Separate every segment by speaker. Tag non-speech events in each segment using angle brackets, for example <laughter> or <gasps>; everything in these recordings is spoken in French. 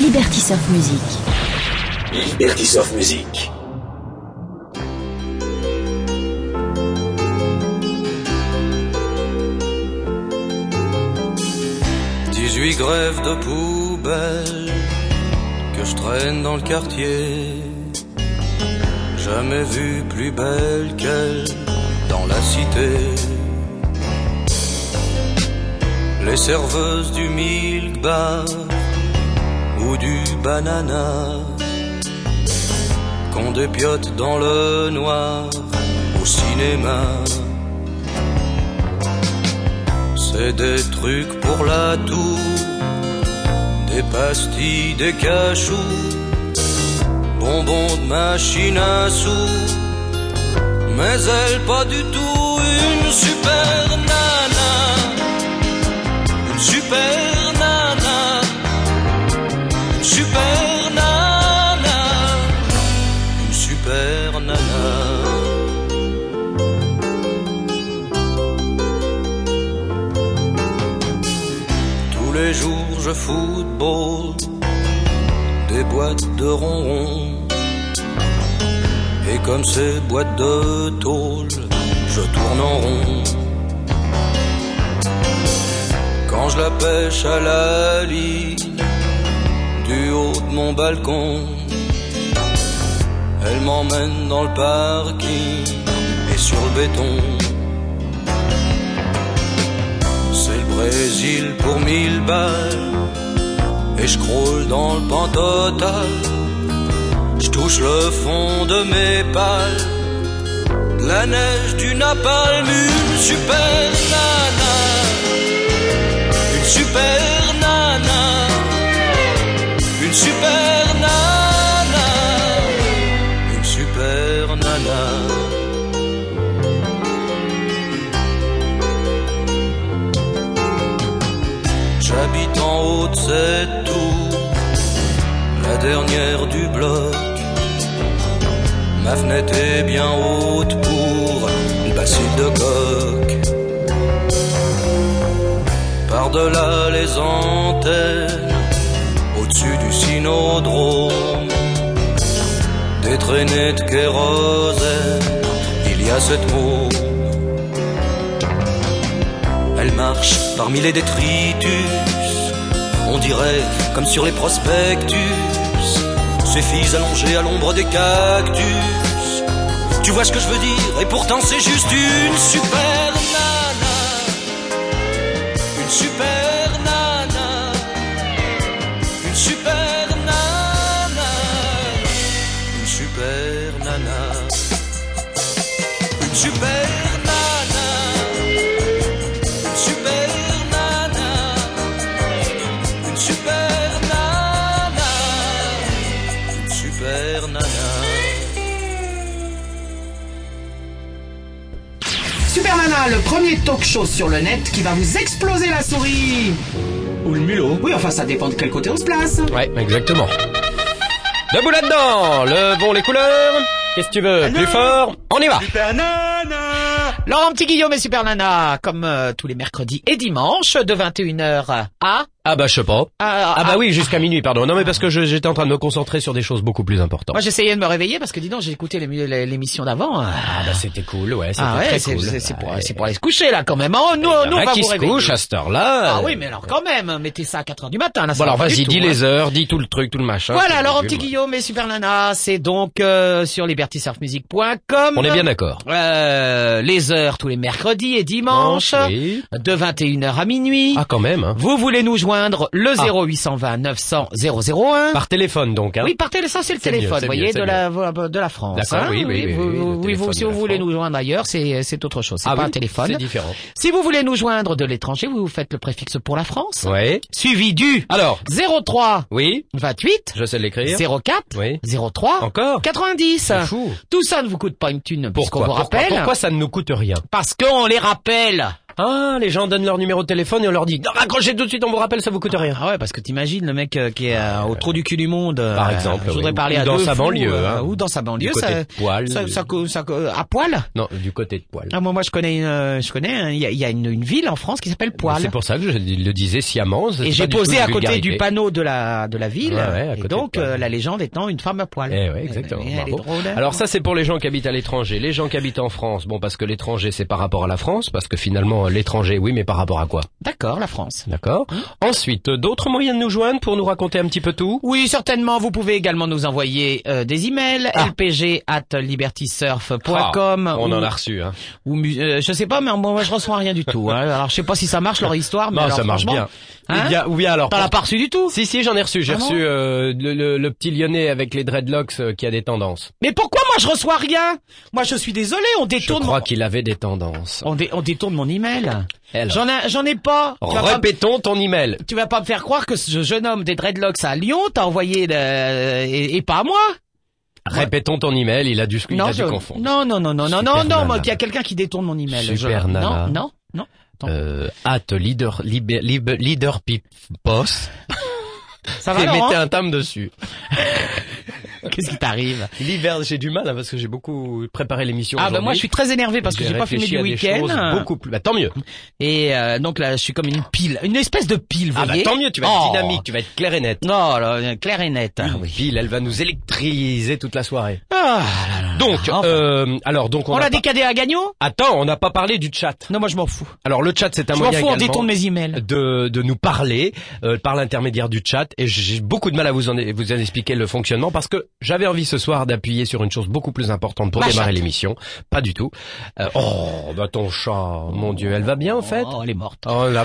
Speaker 1: Liberty Surf Music.
Speaker 2: Liberty Soft Music.
Speaker 3: Dix-huit grèves de poubelle que je traîne dans le quartier. Jamais vue plus belle qu'elle dans la cité. Les serveuses du milk bar ou du banana qu'on dépiote dans le noir au cinéma. C'est des trucs pour la toux, des pastilles, des cachous, bonbons de machine à sous. Mais elle pas du tout une super nana, une super nana, une super nana, une super nana. Tous les jours je football des boîtes de ronron. Et comme ces boîtes de tôle, je tourne en rond. Quand je la pêche à la ligne du haut de mon balcon, elle m'emmène dans le parking et sur le béton. C'est le Brésil pour mille balles Et je croule dans le pan total Je touche le fond de mes pales De La neige du napalm Une super nana Une super nana Une super nana Une super nana J'habite en haut de cette tour, la dernière du bloc. Ma fenêtre est bien haute pour une bacille de coq. Par-delà les antennes, au-dessus du synodrome, des traînées de kérosène, il y a sept mots. Elle marche parmi les détritus. On dirait comme sur les prospectus. Ses filles allongées à l'ombre des cactus. Tu vois ce que je veux dire, et pourtant c'est juste une super nana. Une super nana. Une super nana. Une super nana. Une super nana. Une super nana, une super nana, une super nana.
Speaker 4: Super Nana, le premier talk show sur le net qui va vous exploser la souris
Speaker 5: Ou le mulot.
Speaker 4: Oui, enfin, ça dépend de quel côté on se place
Speaker 6: Ouais, exactement. Debout là-dedans, le bon les couleurs. Qu'est-ce que tu veux Plus fort On y va
Speaker 5: Super nana
Speaker 7: Laurent Petit Guillaume et Super Nana, comme euh, tous les mercredis et dimanches, de 21h à...
Speaker 6: Ah bah je sais pas.
Speaker 7: à-
Speaker 6: Ah bah
Speaker 7: à-
Speaker 6: oui, jusqu'à minuit, pardon. Non mais parce que je- j'étais en train de me concentrer sur des choses beaucoup plus importantes.
Speaker 7: Moi j'essayais de me réveiller parce que dis donc j'ai écouté l'émi- l'é- l'émission d'avant. euh.
Speaker 6: Ah bah c'était cool, ouais, c'était
Speaker 7: Ah ouais,
Speaker 6: très
Speaker 7: c'est
Speaker 6: cool.
Speaker 7: c'est- c'est pour,
Speaker 6: Ouais.
Speaker 7: c'est pour aller se coucher là quand même. hein. Nous,
Speaker 6: Il y en a
Speaker 7: nous on va
Speaker 6: qui
Speaker 7: vous
Speaker 6: se
Speaker 7: réveiller.
Speaker 6: couche à cette heure-là.
Speaker 7: Ah oui, mais alors quand même, mettez ça à 4h du matin. Là, ça
Speaker 6: Bon alors
Speaker 7: va pas
Speaker 6: vas-y,
Speaker 7: du
Speaker 6: dis
Speaker 7: tout, hein.
Speaker 6: les heures, dis tout le truc, tout le machin.
Speaker 7: Voilà,
Speaker 6: C'est
Speaker 7: Laurent
Speaker 6: nul,
Speaker 7: Petit
Speaker 6: moi.
Speaker 7: Guillaume et Super Nana, c'est donc euh, sur libertysurfmusic.com.
Speaker 6: On est bien d'accord.
Speaker 7: Euh, les heures tous les mercredis et dimanches,
Speaker 6: Oh, Oui.
Speaker 7: de 21h à minuit.
Speaker 6: Ah quand même, hein. Ah.
Speaker 7: Vous voulez nous joindre le 0820 900 001
Speaker 6: Par téléphone donc, hein.
Speaker 7: Oui, par téléphone, ça c'est le
Speaker 6: C'est mieux,
Speaker 7: téléphone,
Speaker 6: c'est
Speaker 7: vous voyez,
Speaker 6: mieux,
Speaker 7: de la, de la France. hein.
Speaker 6: D'accord, oui, oui, oui,
Speaker 7: vous-
Speaker 6: oui, le
Speaker 7: vous- vous-
Speaker 6: téléphone
Speaker 7: si
Speaker 6: de
Speaker 7: vous
Speaker 6: la
Speaker 7: voulez
Speaker 6: France.
Speaker 7: nous joindre ailleurs, c'est c'est autre chose, c'est
Speaker 6: Ah
Speaker 7: pas
Speaker 6: oui,
Speaker 7: un téléphone.
Speaker 6: C'est différent.
Speaker 7: Si vous voulez nous joindre de l'étranger, vous faites le préfixe pour la France,
Speaker 6: Ouais.
Speaker 7: suivi du
Speaker 6: Alors,
Speaker 7: 03
Speaker 6: oui,
Speaker 7: 28
Speaker 6: je sais l'écrire.
Speaker 7: 04
Speaker 6: Oui.
Speaker 7: 03
Speaker 6: Encore
Speaker 7: 90.
Speaker 6: C'est fou.
Speaker 7: Tout ça ne vous coûte pas une thune, puisqu'on
Speaker 6: Pourquoi
Speaker 7: vous
Speaker 6: Pourquoi
Speaker 7: rappelle.
Speaker 6: Pourquoi ça ne nous coûte rien
Speaker 7: Parce qu'on les rappelle.
Speaker 6: Ah, les gens donnent leur numéro de téléphone et on leur dit « Raccrochez tout de suite, on vous rappelle, ça vous coûte rien.
Speaker 7: Ah ouais, parce que t'imagines le mec euh, qui est euh, au trou du cul du monde. euh,
Speaker 6: Par exemple,
Speaker 7: Je voudrais
Speaker 6: oui, ou-
Speaker 7: parler
Speaker 6: ou
Speaker 7: à
Speaker 6: dans
Speaker 7: deux
Speaker 6: sa
Speaker 7: fous,
Speaker 6: banlieue,
Speaker 7: euh,
Speaker 6: hein.
Speaker 7: ou dans sa banlieue.
Speaker 6: Du côté de
Speaker 7: ça,
Speaker 6: poil.
Speaker 7: ça, ça co- ça co- à poil.
Speaker 6: Non, du côté de poil.
Speaker 7: Ah, moi, moi, je connais une, euh, je connais, hein, il y a, il y a une, une ville en France qui s'appelle Poil.
Speaker 6: C'est pour ça que je le disais sciemment. c'est
Speaker 7: Et
Speaker 6: pas
Speaker 7: j'ai
Speaker 6: du tout
Speaker 7: posé
Speaker 6: une
Speaker 7: à côté
Speaker 6: vulgarité.
Speaker 7: du panneau de la de la ville.
Speaker 6: Ouais, ouais, à côté
Speaker 7: et
Speaker 6: de
Speaker 7: donc
Speaker 6: Poil.
Speaker 7: euh, la légende étant une femme à poil.
Speaker 6: Eh ouais, exactement.
Speaker 7: Et elle est
Speaker 6: Bravo.
Speaker 7: drôle, hein.
Speaker 6: Alors ça, c'est pour les gens qui habitent à l'étranger. Les gens qui habitent en France, bon, parce que l'étranger, c'est par rapport à la France, parce que finalement, l'étranger, oui, mais par rapport à quoi
Speaker 7: D'accord, la France. Mmh.
Speaker 6: D'accord. Ensuite, euh, d'autres moyens de nous joindre pour nous raconter un petit peu tout
Speaker 7: Oui, certainement. Vous pouvez également nous envoyer euh, des emails
Speaker 6: Ah.
Speaker 7: lpg at libertysurf.com
Speaker 6: Ah, On
Speaker 7: ou,
Speaker 6: en a reçu. Hein.
Speaker 7: ou mu- euh, je sais pas, mais moi, moi, je reçois rien du tout. hein. Alors je sais pas si ça marche leur histoire, mais
Speaker 6: Non,
Speaker 7: alors,
Speaker 6: ça marche
Speaker 7: franchement,
Speaker 6: bien.
Speaker 7: hein,
Speaker 6: ou bien, ou bien alors.
Speaker 7: T'en
Speaker 6: pour-
Speaker 7: as pas reçu du tout.
Speaker 6: Si si, j'en ai reçu. J'ai
Speaker 7: Ah bon
Speaker 6: reçu euh, le, le- le petit Lyonnais avec les dreadlocks euh, qui a des tendances.
Speaker 7: Mais pourquoi moi je reçois rien Moi je suis désolé, on
Speaker 6: Je
Speaker 7: détourne.
Speaker 6: crois
Speaker 7: mon...
Speaker 6: qu'il avait des tendances.
Speaker 7: on, dé- on détourne mon email.
Speaker 6: Alors.
Speaker 7: J'en ai, j'en ai pas. Tu vas pas me-
Speaker 6: Répétons ton email.
Speaker 7: tu vas pas me faire croire que ce jeune homme des dreadlocks à Lyon t'a envoyé le- et, et pas à moi
Speaker 6: Répétons ton email. Il a dû, il a dû
Speaker 7: je-
Speaker 6: confondre.
Speaker 7: non, non, non, non, non,
Speaker 6: Super
Speaker 7: non, non,
Speaker 6: nana.
Speaker 7: moi, il y a quelqu'un qui détourne mon email.
Speaker 6: Super
Speaker 7: je...
Speaker 6: nana.
Speaker 7: Non, non, non. Attends.
Speaker 6: Euh, at leader liber- liber- leader pip boss
Speaker 7: Ça va,
Speaker 6: et
Speaker 7: Laurent
Speaker 6: mettez un tam dessus.
Speaker 7: <laughs> Qu'est-ce qui t'arrive
Speaker 6: L'hiver, j'ai du mal hein, parce que j'ai beaucoup préparé l'émission.
Speaker 7: Ah bah
Speaker 6: aujourd'hui.
Speaker 7: moi je suis très énervé parce que j'ai pas fumé
Speaker 6: réfléchi
Speaker 7: du
Speaker 6: à des choses
Speaker 7: week-end.
Speaker 6: Beaucoup plus. Bah, tant mieux.
Speaker 7: Et euh, donc là je suis comme une pile, une espèce de pile, vous
Speaker 6: Ah bah
Speaker 7: voyez
Speaker 6: tant mieux. Tu vas être
Speaker 7: Oh.
Speaker 6: dynamique. Tu vas être clair et net.
Speaker 7: Non, là, clair et net. hein, oui.
Speaker 6: Pile, elle va nous électriser toute la soirée.
Speaker 7: Ah, là, là.
Speaker 6: Donc,
Speaker 7: Enfin.
Speaker 6: euh, alors donc on,
Speaker 7: on
Speaker 6: a
Speaker 7: l'a
Speaker 6: pas-
Speaker 7: décadé à Gagnon
Speaker 6: Attends, on n'a pas parlé du chat.
Speaker 7: Non, moi je m'en fous.
Speaker 6: Alors le chat, c'est un
Speaker 7: Je m'en
Speaker 6: moyen
Speaker 7: fous, on
Speaker 6: également
Speaker 7: détourne mes emails.
Speaker 6: de, de nous parler euh, par l'intermédiaire du chat et j'ai beaucoup de mal à vous en, vous en expliquer le fonctionnement parce que j'avais envie ce soir d'appuyer sur une chose beaucoup plus importante pour
Speaker 7: Ma
Speaker 6: démarrer
Speaker 7: chatte.
Speaker 6: l'émission. Pas du tout. Euh, oh, bah ton chat, mon dieu, elle va bien en fait
Speaker 7: Oh, elle est morte.
Speaker 6: Oh
Speaker 7: <laughs>
Speaker 6: la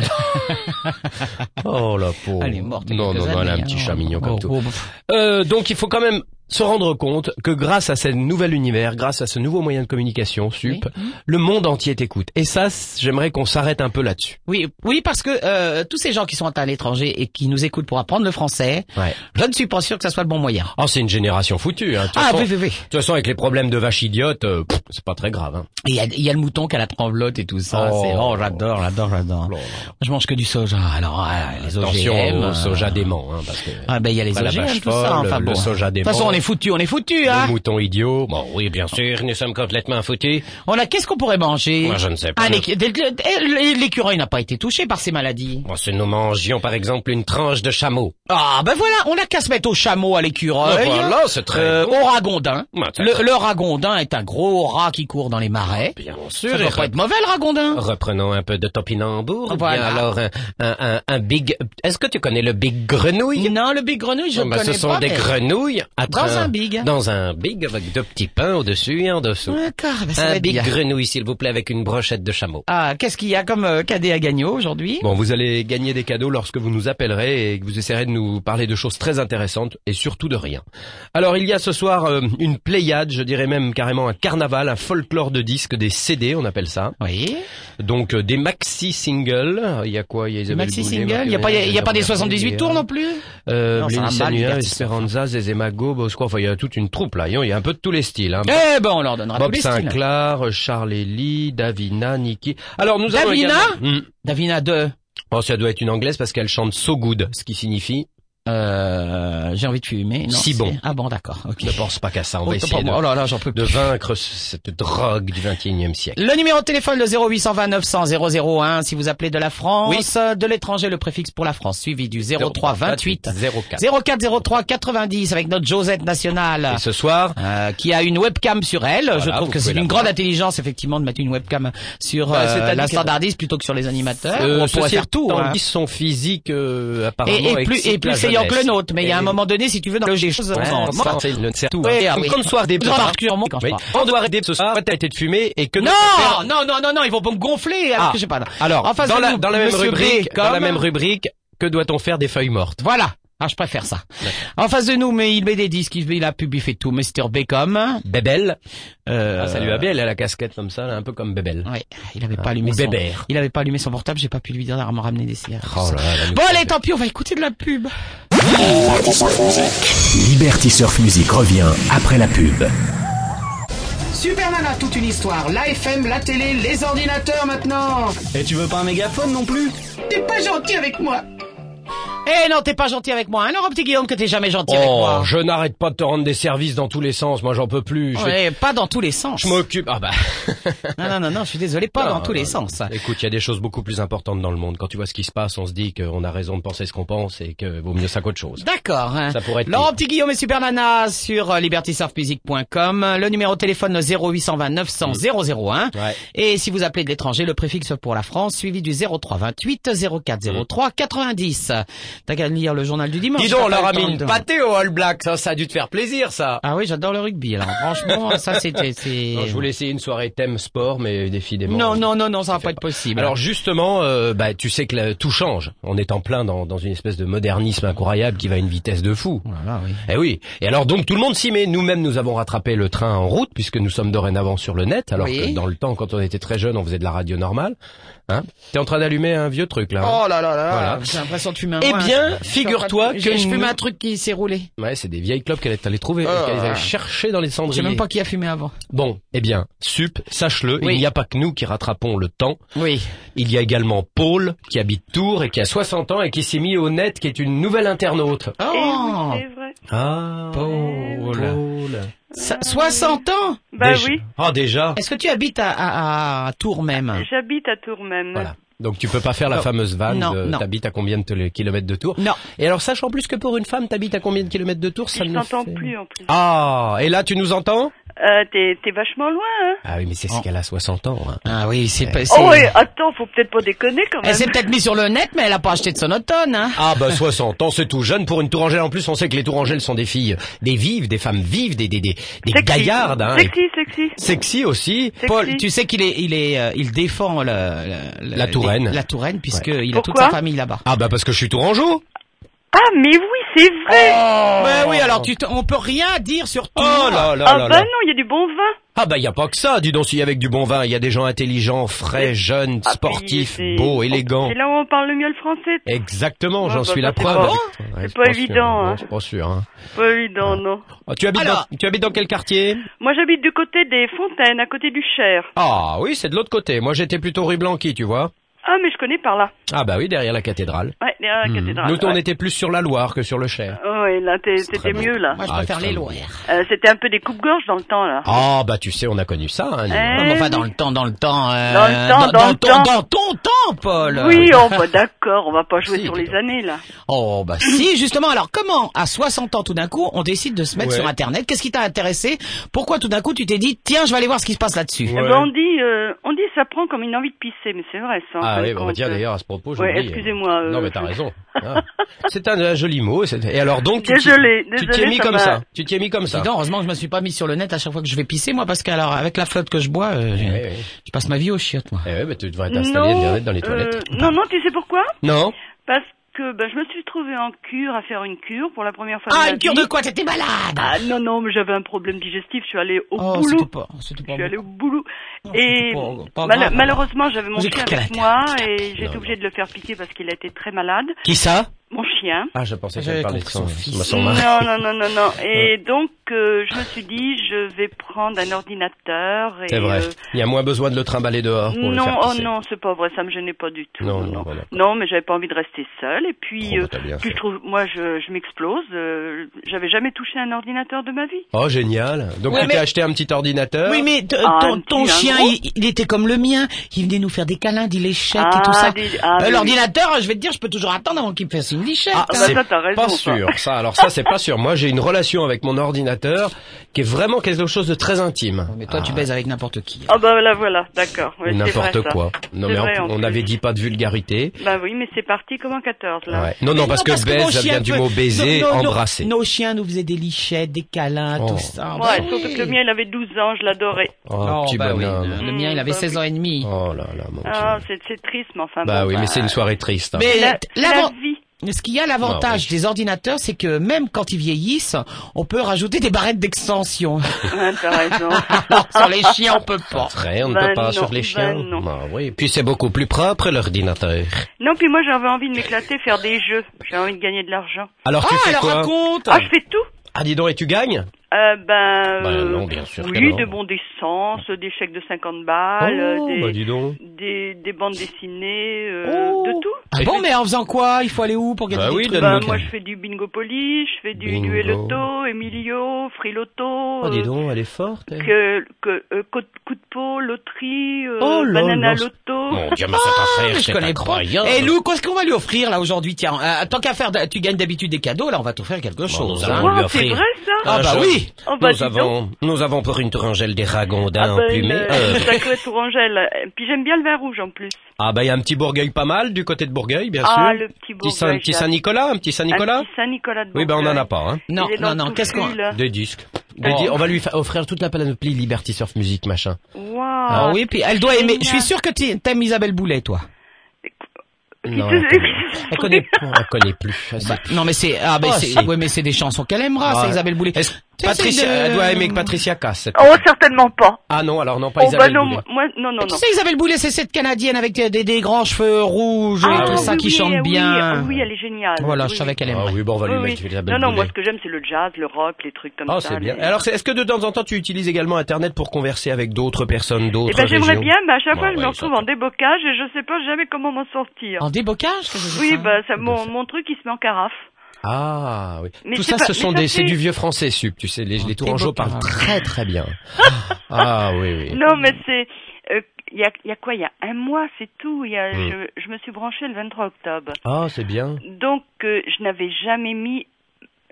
Speaker 6: Oh la pauvre.
Speaker 7: Elle est morte. il y a
Speaker 6: Non, non,
Speaker 7: quelques
Speaker 6: non, elle a un
Speaker 7: années,
Speaker 6: petit
Speaker 7: hein.
Speaker 6: chat mignon comme
Speaker 7: Oh,
Speaker 6: tout.
Speaker 7: oh, pff.
Speaker 6: Euh, donc il faut quand même se rendre compte que grâce à ce nouvel univers, grâce à ce nouveau moyen de communication, SUP, le monde entier t'écoute. Et ça, c- j'aimerais qu'on s'arrête un peu là-dessus.
Speaker 7: Oui, oui, parce que euh, tous ces gens qui sont à l'étranger et qui nous écoutent pour apprendre le français,
Speaker 6: Ouais.
Speaker 7: je ne suis pas sûr que ça soit le bon moyen.
Speaker 6: Ah, c'est une génération foutue. Hein. De toute
Speaker 7: Ah
Speaker 6: façon-
Speaker 7: oui, oui, oui.
Speaker 6: De toute façon, avec les problèmes de vaches idiotes, euh, pff, c'est pas très grave. Hein.
Speaker 7: Et Il y a, il y a le mouton qui a la tremblote et tout ça.
Speaker 6: Oh.
Speaker 7: c'est- Oh, j'adore, j'adore, j'adore.
Speaker 6: là là.
Speaker 7: Je mange que du soja. Alors, ah, les OGM.
Speaker 6: Attention
Speaker 7: euh,
Speaker 6: au soja dément, hein, parce que
Speaker 7: Ah ben il y a les
Speaker 6: Bah, la
Speaker 7: OGM,
Speaker 6: vache
Speaker 7: tout ça.
Speaker 6: folle,
Speaker 7: Enfin
Speaker 6: le
Speaker 7: bon.
Speaker 6: soja
Speaker 7: De toute
Speaker 6: dément.
Speaker 7: façon, on est foutu, on est foutu,
Speaker 6: le
Speaker 7: hein.
Speaker 6: mouton idiot. Bon, oui, bien sûr, nous sommes complètement foutus.
Speaker 7: On a qu'est-ce qu'on pourrait manger
Speaker 6: Moi, je ne sais pas.
Speaker 7: Ah, l'éc- dès- dès- dès- L'écureuil n'a pas été touché par ces maladies.
Speaker 6: Bon, Oh, si nous mangions, par exemple, une tranche de chameau.
Speaker 7: Ah ben voilà, on a qu'à se mettre au chameau, à l'écureuil.
Speaker 6: Ah, voilà, c'est très
Speaker 7: Oh, eh Euh,
Speaker 6: bon. Bah, Ah,
Speaker 7: Au ragondin.
Speaker 6: Ouais, ça-
Speaker 7: Le, le ragondin est un gros rat qui court dans les marais.
Speaker 6: Bien
Speaker 7: Ça
Speaker 6: sûr, et
Speaker 7: doit pas être mauvais le ragondin.
Speaker 6: Reprenons un peu de topinambour. ou
Speaker 7: Voilà.
Speaker 6: Bien alors un, un, un, un big. Est-ce que tu connais le big grenouille
Speaker 7: Non, le big grenouille, je
Speaker 6: Oh,
Speaker 7: ne
Speaker 6: bah,
Speaker 7: connais
Speaker 6: ce sont
Speaker 7: pas.
Speaker 6: des
Speaker 7: mais-
Speaker 6: grenouilles à
Speaker 7: Dans
Speaker 6: train-
Speaker 7: un big.
Speaker 6: Dans un big avec deux petits pains au-dessus et en dessous.
Speaker 7: D'accord, ben, ça va
Speaker 6: un
Speaker 7: être
Speaker 6: big
Speaker 7: bien.
Speaker 6: grenouille, s'il vous plaît, avec une brochette de chameau.
Speaker 7: Ah, qu'est-ce qu'il y a comme euh, cadet à gagner aujourd'hui
Speaker 6: Bon, vous allez gagner des cadeaux lorsque vous nous appellerez et que vous essaierez de nous parler de choses très intéressantes et surtout de rien. Alors, il y a ce soir euh, une pléiade, je dirais même carrément un carnaval, un folklore de disques, des CD, on appelle ça.
Speaker 7: Oui.
Speaker 6: Donc euh, des maxi singles, il y a quoi Il y a Isabelle
Speaker 7: Maxi
Speaker 6: Boulay,
Speaker 7: single,
Speaker 6: Marc
Speaker 7: il n'y a pas,
Speaker 6: Lavoine,
Speaker 7: y a pas des
Speaker 6: Gérard
Speaker 7: 78
Speaker 6: Bertrand,
Speaker 7: tours non plus
Speaker 6: Euh,
Speaker 7: Non, ça va
Speaker 6: Blénis
Speaker 7: mal,
Speaker 6: Anua,
Speaker 7: Liberty
Speaker 6: Esperanza, Zezemago, Bosco, enfin il y a toute une troupe là, il y a un peu de tous les styles. Hein.
Speaker 7: Eh ben, on leur donnera
Speaker 6: Bob
Speaker 7: tous les styles.
Speaker 6: Sinclair, euh, Charlie Lee, Davina, Nikki. Alors nous avons
Speaker 7: Davina
Speaker 6: également- Hmm.
Speaker 7: Davina 2.
Speaker 6: Bon, ça doit être une anglaise parce qu'elle chante So Good, ce qui signifie
Speaker 7: Euh, j'ai envie de fumer. Non,
Speaker 6: Si
Speaker 7: c'est-
Speaker 6: bon.
Speaker 7: Ah bon, d'accord. Ok.
Speaker 6: ne pense pas qu'à ça, on
Speaker 7: Oh,
Speaker 6: va
Speaker 7: pas
Speaker 6: essayer
Speaker 7: moi. Oh
Speaker 6: de,
Speaker 7: là là, j'en peux
Speaker 6: de
Speaker 7: plus.
Speaker 6: vaincre cette drogue du 21e siècle.
Speaker 7: Le numéro de téléphone, le 0820 900 001, si vous appelez de la France, euh, de l'étranger, le préfixe pour la France, suivi du 03 28
Speaker 6: 04.
Speaker 7: 04 03 90 avec notre Josette nationale.
Speaker 6: Et ce soir,
Speaker 7: euh, qui a une webcam sur elle. je trouve
Speaker 6: vous
Speaker 7: que c'est
Speaker 6: pouvez la
Speaker 7: une
Speaker 6: voir.
Speaker 7: grande intelligence effectivement de mettre une webcam sur
Speaker 6: Bah,
Speaker 7: euh,
Speaker 6: c'est-à-dire
Speaker 7: la
Speaker 6: que-
Speaker 7: standardiste plutôt que sur les animateurs.
Speaker 6: euh,
Speaker 7: Hein on pourrait
Speaker 6: ceci
Speaker 7: faire tout.
Speaker 6: étant
Speaker 7: hein.
Speaker 6: dit, son physique euh, apparemment
Speaker 7: Et, et plus, et
Speaker 6: excite
Speaker 7: plus
Speaker 6: la
Speaker 7: saillant que le
Speaker 6: jeunesse.
Speaker 7: nôtre. Mais il y a un
Speaker 6: Et-
Speaker 7: moment donné, si tu veux, dans le jeu, choses
Speaker 6: Ouais,
Speaker 7: en-
Speaker 6: ça, c'est le- c'est tout, hein.
Speaker 7: Oui, ah oui.
Speaker 6: Comme soir des
Speaker 7: Je remarque sûrement quand je
Speaker 6: Oui.
Speaker 7: parle.
Speaker 6: On doit arrêter ce soir, t'as été de fumer et que
Speaker 7: Non,
Speaker 6: notre père-
Speaker 7: non, non, non, non, ils vont pas me gonfler. Alors,
Speaker 6: Ah.
Speaker 7: que je sais pas.
Speaker 6: Alors,
Speaker 7: En face
Speaker 6: dans,
Speaker 7: de
Speaker 6: la,
Speaker 7: nous,
Speaker 6: dans la même
Speaker 7: Monsieur B,
Speaker 6: rubrique, dans
Speaker 7: comme-
Speaker 6: la même rubrique, que doit-on faire des feuilles mortes
Speaker 7: Voilà. Ah, je préfère ça. En face de nous, mais il met des disques, il il a pu fait tout, Mr. Beckham.
Speaker 6: Bébel,
Speaker 7: Euh,
Speaker 6: ah, ça lui va bien, elle a la casquette comme ça, là, un peu comme Bébel.
Speaker 7: Ouais, il avait pas
Speaker 6: Ah,
Speaker 7: allumé
Speaker 6: ou
Speaker 7: son...
Speaker 6: Bébert.
Speaker 7: Il avait pas allumé son portable, j'ai pas pu lui dire de me ramener des cigarettes.
Speaker 6: Oh là là, la
Speaker 7: Bon
Speaker 6: nouvelle-
Speaker 7: allez, tant pis, on va écouter de la pub.
Speaker 2: Liberty Surf Music revient après la pub.
Speaker 4: Super Nana, toute une histoire. La FM, la télé, les ordinateurs maintenant.
Speaker 1: Et tu veux
Speaker 6: Ah,
Speaker 1: pas un mégaphone non plus
Speaker 4: T'es pas gentil avec moi.
Speaker 7: Eh non, t'es pas gentil avec moi, hein, Laurent Petit Guillaume, que t'es jamais gentil avec moi.
Speaker 6: Oh, je n'arrête pas de te rendre des services dans tous les sens. Moi, j'en peux plus. Je, vais-
Speaker 7: Ouais, pas dans tous les sens.
Speaker 6: je m'occupe. Ah bah. Ah,
Speaker 7: Non, non, non, non, je suis désolé, pas
Speaker 6: Non,
Speaker 7: dans tous
Speaker 6: non,
Speaker 7: les
Speaker 6: non.
Speaker 7: sens.
Speaker 6: Écoute, il y a des choses beaucoup plus importantes dans le monde. Quand tu vois ce qui se passe, on se dit qu'on a raison de penser ce qu'on pense et que vaut mieux ça qu'autre chose.
Speaker 7: D'accord. hein.
Speaker 6: Ça pourrait être
Speaker 7: Laurent Petit Guillaume et Super Nana sur euh, libertysurfmusic.com. Le numéro de téléphone euh, 0820 900 001.
Speaker 6: Mm. Ouais.
Speaker 7: Et si vous appelez de l'étranger, le préfixe pour la France suivi du 03 28 04 03 90. T'as qu'à lire le journal du dimanche.
Speaker 6: Mm. Dis
Speaker 7: t'as
Speaker 6: donc,
Speaker 7: pas
Speaker 6: leur
Speaker 7: le temps
Speaker 6: ami,
Speaker 7: de-
Speaker 6: pâté au All Black, ça, ça a dû te faire plaisir, ça.
Speaker 7: Ah oui, j'adore le rugby. Alors
Speaker 6: <laughs>
Speaker 7: franchement, ça c'était. c'est-
Speaker 6: Non, je voulais essayer une soirée thème sport, mais décidément.
Speaker 7: Non, non, non, non, ça va pas être possible.
Speaker 6: Alors justement, euh, bah, tu sais que la- tout change. On est en plein dans, dans une espèce de modernisme incroyable qui va à une vitesse de fou.
Speaker 7: Oh là là, oui.
Speaker 6: Eh oui. Et alors donc tout le monde s'y met. Nous-mêmes, nous avons rattrapé le train en route puisque nous sommes dorénavant sur le net. Alors
Speaker 7: Oui.
Speaker 6: que dans le temps, quand on était très jeune, on faisait de la radio normale. Hein T'es en train d'allumer un vieux truc là. hein
Speaker 7: Oh là là là,
Speaker 6: Voilà.
Speaker 7: j'ai l'impression de fumer un
Speaker 6: Eh
Speaker 7: joint.
Speaker 6: bien,
Speaker 7: Je suis en train de-
Speaker 6: figure-toi que
Speaker 7: je, je fume
Speaker 6: nous-
Speaker 7: un truc qui s'est roulé.
Speaker 6: Ouais, c'est des vieilles clopes qu'elle est allée trouver,
Speaker 7: Oh.
Speaker 6: qu'elle allait chercher dans les
Speaker 7: Je sais
Speaker 6: cendriers.
Speaker 7: même pas qui a fumé avant.
Speaker 6: Bon, eh bien, sup, sache-le,
Speaker 7: Oui.
Speaker 6: il n'y a pas que nous qui rattrapons le temps.
Speaker 7: Oui.
Speaker 6: Il y a également Paul qui habite Tours et qui a 60 ans et qui s'est mis au net, qui est une nouvelle internaute.
Speaker 8: Eh oui,
Speaker 7: Oh,
Speaker 8: c'est vrai.
Speaker 6: Ah,
Speaker 7: Paul.
Speaker 6: Paul.
Speaker 7: ça- 60 ans
Speaker 8: Bah
Speaker 6: Déjà-
Speaker 8: oui,
Speaker 6: Ah déjà.
Speaker 7: Est-ce que tu habites à, à, à Tours même
Speaker 8: j'habite à Tours même.
Speaker 6: Voilà. Donc tu peux pas faire la
Speaker 7: Non.
Speaker 6: fameuse vanne.
Speaker 7: Non,
Speaker 6: de
Speaker 7: non.
Speaker 6: T'habites à combien de télé- kilomètres de Tours
Speaker 7: Non.
Speaker 6: Et alors sache en plus que pour une femme, t'habites à combien de kilomètres de Tours Ça
Speaker 8: Je
Speaker 6: ne
Speaker 8: t'entends
Speaker 6: fait-
Speaker 8: plus en plus.
Speaker 6: Ah, et là tu nous entends
Speaker 8: Euh, t'es, t'es vachement loin, hein
Speaker 6: Ah oui, mais c'est
Speaker 7: Oh.
Speaker 6: ce qu'elle a 60 ans. hein.
Speaker 7: Ah oui, c'est pas... c'est-
Speaker 8: Oh ben ouais, attends, faut peut-être pas déconner quand même.
Speaker 7: Elle s'est peut-être mise sur le net, mais elle a pas acheté de son automne. Hein.
Speaker 6: Ah
Speaker 7: <laughs>
Speaker 6: bah 60 ans, c'est tout jeune pour une Tourangelle. En plus, on sait que les Tourangelles sont des filles, des vives, des femmes vives, des des des, des
Speaker 8: Sexy.
Speaker 6: gaillardes. Hein,
Speaker 8: Sexy, sexy.
Speaker 6: Et sexy aussi.
Speaker 8: Sexy.
Speaker 7: Paul, tu sais qu'il est, il est, euh, il défend le, le- le-
Speaker 6: La Touraine.
Speaker 7: les- la Touraine, puisque il a toute
Speaker 8: Pourquoi
Speaker 7: sa famille là-bas.
Speaker 6: Ah bah parce que je suis Tourangeau.
Speaker 8: Ah, mais oui, c'est vrai
Speaker 7: Mais Oh, eh oui, alors tu, te- on peut rien dire sur
Speaker 6: Oh
Speaker 7: Tours.
Speaker 6: là là
Speaker 8: Ah
Speaker 6: là
Speaker 8: bah
Speaker 6: là.
Speaker 8: non, il y a du bon vin.
Speaker 6: Ah bah y a pas que ça, dis donc si avec du bon vin, il y a des gens intelligents, frais, jeunes,
Speaker 8: Ah, puis
Speaker 6: sportifs,
Speaker 8: c'est-
Speaker 6: beaux, élégants.
Speaker 8: C'est là où on parle le mieux le français.
Speaker 6: Exactement,
Speaker 8: Ouais,
Speaker 6: j'en
Speaker 8: bah,
Speaker 6: suis
Speaker 8: bah,
Speaker 6: la
Speaker 8: c'est
Speaker 6: preuve.
Speaker 8: pas-
Speaker 6: Ouais,
Speaker 8: c'est
Speaker 6: je
Speaker 8: pas
Speaker 6: pense que-
Speaker 8: évident,
Speaker 6: non,
Speaker 8: hein.
Speaker 6: c'est pas sûr. hein.
Speaker 8: Pas évident, non.
Speaker 6: Oh, tu, habites
Speaker 7: Alors-
Speaker 6: dans, tu habites dans quel quartier
Speaker 8: Moi, j'habite du côté des fontaines, à côté du Cher.
Speaker 6: Ah oui, c'est de l'autre côté. Moi j'étais plutôt rue Blanqui, tu vois.
Speaker 8: Ah, mais je connais par là.
Speaker 6: Ah bah oui, derrière la cathédrale.
Speaker 8: Ouais, Ah, euh, la
Speaker 6: Hmm.
Speaker 8: cathédrale.
Speaker 6: Nous on
Speaker 8: ouais.
Speaker 6: était plus sur la Loire que sur le Cher.
Speaker 8: Oh, ouais, là, t'es-
Speaker 6: très
Speaker 8: t'étais
Speaker 6: bon.
Speaker 8: mieux, là.
Speaker 7: Moi, je
Speaker 6: Ah,
Speaker 7: préfère les
Speaker 6: extrêmement.
Speaker 7: Loirs.
Speaker 8: Euh, C'était un peu des coupes-gorges dans le temps, là.
Speaker 6: Ah bah tu sais, on a connu ça. Hein, nous.
Speaker 8: Eh.
Speaker 7: Non, mais enfin, dans le temps, dans le temps, euh,
Speaker 8: Dans le temps, dans le temps.
Speaker 7: dans ton temps, Paul.
Speaker 8: oui, oh, bah, d'accord, on va pas jouer
Speaker 6: Si,
Speaker 8: sur
Speaker 6: dis
Speaker 8: les
Speaker 6: donc.
Speaker 8: années, là.
Speaker 7: Oh bah si justement alors comment à 60 ans tout d'un coup on décide de se mettre
Speaker 6: Ouais.
Speaker 7: sur internet qu'est-ce qui t'a intéressé pourquoi tout d'un coup tu t'es dit tiens je vais aller voir ce qui se passe là-dessus
Speaker 8: Eh ben, on dit, euh, on dit, ça prend comme une envie de pisser, mais c'est vrai, ça. en
Speaker 6: Ah
Speaker 8: fin
Speaker 6: oui,
Speaker 8: de
Speaker 6: bah, on va
Speaker 8: compte.
Speaker 6: dire d'ailleurs à ce propos, je
Speaker 8: Ouais,
Speaker 6: l'oublie.
Speaker 8: excusez-moi, euh,
Speaker 6: non mais t'as
Speaker 8: je- <laughs>
Speaker 6: raison. Ah. C'est un, un joli mot. c'est- Et alors donc tu t'y-
Speaker 8: Désolé,
Speaker 6: tu t'y es
Speaker 8: désolé,
Speaker 6: mis
Speaker 8: ça
Speaker 6: comme
Speaker 8: m'a-
Speaker 6: ça. Tu t'y es mis comme ça.
Speaker 7: Dis donc, heureusement que je me suis pas mis sur le net à chaque fois que je vais pisser moi parce que alors avec la flotte que je bois euh,
Speaker 6: Eh
Speaker 7: j'ai-
Speaker 6: ouais, ouais.
Speaker 7: je passe ma vie aux chiottes moi.
Speaker 6: Eh ouais, bah, tu devrais t'installer
Speaker 8: Non,
Speaker 6: dans les toilettes.
Speaker 8: euh, non, non, tu sais pourquoi
Speaker 6: Non.
Speaker 8: Parce que ben, je me suis trouvée en cure, à faire une cure pour la première fois de
Speaker 7: Ah
Speaker 8: ma
Speaker 7: une cure
Speaker 8: vie.
Speaker 7: de quoi t'étais malade
Speaker 8: Ah non, non, mais j'avais un problème digestif, je suis allée au
Speaker 7: Oh
Speaker 8: boulot.
Speaker 7: c'était pas c'était
Speaker 8: Je
Speaker 7: pas
Speaker 8: suis
Speaker 7: bon.
Speaker 8: allée au boulot.
Speaker 7: Non,
Speaker 8: Et
Speaker 7: c'était pas- pas
Speaker 8: mal-
Speaker 7: grave,
Speaker 8: malheureusement, j'avais mon
Speaker 7: J'ai
Speaker 8: chien
Speaker 7: cru
Speaker 8: avec
Speaker 7: qu'elle
Speaker 8: moi
Speaker 7: était-
Speaker 8: et j'ai été
Speaker 6: Non,
Speaker 8: obligée de le faire piquer parce qu'il a été très malade.
Speaker 6: Qui ça
Speaker 8: Mon chien.
Speaker 6: Ah, je pensais que
Speaker 7: J'avais
Speaker 6: tu parlais de
Speaker 7: compris
Speaker 6: son
Speaker 7: son fils.
Speaker 6: Moi, son
Speaker 8: Non,
Speaker 6: mari.
Speaker 8: non, non, non,
Speaker 6: <laughs>
Speaker 8: non. Et donc, euh, je me suis dit, je vais prendre un ordinateur. et,
Speaker 6: C'est vrai.
Speaker 8: euh,
Speaker 6: Il y a moins besoin de le trimballer dehors pour le
Speaker 8: non,
Speaker 6: faire
Speaker 8: oh
Speaker 6: pisser.
Speaker 8: non, c'est pas vrai, ça me gênait pas du tout.
Speaker 6: Non,
Speaker 8: non,
Speaker 6: non,
Speaker 8: non.
Speaker 6: voilà.
Speaker 8: Non, mais j'avais pas envie de rester seule. Et puis,
Speaker 6: Oh,
Speaker 8: euh,
Speaker 6: bah, t'as bien
Speaker 8: puis
Speaker 6: fait.
Speaker 8: je trouve, moi, je, je m'explose. euh, j'avais jamais touché un ordinateur de ma vie.
Speaker 6: Oh, génial. Donc,
Speaker 7: Ouais,
Speaker 6: tu
Speaker 7: mais-
Speaker 6: t'es acheté un petit ordinateur.
Speaker 7: Oui mais t-
Speaker 8: Ah,
Speaker 7: Euh, ton,
Speaker 8: un
Speaker 7: ton
Speaker 8: petit, un
Speaker 7: chien
Speaker 8: gros.
Speaker 7: il, il était comme le mien il venait nous faire des câlins des léchettes et tout
Speaker 8: Ah,
Speaker 7: ça.
Speaker 8: des- ah,
Speaker 7: Euh,
Speaker 8: oui.
Speaker 7: L'ordinateur je vais te dire je peux toujours attendre avant qu'il me fasse une lichette. hein.
Speaker 6: Ah,
Speaker 8: bah,
Speaker 6: c'est
Speaker 8: ça, t'as raison,
Speaker 6: pas
Speaker 8: ça.
Speaker 6: sûr. Ça, alors ça, c'est pas sûr. Moi, j'ai une relation avec mon ordinateur qui est vraiment quelque chose de très intime.
Speaker 7: Oh, Mais toi
Speaker 6: Ah,
Speaker 7: tu baises avec n'importe qui.
Speaker 8: Ah bah là, voilà, d'accord. Ouais,
Speaker 6: ou
Speaker 8: c'est
Speaker 6: n'importe
Speaker 8: vrai, ça.
Speaker 6: quoi. Non,
Speaker 8: C'est
Speaker 6: mais en-
Speaker 8: vrai, en
Speaker 6: on
Speaker 8: plus.
Speaker 6: avait dit pas de vulgarité.
Speaker 8: Bah oui, mais c'est parti comme en 14, là.
Speaker 6: Ouais. Non, non, parce que
Speaker 7: mon
Speaker 6: baise, ça
Speaker 7: chien
Speaker 6: vient du
Speaker 7: peut-
Speaker 6: mot baiser,
Speaker 7: Nos- nos- nos-
Speaker 6: embrasser.
Speaker 7: Nos chiens nous faisaient des lichettes, des câlins,
Speaker 6: Oh.
Speaker 7: tout ça.
Speaker 8: Ouais,
Speaker 7: Bah
Speaker 8: surtout
Speaker 7: oui.
Speaker 8: que le mien, il avait 12 ans, je l'adorais.
Speaker 6: Oh,
Speaker 7: Oh,
Speaker 6: petit
Speaker 7: bah oui,
Speaker 6: bonhomme.
Speaker 7: Le mien, il avait
Speaker 8: Bah
Speaker 7: 16 ans et demi.
Speaker 6: Oh là là, mon
Speaker 8: Ah,
Speaker 6: petit.
Speaker 8: c'est c'est triste, mais enfin
Speaker 6: Bah
Speaker 8: bon,
Speaker 6: oui, mais c'est une soirée triste. hein.
Speaker 7: Mais
Speaker 8: la, la
Speaker 7: l'avant-
Speaker 8: vie.
Speaker 7: ce qu'il y a
Speaker 6: Ah,
Speaker 7: l'avantage des ordinateurs, c'est que même quand ils vieillissent, on peut rajouter des barrettes
Speaker 8: <laughs>
Speaker 7: d'extension.
Speaker 8: Ouais, t'as raison.
Speaker 7: Alors, Sur les chiens, on peut pas.
Speaker 6: Après, on ne
Speaker 8: Ben
Speaker 6: peut pas
Speaker 8: non,
Speaker 6: sur les
Speaker 8: ben
Speaker 6: chiens.
Speaker 8: non.
Speaker 6: Ah oui, puis c'est beaucoup plus propre l'ordinateur.
Speaker 8: Non, puis moi, j'avais envie de m'éclater, faire des jeux. J'avais envie de gagner de l'argent.
Speaker 6: Alors
Speaker 7: Ah,
Speaker 6: tu fais
Speaker 7: alors
Speaker 6: quoi
Speaker 7: raconte
Speaker 8: Ah, je fais tout
Speaker 6: Ah dis donc, et tu gagnes
Speaker 8: Euh, ben,
Speaker 6: Bah
Speaker 8: euh,
Speaker 6: non, bien sûr que
Speaker 8: oui,
Speaker 6: non.
Speaker 8: de bons dessins, des chèques de 50 balles,
Speaker 6: Oh,
Speaker 8: euh, des,
Speaker 6: bah dis donc.
Speaker 8: des, des bandes dessinées, euh,
Speaker 7: Oh.
Speaker 8: de tout.
Speaker 7: Ah bon, mais en faisant quoi Il faut aller où pour gagner
Speaker 6: Bah
Speaker 7: des
Speaker 6: oui,
Speaker 7: trucs
Speaker 6: donne-nous
Speaker 8: Ben,
Speaker 6: Ok.
Speaker 8: moi, je fais du bingo poli, je fais du
Speaker 6: Bingo.
Speaker 8: duel loto, Emilio, free loto,
Speaker 6: Oh, dis
Speaker 8: euh,
Speaker 6: donc, elle est forte. elle.
Speaker 8: que, que, euh, coup, de- coup de peau, loterie, euh,
Speaker 6: Oh là
Speaker 8: banana
Speaker 6: là, c'est-
Speaker 8: loto.
Speaker 6: Mon Dieu, mais cette affaire,
Speaker 7: Ah, je
Speaker 6: c'est
Speaker 7: connais
Speaker 6: incroyable.
Speaker 7: pas. Et Lou, qu'est-ce qu'on va lui offrir là aujourd'hui Tiens, euh, tant qu'à faire, de- tu gagnes d'habitude des cadeaux, là on va t'offrir quelque chose.
Speaker 6: nous
Speaker 7: hein.
Speaker 6: allons
Speaker 8: Wow,
Speaker 6: lui
Speaker 8: c'est
Speaker 6: offrir.
Speaker 8: vrai ça
Speaker 7: Ah bah
Speaker 6: chose.
Speaker 7: oui.
Speaker 8: Oh, bah,
Speaker 6: nous
Speaker 8: dis
Speaker 6: avons, nous avons pour une tourangelle des ragondins
Speaker 8: <laughs> Ah ben,
Speaker 6: plumés.
Speaker 8: le-
Speaker 6: Euh,
Speaker 8: <laughs> la couette orangelle. Et Puis j'aime bien le vin rouge en plus.
Speaker 6: ah bah il y a un petit Bourgueil pas mal du côté de Bourgueil, bien sûr.
Speaker 8: Ah, le petit
Speaker 6: petit Saint,
Speaker 8: Bourgogne.
Speaker 6: petit Saint Nicolas, un petit Saint Nicolas.
Speaker 8: Un petit Saint-Nicolas de
Speaker 6: Oui bah on en
Speaker 8: Bourgogne.
Speaker 6: a pas. Hein.
Speaker 7: Non,
Speaker 8: Il est
Speaker 7: non,
Speaker 8: dans
Speaker 7: non,
Speaker 8: tout
Speaker 7: qu'est-ce qu'on...
Speaker 8: fil, là.
Speaker 6: Des disques. Oh.
Speaker 7: Des di-
Speaker 6: on va lui fa- offrir toute la panoplie Liberty Surf Music machin.
Speaker 8: Wow.
Speaker 7: Ah oui, puis elle doit aimer... Je suis
Speaker 8: génial.
Speaker 7: sûr que tu- t'aimes Isabelle Boulet, toi.
Speaker 6: Non,
Speaker 8: Qui te-
Speaker 6: elle connaît, elle connaît, elle connaît plus. Elle sait
Speaker 7: Bah, non, mais c'est... Ah, ben
Speaker 6: Oh,
Speaker 7: c'est...
Speaker 6: si.
Speaker 7: Ouais, mais c'est des chansons qu'elle aimera,
Speaker 6: Ah,
Speaker 7: c'est Isabelle Boulet.
Speaker 6: Est-ce
Speaker 7: Tu sais,
Speaker 6: Patricia,
Speaker 7: c'est euh, de-
Speaker 6: elle doit aimer que Patricia Cass. cette-
Speaker 8: Oh, certainement pas.
Speaker 6: Ah non, alors non, pas
Speaker 8: oh,
Speaker 6: Isabelle
Speaker 8: bah non,
Speaker 6: Boulay.
Speaker 8: moi, non, non,
Speaker 7: Tu
Speaker 8: non.
Speaker 7: sais, Isabelle Boulet, c'est cette Canadienne avec des, des- des grands cheveux rouges et tout
Speaker 8: Ah oui,
Speaker 7: ça qui
Speaker 8: oui, eh
Speaker 7: chante
Speaker 8: oui,
Speaker 7: bien.
Speaker 8: Oui, elle est géniale.
Speaker 7: Voilà,
Speaker 8: Oui,
Speaker 7: je savais
Speaker 8: oui.
Speaker 7: qu'elle
Speaker 6: Ah
Speaker 7: aimerait.
Speaker 6: oui, bon, on va lui
Speaker 8: Oui,
Speaker 6: mettre
Speaker 8: oui.
Speaker 6: Isabelle
Speaker 8: Non, non, moi,
Speaker 6: Boulay.
Speaker 8: ce que j'aime, c'est le jazz, le rock, les trucs comme
Speaker 6: Ah,
Speaker 8: ça.
Speaker 6: c'est bien.
Speaker 8: les-
Speaker 6: Alors, c'est- est-ce que de temps en temps, tu utilises également Internet pour converser avec d'autres personnes,
Speaker 8: Eh
Speaker 6: d'autres
Speaker 8: ben, j'aimerais
Speaker 6: régions
Speaker 8: bien, mais à chaque fois,
Speaker 6: Ouais,
Speaker 8: je
Speaker 6: ouais,
Speaker 8: me retrouve
Speaker 6: ça-
Speaker 8: en débocage et je sais pas jamais comment m'en sortir.
Speaker 7: En débocage qu'est-ce que c'est
Speaker 8: Oui,
Speaker 7: ça
Speaker 8: bah, ça, mon, mon truc, il se met en carafe.
Speaker 6: Ah, oui.
Speaker 8: Mais
Speaker 6: Tout
Speaker 8: c'est
Speaker 6: ça,
Speaker 8: pas-
Speaker 6: ce
Speaker 8: mais
Speaker 6: sont
Speaker 8: ça
Speaker 6: des, c'est
Speaker 8: fait-
Speaker 6: du vieux français, sup, tu sais, les,
Speaker 7: Oh,
Speaker 6: les
Speaker 7: t'es
Speaker 6: Tourangeaux
Speaker 7: beau,
Speaker 6: parlent
Speaker 7: Clara.
Speaker 6: très très
Speaker 8: <laughs>
Speaker 6: bien. Ah, oui, oui.
Speaker 8: Non, mais c'est. euh, Il y, a, il y a quoi Il y a un mois, c'est tout. Il Y a,
Speaker 6: Mm.
Speaker 8: je, je me suis branchée le 23 octobre.
Speaker 6: Ah, c'est bien.
Speaker 8: Donc, euh, je n'avais jamais mis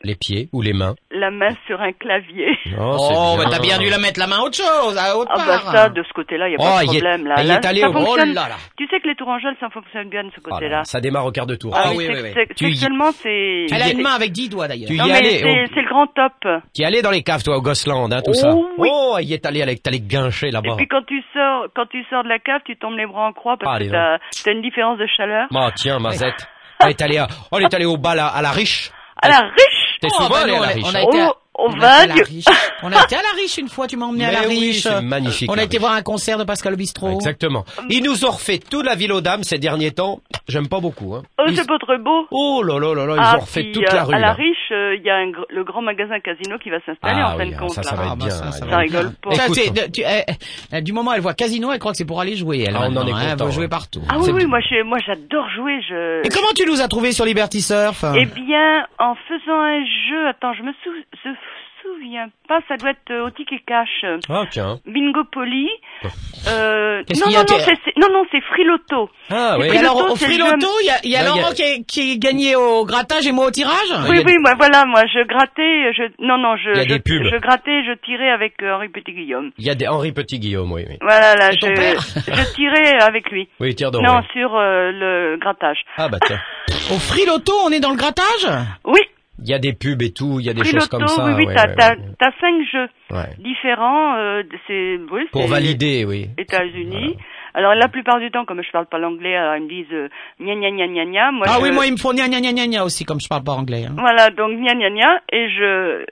Speaker 6: Les pieds ou les mains.
Speaker 8: la main sur un clavier.
Speaker 6: <laughs> Oh, c'est
Speaker 7: Oh, bah t'as bien dû la mettre la main à autre chose, à autre
Speaker 8: Ah bah
Speaker 7: part.
Speaker 8: ça, de ce côté-là, il n'y a
Speaker 6: Oh,
Speaker 8: pas de
Speaker 6: il y est-
Speaker 8: problème. là,
Speaker 6: il y
Speaker 8: là,
Speaker 6: est allé
Speaker 8: ça
Speaker 6: au- oh
Speaker 8: fonctionne.
Speaker 7: là là.
Speaker 8: Tu sais que les tourangelles, ça fonctionne bien de ce
Speaker 6: Ah là
Speaker 8: côté-là.
Speaker 6: là, ça démarre au quart de tour.
Speaker 7: Ah
Speaker 8: mais
Speaker 7: oui,
Speaker 8: c'est-
Speaker 7: oui, oui.
Speaker 8: c'est-
Speaker 6: Eh, Tu y-
Speaker 8: Sexuellement, c'est...
Speaker 7: Elle a
Speaker 8: c'est-
Speaker 7: une main avec dix doigts d'ailleurs.
Speaker 6: Tu y
Speaker 8: Non,
Speaker 6: es
Speaker 8: mais
Speaker 6: allé,
Speaker 8: c'est
Speaker 6: oh,
Speaker 8: c'est le grand top.
Speaker 6: tu y es allé dans les caves, toi, au Gosland, hein, tout ça.
Speaker 8: Oh, oui.
Speaker 6: Oh, y est allé, avec- t'allais guincher
Speaker 8: Et
Speaker 6: là-bas.
Speaker 8: puis quand tu sors, quand tu sors de la cave, tu tombes les bras en croix parce
Speaker 6: Allez,
Speaker 8: que t'as t'as une différence de chaleur.
Speaker 6: Ah, tiens, Mazette. On est allé, à- on est allé au bal à, à la riche.
Speaker 8: À la riche
Speaker 6: T'es
Speaker 7: Oh,
Speaker 6: souvent
Speaker 7: bah
Speaker 6: allé
Speaker 7: non,
Speaker 6: à la
Speaker 7: on est-
Speaker 6: riche.
Speaker 7: on
Speaker 6: hein.
Speaker 7: a été à-
Speaker 8: Oh,
Speaker 7: On
Speaker 8: on
Speaker 7: a été à
Speaker 8: vague
Speaker 7: la riche. On a été à la riche une fois, tu m'as emmené à la
Speaker 6: Mais oui,
Speaker 7: riche.
Speaker 6: c'est magnifique.
Speaker 7: On
Speaker 6: la
Speaker 7: a été
Speaker 6: riche.
Speaker 7: voir un concert de Pascal Obistro.
Speaker 6: Exactement. Ils nous ont refait toute la ville aux dames ces derniers temps. J'aime pas beaucoup. Hein.
Speaker 8: Oh,
Speaker 6: Ils-
Speaker 8: c'est pas très beau
Speaker 6: Oh là là là là, ils
Speaker 8: Ah,
Speaker 6: ont refait
Speaker 8: puis,
Speaker 6: toute
Speaker 8: euh,
Speaker 6: la rue.
Speaker 8: À la
Speaker 6: là.
Speaker 8: riche, euh, il y a un gr- le grand magasin casino qui va s'installer
Speaker 6: Ah
Speaker 8: en fin
Speaker 6: oui,
Speaker 8: de
Speaker 6: ah,
Speaker 8: compte.
Speaker 6: ça, ça
Speaker 8: là.
Speaker 6: va être
Speaker 7: Ah, bah,
Speaker 6: bien.
Speaker 7: ça,
Speaker 6: hein,
Speaker 7: ça
Speaker 6: ça
Speaker 7: va
Speaker 8: Ça
Speaker 6: va
Speaker 7: être
Speaker 6: être-
Speaker 8: rigole pas.
Speaker 7: Ça,
Speaker 6: Écoute.
Speaker 7: c'est- tu- eh, eh, du moment où elle voit casino, elle croit que c'est pour aller jouer. Elle,
Speaker 6: Ah, on en
Speaker 7: maintenant,
Speaker 6: est
Speaker 7: hein, elle
Speaker 6: content,
Speaker 7: veut jouer
Speaker 6: ouais.
Speaker 7: partout.
Speaker 8: Ah oui,
Speaker 7: C'est
Speaker 8: oui,
Speaker 7: bien.
Speaker 8: moi je- moi, j'adore jouer. Je...
Speaker 7: Et comment tu nous as trouvé sur Liberty Surf
Speaker 8: Eh bien, en faisant un jeu, attends, je me sou- se souviens pas, ça doit être euh, au ticket cash. euh,
Speaker 6: Ah tiens.
Speaker 8: Bingo Poli. Euh,
Speaker 7: Qu'est-ce
Speaker 8: non,
Speaker 7: qu'il y
Speaker 8: non,
Speaker 7: a
Speaker 8: non,
Speaker 7: de-
Speaker 8: c'est, c'est- non, non, c'est Free Lotto.
Speaker 6: Ah
Speaker 8: Et
Speaker 6: oui.
Speaker 7: Et alors,
Speaker 8: Friloto,
Speaker 7: au
Speaker 8: c'est le
Speaker 7: Friloto, il y a, il y a
Speaker 6: Ouais, il y a-
Speaker 7: Laurent qui est, qui est gagné au grattage et moi au tirage
Speaker 6: Ah, il y
Speaker 8: Oui,
Speaker 6: a des-
Speaker 8: oui, moi, voilà, moi, je grattais, je, non, non, je,
Speaker 6: Il y a
Speaker 8: je,
Speaker 6: des pubs.
Speaker 8: je grattais, je tirais avec euh, Henri Petit-Guillaume.
Speaker 6: Il y a des Henri Petit Guillaume, oui. Oui,
Speaker 8: Voilà, là,
Speaker 7: C'est
Speaker 8: je,
Speaker 7: ton père
Speaker 8: je tirais avec lui.
Speaker 6: oui tire d'or.
Speaker 8: Non,
Speaker 6: oui.
Speaker 8: sur euh, le grattage.
Speaker 6: Ah bah tiens.
Speaker 7: Au Friloto, on est dans le grattage
Speaker 8: Oui,
Speaker 6: Il y a des pubs et tout, il y a des
Speaker 8: Free
Speaker 6: choses
Speaker 8: Lotto,
Speaker 6: comme ça.
Speaker 8: oui, oui,
Speaker 6: ouais,
Speaker 8: t'as,
Speaker 6: ouais,
Speaker 8: t'as,
Speaker 6: ouais.
Speaker 8: t'as cinq jeux
Speaker 6: Ouais.
Speaker 8: différents, euh, c'est, oui,
Speaker 6: Pour
Speaker 8: c'est-
Speaker 6: valider, oui.
Speaker 8: États-Unis. Alors la plupart du temps, comme je parle pas l'anglais, alors ils me disent euh, gna gna gna gna gna. Moi,
Speaker 7: Ah
Speaker 8: je-
Speaker 7: oui, moi, il me faut gna gna gna gna gna aussi, comme je parle pas anglais. hein.
Speaker 8: Voilà, donc gna gna gna, et je,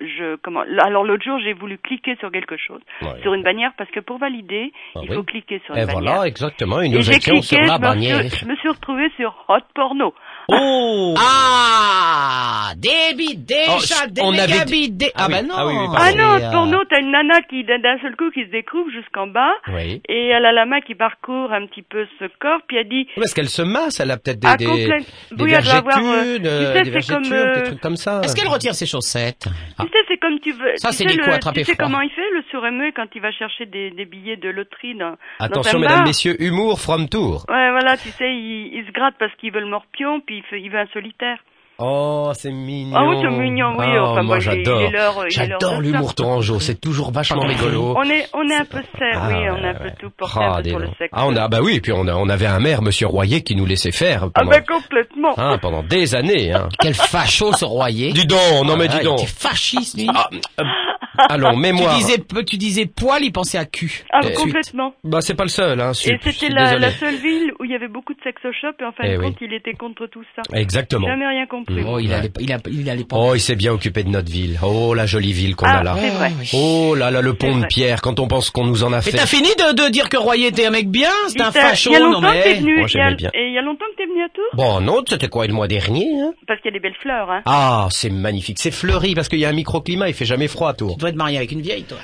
Speaker 8: je comment Alors l'autre jour, j'ai voulu cliquer sur quelque chose,
Speaker 6: Ouais.
Speaker 8: sur une bannière, parce que pour valider,
Speaker 6: Ah
Speaker 8: il
Speaker 6: oui.
Speaker 8: faut cliquer sur
Speaker 6: Et
Speaker 8: une bannière.
Speaker 6: voilà, exactement, une
Speaker 8: Et j'ai
Speaker 6: objection
Speaker 8: cliqué,
Speaker 6: sur
Speaker 8: je,
Speaker 6: la
Speaker 8: me suis,
Speaker 6: bannière.
Speaker 8: je me suis retrouvée sur Hot Porno.
Speaker 6: Oh
Speaker 7: Ah Débit,
Speaker 6: Oh,
Speaker 7: déjà,
Speaker 6: je-
Speaker 7: des
Speaker 6: on avait
Speaker 7: mégabits,
Speaker 6: dit-
Speaker 7: des...
Speaker 6: Ah
Speaker 7: Ah
Speaker 6: oui,
Speaker 7: bah non
Speaker 6: ah oui, oui,
Speaker 8: Ah
Speaker 6: pardon.
Speaker 8: non,
Speaker 7: Et,
Speaker 8: Hot
Speaker 7: euh,
Speaker 8: Porno, t'as une nana qui d'un- d'un seul coup qui se découpe jusqu'en bas,
Speaker 6: Oui.
Speaker 8: et elle a la main qui parcourt un petit peu ce corps, puis elle dit...
Speaker 6: Parce qu'elle se masse, elle a peut-être des,
Speaker 8: Ah,
Speaker 6: des,
Speaker 8: complète-
Speaker 6: des
Speaker 8: oui, elle doit avoir, euh,
Speaker 6: vergetures, euh,
Speaker 8: tu sais,
Speaker 6: des
Speaker 8: c'est
Speaker 6: vergetures,
Speaker 8: comme,
Speaker 6: des
Speaker 8: euh, Ah.
Speaker 6: trucs comme ça.
Speaker 7: Est-ce qu'elle retire ses chaussettes Ah.
Speaker 8: Tu sais, c'est comme tu veux.
Speaker 7: Ça,
Speaker 8: tu
Speaker 7: c'est
Speaker 8: sais
Speaker 7: des
Speaker 8: le-
Speaker 7: coups attrapés
Speaker 8: Tu sais
Speaker 7: froids.
Speaker 8: comment il fait, le sourd-émeu, quand il va chercher des, des billets de loterie dans,
Speaker 6: Attention,
Speaker 8: dans un
Speaker 6: mesdames,
Speaker 8: bar
Speaker 6: messieurs, humour from tour.
Speaker 8: Ouais, voilà, tu sais, il, il se gratte parce qu'il veut le morpion, puis il, fait- il veut un solitaire.
Speaker 6: Oh, c'est mignon.
Speaker 8: Ah oui, c'est mignon, oui.
Speaker 6: Ah,
Speaker 8: enfin,
Speaker 6: moi,
Speaker 8: bon, il est- Il
Speaker 6: j'adore.
Speaker 8: est l'heure, il est l'heure de
Speaker 6: J'adore
Speaker 8: ça.
Speaker 6: l'humour tourangeau, c'est toujours vachement rigolo.
Speaker 8: On est, on est un peu serre,
Speaker 6: Ah,
Speaker 8: oui,
Speaker 6: ouais,
Speaker 8: on a un
Speaker 6: ouais.
Speaker 8: peu tout porté
Speaker 6: Ah,
Speaker 8: un peu
Speaker 6: dis
Speaker 8: sur le
Speaker 6: donc.
Speaker 8: sexe.
Speaker 6: Ah, on a, bah oui, et puis on, a, on avait un maire, Monsieur Royer, qui nous laissait faire
Speaker 8: Ah
Speaker 6: pendant,
Speaker 8: ben, complètement.
Speaker 6: hein, pendant des années. Hein.
Speaker 7: <laughs> Quel facho, ce Royer
Speaker 6: dis donc, non mais dis donc.
Speaker 7: Il Ah, était fasciste, lui Ah,
Speaker 6: Ah, euh, allons,
Speaker 7: Tu
Speaker 6: mémoire.
Speaker 7: disais, tu disais poil, il pensait à cul.
Speaker 8: Ah,
Speaker 7: Tout de suite.
Speaker 8: complètement.
Speaker 6: Bah c'est pas le seul, hein.
Speaker 8: Et
Speaker 6: Sup, je
Speaker 8: c'était
Speaker 6: suis
Speaker 8: la,
Speaker 6: désolé.
Speaker 8: la seule ville où il y avait beaucoup de sex-shop, et en fin
Speaker 6: Eh
Speaker 8: de
Speaker 6: oui.
Speaker 8: compte, il était contre tout ça.
Speaker 6: Exactement. Mm.
Speaker 8: Jamais rien compris.
Speaker 7: Oh, il allait, pas- il a- il allait pas.
Speaker 6: Oh, il s'est bien occupé de notre ville. Oh, la jolie ville qu'on a
Speaker 8: Ah,
Speaker 6: là.
Speaker 8: c'est vrai.
Speaker 6: Oh là là, le pont de
Speaker 8: vrai.
Speaker 6: pierre, quand on pense qu'on nous en a
Speaker 7: Mais
Speaker 6: fait.
Speaker 7: t'as fini de, de dire que Royer était un mec bien C'était un
Speaker 8: Il t'a-
Speaker 7: facho,
Speaker 8: Il y a
Speaker 7: non
Speaker 8: longtemps que t'es
Speaker 7: mais...
Speaker 8: venu.
Speaker 6: Eh, Moi,
Speaker 8: il y a-
Speaker 6: j'aimais bien.
Speaker 8: Et il y a longtemps que t'es bientôt
Speaker 6: Bon, non, c'était quoi le mois dernier hein
Speaker 8: Parce qu'il y a des belles fleurs, hein.
Speaker 6: Ah, c'est magnifique, c'est fleuri parce qu'il y a un microclimat, il fait jamais froid à Tours.
Speaker 7: Tu dois être marié avec une vieille,
Speaker 6: <laughs>
Speaker 7: toi.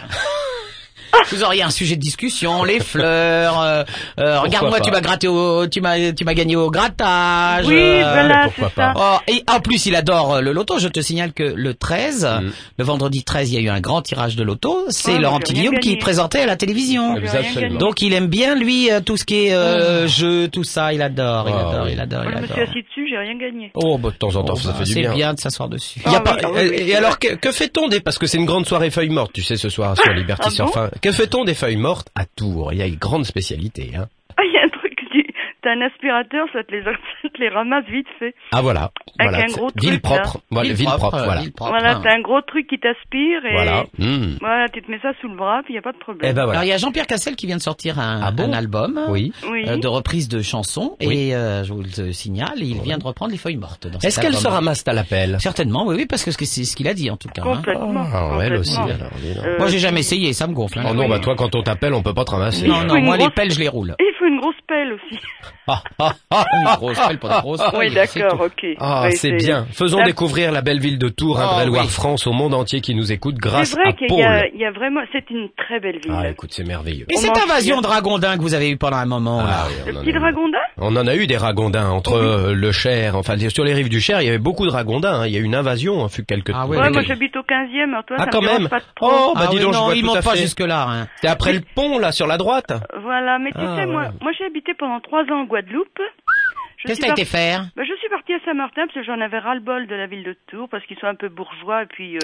Speaker 7: Vous auriez un sujet de discussion, les fleurs. euh, euh, Regarde-moi,
Speaker 6: pas
Speaker 7: tu m'as gratté au, tu m'as, tu m'as gagné au grattage.
Speaker 8: Oui,
Speaker 7: euh,
Speaker 8: voilà,
Speaker 6: pourquoi
Speaker 8: c'est ça.
Speaker 7: Oh, et en plus, il adore euh, le loto. Je te signale que le 13,
Speaker 6: Mm.
Speaker 7: le vendredi 13, il y a eu un grand tirage de loto. C'est
Speaker 8: Ah,
Speaker 7: Laurent
Speaker 8: j'ai
Speaker 7: Petit
Speaker 8: rien
Speaker 7: Guillaume qui
Speaker 8: gagné.
Speaker 7: présentait à la télévision.
Speaker 8: J'ai
Speaker 6: Vous
Speaker 8: rien
Speaker 6: Ah,
Speaker 8: Oh.
Speaker 6: absolument.
Speaker 8: gagné.
Speaker 7: Donc, il aime bien, lui, euh, tout ce qui est euh, jeu, tout ça. Il adore, il
Speaker 6: Ah,
Speaker 7: adore,
Speaker 6: oui.
Speaker 7: il adore,
Speaker 8: Moi,
Speaker 7: il
Speaker 8: je me
Speaker 7: adore.
Speaker 8: suis assis dessus, j'ai rien gagné.
Speaker 6: Oh, bah, de temps en temps,
Speaker 7: Oh,
Speaker 6: ça
Speaker 7: bah,
Speaker 6: fait du
Speaker 7: c'est
Speaker 6: bien.
Speaker 7: bien. de s'asseoir dessus.
Speaker 6: Il y a
Speaker 8: Ah
Speaker 6: pas-
Speaker 8: oui, ah oui,
Speaker 6: et-
Speaker 8: oui,
Speaker 6: et alors que, que fait-on des parce que c'est une grande soirée feuilles mortes, tu sais ce soir sur Liberty
Speaker 8: Ah
Speaker 6: Surf.
Speaker 8: bon
Speaker 6: Enfin, que fait-on des feuilles mortes à Tours Il y a une grande spécialité. Hein.
Speaker 8: Ah, <laughs> il y a un truc, tu t'as un aspirateur, ça te les, <laughs> ça te les ramasse vite fait.
Speaker 6: Ah voilà,
Speaker 8: Avec
Speaker 6: voilà,
Speaker 8: un gros
Speaker 6: ville
Speaker 8: truc,
Speaker 6: propre, voilà, ville propre,
Speaker 7: euh,
Speaker 6: voilà,
Speaker 7: ville propre,
Speaker 8: Voilà,
Speaker 7: hein.
Speaker 8: t'as un gros truc qui t'aspire et
Speaker 6: voilà. Hmm.
Speaker 8: voilà, tu te mets ça sous le bras, puis il n'y a pas de
Speaker 6: Eh
Speaker 8: problème.
Speaker 6: ben
Speaker 7: Alors,
Speaker 6: voilà.
Speaker 7: il y a Jean-Pierre Cassel qui vient de sortir un,
Speaker 6: Ah bon
Speaker 7: un album.
Speaker 6: Oui.
Speaker 8: oui.
Speaker 7: euh, de reprise de chansons
Speaker 6: Oui.
Speaker 7: et euh, je vous le signale, il vient de reprendre les feuilles mortes. dans
Speaker 6: Est-ce
Speaker 7: cet
Speaker 6: qu'elle
Speaker 7: album.
Speaker 6: se ramasse à l'appel
Speaker 7: Certainement, Oh, oui, oui, parce que c'est ce qu'il a dit en tout cas. hein.
Speaker 8: Complètement.
Speaker 6: Ah, elle aussi.
Speaker 8: complètement.
Speaker 6: alors, dis donc.
Speaker 8: Euh,
Speaker 7: Moi, j'ai jamais essayé, ça me gonfle. hein.
Speaker 6: Oh non, bah toi, quand on t'appelle, on peut pas te ramasser.
Speaker 7: non, non,
Speaker 8: Une
Speaker 7: moi les
Speaker 8: grosse-
Speaker 7: pelles, je les roule.
Speaker 8: et il faut une grosse pelle aussi.
Speaker 6: Ah, ah, ah,
Speaker 7: Une grosse pelle pour des
Speaker 8: <laughs>
Speaker 7: grosses
Speaker 8: oui,
Speaker 7: feuilles, c'est
Speaker 8: d'accord,
Speaker 7: tout.
Speaker 8: ok.
Speaker 6: Ah,
Speaker 8: Oui,
Speaker 6: c'est bien. Faisons
Speaker 8: La-
Speaker 6: découvrir la belle ville de Tours,
Speaker 7: Oh,
Speaker 6: Indre-et-Loire,
Speaker 7: oui.
Speaker 6: France, au monde entier qui nous écoute grâce
Speaker 8: C'est vrai
Speaker 6: à
Speaker 8: qu'il y a,
Speaker 6: Paul.
Speaker 8: il y a vraiment, c'est une très belle ville.
Speaker 6: Ah, écoute, c'est merveilleux.
Speaker 7: Et
Speaker 8: On
Speaker 7: cette
Speaker 8: mange
Speaker 7: invasion
Speaker 8: bien.
Speaker 7: de ragondins que vous avez eu pendant un moment, là.
Speaker 6: Ah, oui,
Speaker 8: le
Speaker 6: on en
Speaker 8: petit
Speaker 6: a eu.
Speaker 8: dragondin
Speaker 6: On en a eu des ragondins entre euh, le Cher, enfin sur les rives du Cher, il y avait beaucoup de ragondins. hein. Il y a eu une invasion, hein, fut quelque
Speaker 7: Ah
Speaker 6: temps.
Speaker 7: ouais,
Speaker 8: Ouais,
Speaker 7: d'accord.
Speaker 8: moi j'habite au 15e, alors toi
Speaker 6: Ah,
Speaker 8: ça
Speaker 6: quand
Speaker 8: me dérange
Speaker 6: même.
Speaker 8: pas trop.
Speaker 6: Oh, bah
Speaker 7: Ah
Speaker 6: dis
Speaker 7: oui,
Speaker 6: donc,
Speaker 7: non,
Speaker 6: je vois
Speaker 7: ils
Speaker 6: tout à
Speaker 7: montent pas
Speaker 6: fait.
Speaker 7: jusque-là. Hein.
Speaker 6: C'était après le pont là sur la droite.
Speaker 8: Voilà, mais tu
Speaker 6: Ah,
Speaker 8: sais, moi,
Speaker 6: ouais.
Speaker 8: moi j'ai habité pendant trois ans en Guadeloupe. Je
Speaker 7: Qu'est-ce
Speaker 8: suis
Speaker 7: que t'as
Speaker 8: par-
Speaker 7: été faire
Speaker 8: bah, Je suis partie à Saint-Martin parce que j'en avais ras-le-bol de la ville de Tours, parce qu'ils sont un peu bourgeois et puis euh,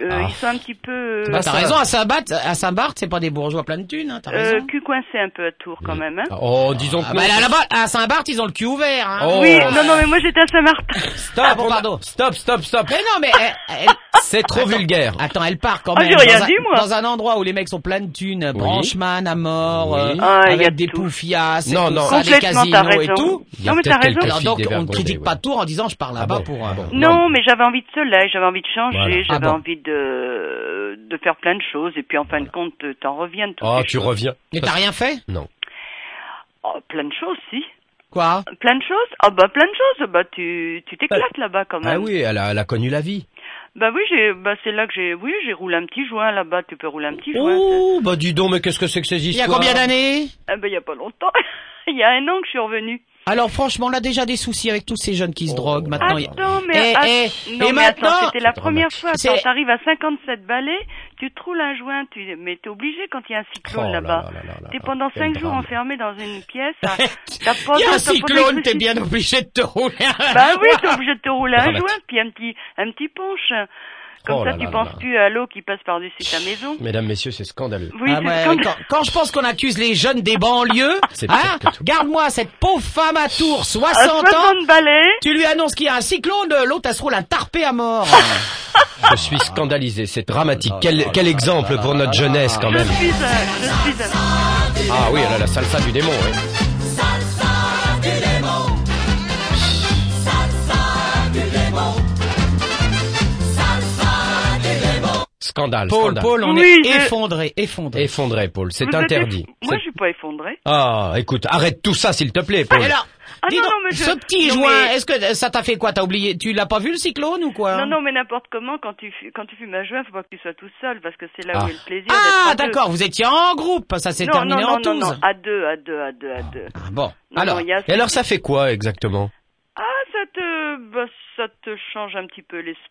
Speaker 8: euh,
Speaker 6: Ah.
Speaker 8: ils sont un petit peu
Speaker 7: Bah,
Speaker 8: euh,
Speaker 7: T'as
Speaker 6: ça-
Speaker 7: raison, à Saint-Barth, à Saint-Barth, c'est pas des bourgeois plein de thunes, hein, t'as
Speaker 8: euh,
Speaker 7: raison.
Speaker 8: cul coincé un peu à Tours quand même. Hein.
Speaker 6: Oh, disons que
Speaker 7: Ah,
Speaker 6: non.
Speaker 7: bah, là, là-bas, à Saint-Barth, ils ont le cul ouvert. Hein.
Speaker 6: Oh.
Speaker 8: Oui, non, non, mais moi j'étais à Saint-Martin.
Speaker 6: Stop,
Speaker 7: Ah, bon,
Speaker 6: on a-
Speaker 7: pardon.
Speaker 6: stop, stop, stop.
Speaker 7: Mais
Speaker 6: <laughs>
Speaker 7: non, mais elle- elle-
Speaker 6: C'est trop vulgaire.
Speaker 7: Attends, elle part quand
Speaker 8: Ah,
Speaker 7: même.
Speaker 8: j'ai rien
Speaker 7: dans, un,
Speaker 8: dit, moi.
Speaker 7: dans un endroit où les mecs sont pleins de thunes, Branchman à mort,
Speaker 6: Oui.
Speaker 7: euh,
Speaker 8: Ah, y a
Speaker 7: avec
Speaker 8: de
Speaker 7: des
Speaker 8: tout.
Speaker 7: poufias, et
Speaker 6: Non,
Speaker 7: tout
Speaker 6: non.
Speaker 7: ça, des
Speaker 8: Complètement, t'as
Speaker 7: casinos et
Speaker 8: raison.
Speaker 7: tout.
Speaker 6: Il y a
Speaker 8: Non, mais
Speaker 6: peut-être
Speaker 8: t'as raison.
Speaker 6: quelques
Speaker 7: Alors
Speaker 6: filles
Speaker 7: donc, on ne
Speaker 6: dévergondées,
Speaker 7: critique pas
Speaker 6: ouais.
Speaker 7: Tours en disant je pars là-bas
Speaker 6: bon,
Speaker 7: pour.
Speaker 6: ah
Speaker 7: euh,
Speaker 6: bon.
Speaker 8: Non, mais j'avais envie de soleil, j'avais envie de changer,
Speaker 6: Voilà.
Speaker 8: j'avais
Speaker 7: Ah bon.
Speaker 8: envie de de faire plein de choses et puis en fin de compte euh, t'en reviens de toutes
Speaker 6: Oh,
Speaker 8: ces
Speaker 6: tu
Speaker 8: choses.
Speaker 6: reviens.
Speaker 7: Mais t'as rien fait
Speaker 8: Oh, plein de choses si.
Speaker 7: Quoi
Speaker 8: Plein de choses Ah bah plein de choses, bah tu tu t'éclates là-bas quand même.
Speaker 6: Ah oui, elle a, elle a connu la vie.
Speaker 8: Bah oui, j'ai bah c'est là que j'ai oui, j'ai roulé un petit joint là-bas, tu peux rouler un petit joint.
Speaker 6: Oh, bah dis donc, mais qu'est-ce que c'est que ces histoires
Speaker 7: Il y a combien d'années
Speaker 8: Ah bah il y a pas longtemps. Il y a un an que je suis revenu.
Speaker 7: Alors franchement, on a déjà des soucis avec tous ces jeunes qui se
Speaker 6: Oh,
Speaker 7: droguent maintenant. il-
Speaker 8: Attends, Ah mais,
Speaker 7: Eh,
Speaker 8: att-
Speaker 7: eh,
Speaker 8: non,
Speaker 7: et
Speaker 8: mais attends,
Speaker 7: maintenant-
Speaker 8: c'était la première fois.
Speaker 7: C'est-
Speaker 8: Quand t'arrives à 57 balais, tu te roules un joint, tu... mais t'es obligé quand il y a un
Speaker 6: Oh
Speaker 8: cyclone
Speaker 6: là
Speaker 8: là-bas.
Speaker 6: là là là là
Speaker 8: T'es
Speaker 6: là,
Speaker 8: pendant
Speaker 6: quel
Speaker 8: 5 jours
Speaker 6: drame.
Speaker 8: enfermé dans une pièce. à-
Speaker 7: <laughs>
Speaker 8: T'as pas
Speaker 7: Il y a un
Speaker 8: t'as pas
Speaker 7: cyclone, t'es
Speaker 8: d'électricité.
Speaker 7: bien <laughs> obligé de te rouler. à la
Speaker 8: <laughs> Bah oui,
Speaker 7: voie.
Speaker 8: t'es obligé de te rouler un
Speaker 6: Dramatique.
Speaker 8: joint, puis un petit, un petit punch. Comme
Speaker 6: Oh
Speaker 8: ça,
Speaker 6: là
Speaker 8: tu
Speaker 6: là
Speaker 8: penses
Speaker 6: là.
Speaker 8: plus à l'eau qui passe par-dessus ta maison.
Speaker 6: Mesdames, messieurs, c'est scandaleux.
Speaker 8: Oui,
Speaker 7: Ah,
Speaker 8: c'est
Speaker 7: ouais,
Speaker 8: comme-
Speaker 7: quand, quand je pense qu'on accuse les jeunes des banlieues,
Speaker 6: <laughs> C'est pire
Speaker 7: hein,
Speaker 6: que tout.
Speaker 7: garde-moi cette pauvre femme à Tours,
Speaker 8: à
Speaker 7: 60 ans,
Speaker 8: 60 balais.
Speaker 7: tu lui annonces qu'il y a un cyclone, l'autre elle se roule un tarpé à mort.
Speaker 6: Ah, Je suis scandalisé, c'est dramatique.
Speaker 7: Oh,
Speaker 6: Quel, quel exemple pour notre jeunesse quand
Speaker 8: Je
Speaker 6: même.
Speaker 8: suis un, je suis un.
Speaker 6: Ah oui, elle a la salsa du démon. ouais. Scandale,
Speaker 7: Paul,
Speaker 6: scandale.
Speaker 7: Paul, on
Speaker 8: Oui,
Speaker 7: est
Speaker 8: je-
Speaker 7: effondré, effondré.
Speaker 6: Effondré, Paul, c'est
Speaker 8: Vous êtes
Speaker 6: interdit.
Speaker 8: eff- Moi, je suis pas effondrée.
Speaker 6: Ah, écoute, arrête tout ça s'il te plaît,
Speaker 7: Ah,
Speaker 6: Paul.
Speaker 7: alors,
Speaker 8: Ah
Speaker 7: dis
Speaker 8: non,
Speaker 7: donc,
Speaker 8: non, mais je-
Speaker 7: ce petit
Speaker 8: non,
Speaker 7: joint,
Speaker 8: mais-
Speaker 7: est-ce que ça t'a fait quoi T'as oublié Tu l'as pas vu le cyclone ou quoi
Speaker 8: Non, non, mais n'importe comment, quand tu, fu- quand tu fumes un joint, faut pas que tu sois tout seul, parce que c'est là
Speaker 6: Ah.
Speaker 8: où est le plaisir
Speaker 7: Ah,
Speaker 8: d'être à deux.
Speaker 7: d'accord, vous étiez en groupe, ça s'est
Speaker 8: Non, non,
Speaker 7: terminé
Speaker 8: non,
Speaker 7: en
Speaker 8: non, non,
Speaker 7: 12.
Speaker 8: à deux, à deux, à deux, à deux.
Speaker 7: Ah, bon,
Speaker 8: Non,
Speaker 7: alors,
Speaker 8: non, il y a-
Speaker 6: Et alors ça fait quoi exactement
Speaker 8: Ah, ça te, bah, ça te change un petit peu l'esprit.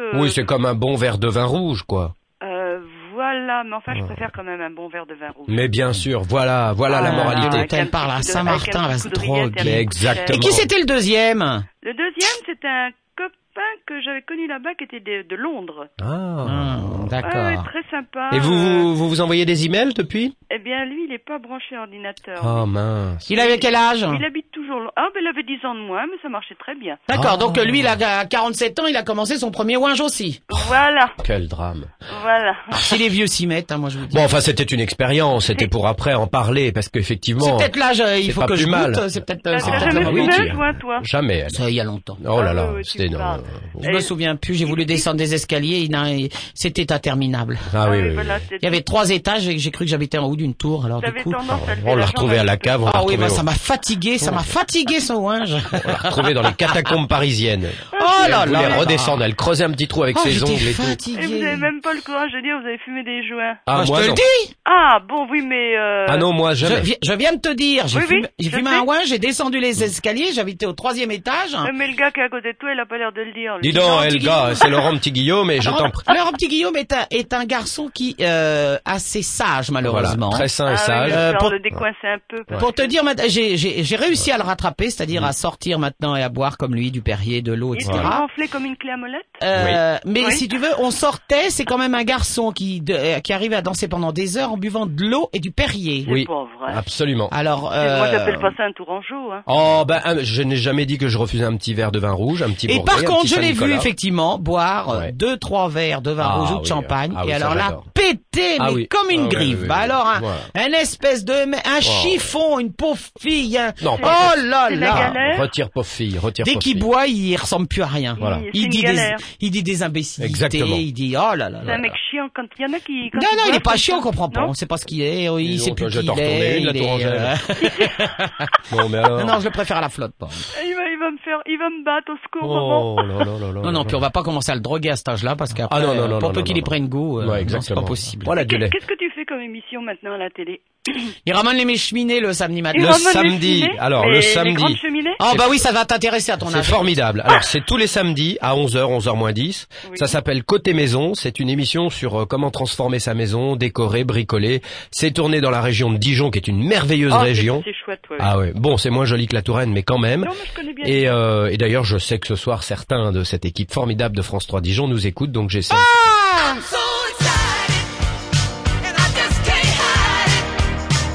Speaker 8: euh,
Speaker 6: Oui, c'est comme un bon verre de vin rouge, quoi.
Speaker 8: euh, voilà, mais enfin, je préfère quand même un bon verre de vin rouge.
Speaker 6: Mais bien sûr, voilà, voilà
Speaker 7: Ah
Speaker 6: la
Speaker 7: là là,
Speaker 6: moralité.
Speaker 7: elle
Speaker 8: avec un
Speaker 7: parle à
Speaker 8: petit coup de-
Speaker 7: Saint-Martin,
Speaker 8: avec un
Speaker 7: elle va
Speaker 8: petit
Speaker 7: se
Speaker 8: coup de rillettes et un
Speaker 6: droguer.
Speaker 8: petit coup de
Speaker 6: Exactement.
Speaker 7: et
Speaker 8: chèvre.
Speaker 7: qui c'était le deuxième
Speaker 8: Le deuxième, c'est un copain que j'avais connu là-bas, qui était de, de Londres.
Speaker 6: Ah.
Speaker 7: Hum,
Speaker 8: Ah, ouais,
Speaker 7: D'accord.
Speaker 8: très sympa.
Speaker 6: Et vous,
Speaker 8: euh,
Speaker 6: vous vous vous envoyez des emails depuis
Speaker 8: Eh bien, lui, il est pas branché ordinateur.
Speaker 6: Oh mince.
Speaker 7: Il avait quel âge
Speaker 8: Il habite toujours... lo- Ah, ben, il avait 10 ans de moins, mais ça marchait très bien.
Speaker 7: Ah. D'accord, donc lui, il a à 47 ans, il a commencé son premier ouinge aussi.
Speaker 8: Voilà,
Speaker 6: Quel drame.
Speaker 8: voilà.
Speaker 7: Si les vieux s'y mettent, hein, moi je vous dis.
Speaker 6: Bon, enfin, c'était une expérience, c'était pour après en parler, parce
Speaker 7: c'est
Speaker 6: qu'effectivement,
Speaker 7: peut-être l'âge, euh,
Speaker 6: c'est
Speaker 7: il faut
Speaker 6: pas
Speaker 7: que
Speaker 6: plus
Speaker 7: je
Speaker 6: mal.
Speaker 7: goûte, c'est peut-être euh,
Speaker 8: T'as
Speaker 7: c'est
Speaker 8: t'as
Speaker 6: Ah,
Speaker 7: peut-être
Speaker 8: jamais
Speaker 6: ah,
Speaker 7: le
Speaker 8: vu
Speaker 6: oui,
Speaker 8: de
Speaker 7: moment.
Speaker 6: tu-
Speaker 8: neige, toi, toi
Speaker 6: jamais elle.
Speaker 7: Ça, il y a longtemps.
Speaker 6: Oh là
Speaker 8: Ah
Speaker 6: là,
Speaker 8: ouais, ouais, tu
Speaker 6: c'était
Speaker 8: me
Speaker 6: non.
Speaker 8: parles.
Speaker 7: Je me
Speaker 8: Et-
Speaker 7: souviens plus, j'ai voulu descendre des escaliers, il n'a- il- c'était interminable.
Speaker 6: Ah oui, oui, oui.
Speaker 8: voilà, c'est-
Speaker 7: Il y avait trois étages et j'ai cru que j'habitais en haut d'une tour, alors du
Speaker 8: T'avais
Speaker 7: coup.
Speaker 8: tendance à lever
Speaker 6: Oh, On
Speaker 8: la
Speaker 6: l'a
Speaker 8: jambe
Speaker 6: retrouvé à la cave, on oh. l'a
Speaker 7: Ah oui,
Speaker 6: retrouvé,
Speaker 7: bah,
Speaker 6: au-
Speaker 7: ça m'a fatigué, ça m'a fatigué
Speaker 6: <laughs>
Speaker 7: ce ouinge.
Speaker 6: on l'a retrouvé dans les catacombes parisiennes.
Speaker 7: Oh là là.
Speaker 6: Elle voulait
Speaker 8: Ah,
Speaker 7: là.
Speaker 6: redescendre, elle creusait un petit trou avec
Speaker 7: Oh,
Speaker 6: ses
Speaker 7: j'étais
Speaker 6: ongles et tout.
Speaker 8: Et vous
Speaker 7: fatigué.
Speaker 8: avez même pas le courage de dire vous avez fumé des joints.
Speaker 6: Ah,
Speaker 7: Moi, je
Speaker 6: moi,
Speaker 7: te le
Speaker 6: non.
Speaker 7: dis.
Speaker 8: Ah bon, oui, mais... Euh...
Speaker 6: Ah non, moi,
Speaker 7: Je,
Speaker 6: jamais.
Speaker 7: vi- je viens de te dire, j'ai
Speaker 8: Oui,
Speaker 7: fumé,
Speaker 8: oui,
Speaker 7: j'ai
Speaker 8: je
Speaker 7: fumé
Speaker 8: sais.
Speaker 7: un ouin, j'ai descendu les escaliers, j'habitais au troisième étage.
Speaker 8: euh, Mais le gars qui est à côté de toi, il a pas l'air de le dire. lui.
Speaker 6: Dis donc, Elga, c'est Laurent Petit Guillaume et je t'en prie.
Speaker 7: Alors, petit Guillaume est un, est un garçon qui euh, assez sage
Speaker 6: Voilà,
Speaker 7: malheureusement.
Speaker 6: très sain
Speaker 8: Ah
Speaker 6: et
Speaker 8: oui,
Speaker 6: sage.
Speaker 8: je vais
Speaker 7: Euh, pour-
Speaker 8: le décoincer un peu. parce
Speaker 7: Pour
Speaker 8: que-
Speaker 7: te dire, maintenant, j'ai- j'ai j'ai réussi à le rattraper,
Speaker 6: Mm.
Speaker 7: c'est-à-dire à sortir maintenant et à boire comme lui du Perrier, de l'eau,
Speaker 8: Il
Speaker 7: etc.
Speaker 8: te ronflait comme une clé à molette
Speaker 7: Euh, Mais
Speaker 8: Oui.
Speaker 7: si tu veux, on sortait, c'est quand même un garçon qui de- euh, qui arrive à danser pendant des heures en buvant de l'eau et du Perrier.
Speaker 6: Oui.
Speaker 8: C'est pas vrai.
Speaker 6: Absolument.
Speaker 7: Alors,
Speaker 8: Mais
Speaker 7: euh,
Speaker 8: Moi, j'appelle pas ça un tourangeau. Hein.
Speaker 6: Oh, ben, ah, je n'ai jamais dit que je refusais un petit verre de vin rouge, un petit
Speaker 7: et
Speaker 6: bourgogne,
Speaker 7: par
Speaker 6: un
Speaker 7: contre,
Speaker 6: petit
Speaker 7: je l'ai vu
Speaker 6: Saint-Nicolas.
Speaker 7: effectivement boire euh,
Speaker 6: Ouais.
Speaker 7: deux trois verres de vin
Speaker 6: Ah
Speaker 7: rouge ou de
Speaker 6: oui,
Speaker 7: champagne
Speaker 6: ah oui,
Speaker 7: et
Speaker 6: ça,
Speaker 7: alors là
Speaker 6: j'adore.
Speaker 7: pété mais
Speaker 6: Ah oui.
Speaker 7: comme une
Speaker 6: Ah oui,
Speaker 7: griffe.
Speaker 6: oui, oui,
Speaker 7: bah
Speaker 6: oui.
Speaker 7: alors un,
Speaker 6: Voilà.
Speaker 7: un espèce de un chiffon, une pauvre fille. un-
Speaker 6: Non,
Speaker 7: oh
Speaker 6: pas-
Speaker 7: là
Speaker 8: C'est la
Speaker 7: là.
Speaker 8: galère.
Speaker 6: Ah, Retire pauvre fille, retire
Speaker 7: Dès
Speaker 6: pauvre
Speaker 7: qu'il
Speaker 6: fille.
Speaker 7: boit, il ressemble plus à rien.
Speaker 6: Voilà.
Speaker 8: C'est
Speaker 7: Il
Speaker 8: une
Speaker 7: dit, des,
Speaker 8: galère.
Speaker 7: il dit des imbécilités,
Speaker 6: Exactement.
Speaker 7: il dit oh là là.
Speaker 8: C'est
Speaker 7: là.
Speaker 8: un mec chiant. Quand il y en a qui... quand
Speaker 7: Non,
Speaker 8: ils
Speaker 7: non, il
Speaker 8: boivent
Speaker 7: est pas
Speaker 8: comme
Speaker 7: chiant, on
Speaker 8: ça-
Speaker 7: comprend pas.
Speaker 8: Non
Speaker 7: On sait pas ce qu'il est, oui,
Speaker 6: Dis
Speaker 7: il sait
Speaker 6: donc,
Speaker 7: plus
Speaker 6: je
Speaker 7: qui
Speaker 6: vais t'en
Speaker 7: il est.
Speaker 6: retourner une, la
Speaker 7: il est,
Speaker 6: tour Angèle.
Speaker 7: euh,
Speaker 6: <laughs> Non, mais alors.
Speaker 7: Non, non, je le préfère à la flotte. Pas.
Speaker 8: Il va, il va me faire... Il va me battre au secours, maman.
Speaker 6: Oh, là, là, là, là,
Speaker 7: Non,
Speaker 6: là,
Speaker 7: non, puis on va pas commencer à le droguer à cet âge-là parce qu'après,
Speaker 6: Ah, non, non,
Speaker 7: euh,
Speaker 6: non,
Speaker 7: pour
Speaker 6: non,
Speaker 7: peu
Speaker 6: non,
Speaker 7: qu'il y
Speaker 6: non.
Speaker 7: prenne goût, euh,
Speaker 6: Ouais,
Speaker 7: non, c'est
Speaker 6: exactement.
Speaker 7: pas possible.
Speaker 6: Voilà du
Speaker 8: Qu'est-
Speaker 6: lait.
Speaker 8: Qu'est-ce que tu fais comme émission maintenant à la télé <clears throat>
Speaker 7: Il ramène les mes cheminées le samedi matin.
Speaker 8: Tu
Speaker 6: Le
Speaker 8: ramènes les
Speaker 6: samedi,
Speaker 8: cheminées
Speaker 6: alors, le
Speaker 8: Mais
Speaker 6: samedi.
Speaker 8: Les grandes cheminées
Speaker 7: Oh bah oui, ça va t'intéresser à ton
Speaker 6: C'est
Speaker 7: âge.
Speaker 6: formidable. Alors c'est tous les samedis à 11h, 11h moins 10.
Speaker 8: Oui.
Speaker 6: Ça s'appelle Côté Maison. C'est une émission sur euh, comment transformer sa maison, décorer, bricoler. C'est tourné dans la région de Dijon, qui est une merveilleuse
Speaker 8: Oh, c'est-
Speaker 6: région.
Speaker 8: C'est chouette, ouais.
Speaker 6: Ah ouais. Bon, c'est moins joli que la Touraine, mais quand même.
Speaker 8: Non, mais je connais bien.
Speaker 6: Et, euh, et d'ailleurs, je sais que ce soir, certains de cette équipe formidable de France 3 Dijon nous écoutent, donc j'essaie.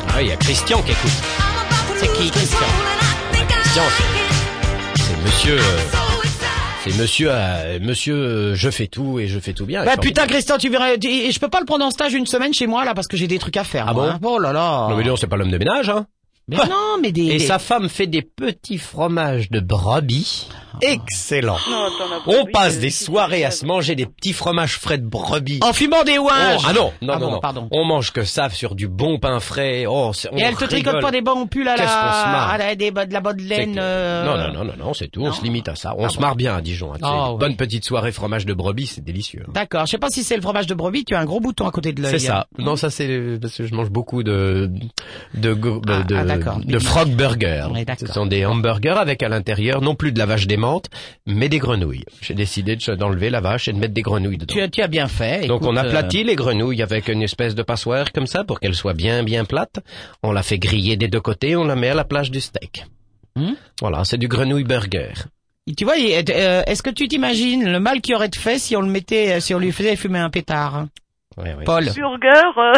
Speaker 6: Ah, il y a Christian qui écoute.
Speaker 7: C'est qui, Christian
Speaker 6: Christian, c'est monsieur, euh, c'est monsieur, euh, monsieur, euh, je fais tout et je fais tout bien.
Speaker 7: Bah
Speaker 6: Et
Speaker 7: putain, Christian, tu verrais, tu- et je peux pas le prendre en stage une semaine chez moi là parce que j'ai des trucs à faire.
Speaker 6: Ah
Speaker 7: moi,
Speaker 6: bon
Speaker 7: hein. Oh là là.
Speaker 6: Non mais non, c'est pas l'homme de ménage, hein.
Speaker 7: Mais non, mais des.
Speaker 6: Et
Speaker 7: des-
Speaker 6: sa femme fait des petits fromages de brebis.
Speaker 7: Ah.
Speaker 6: Excellent.
Speaker 8: Non, attends, là,
Speaker 7: Oh,
Speaker 6: On
Speaker 8: oui,
Speaker 6: passe
Speaker 8: c'est-
Speaker 6: des
Speaker 8: c'est-
Speaker 6: soirées à
Speaker 8: c'est-
Speaker 6: se manger des petits fromages frais de brebis.
Speaker 7: En fumant des ouages.
Speaker 6: Oh, ah non, non,
Speaker 7: Ah
Speaker 6: non,
Speaker 7: bon,
Speaker 6: non.
Speaker 7: pardon.
Speaker 6: On mange que ça sur du bon pain frais. Oh, c'est- on
Speaker 7: Et elle te
Speaker 6: rigole.
Speaker 7: tricote pas des bons pulls à la,
Speaker 6: Qu'est-ce qu'on se marre.
Speaker 7: à la- des, bo- de la bonne
Speaker 6: C'est
Speaker 7: laine.
Speaker 6: que-
Speaker 7: euh,
Speaker 6: Non, non, non, non, non, c'est tout. On
Speaker 7: non.
Speaker 6: se limite à ça. On
Speaker 7: Ah
Speaker 6: se
Speaker 7: bon.
Speaker 6: marre bien à Dijon. hein, tu sais.
Speaker 7: Ah, ouais.
Speaker 6: Bonne petite soirée fromage de brebis, c'est délicieux.
Speaker 7: D'accord. Je sais pas si c'est le fromage de brebis. Tu as un gros bouton à côté de l'œil. Mm.
Speaker 6: C'est ça. Non, ça c'est parce que je mange beaucoup de de go- de
Speaker 7: Ah,
Speaker 6: de,
Speaker 7: ah, d'accord.
Speaker 6: de frog burger.
Speaker 7: Ouais, d'accord.
Speaker 6: Ce sont des hamburgers avec à l'intérieur non plus de la vache démente, mais des grenouilles. J'ai décidé de- d'enlever la vache et de mettre des grenouilles dedans.
Speaker 7: Tu as, tu as bien fait.
Speaker 6: Donc
Speaker 7: Écoute,
Speaker 6: on
Speaker 7: euh,
Speaker 6: aplatit les grenouilles avec une espèce de passoire comme ça pour qu'elle soit bien bien plate. On la fait griller des deux côtés, on la met à la plage du steak.
Speaker 7: Hmm.
Speaker 6: Voilà, c'est du grenouille burger.
Speaker 7: Tu vois, il- euh, est-ce que tu t'imagines le mal qu'il aurait de fait si on le mettait, euh, si on lui faisait fumer un pétard, hein,
Speaker 6: Ouais, ouais.
Speaker 7: Paul
Speaker 8: Burger, euh,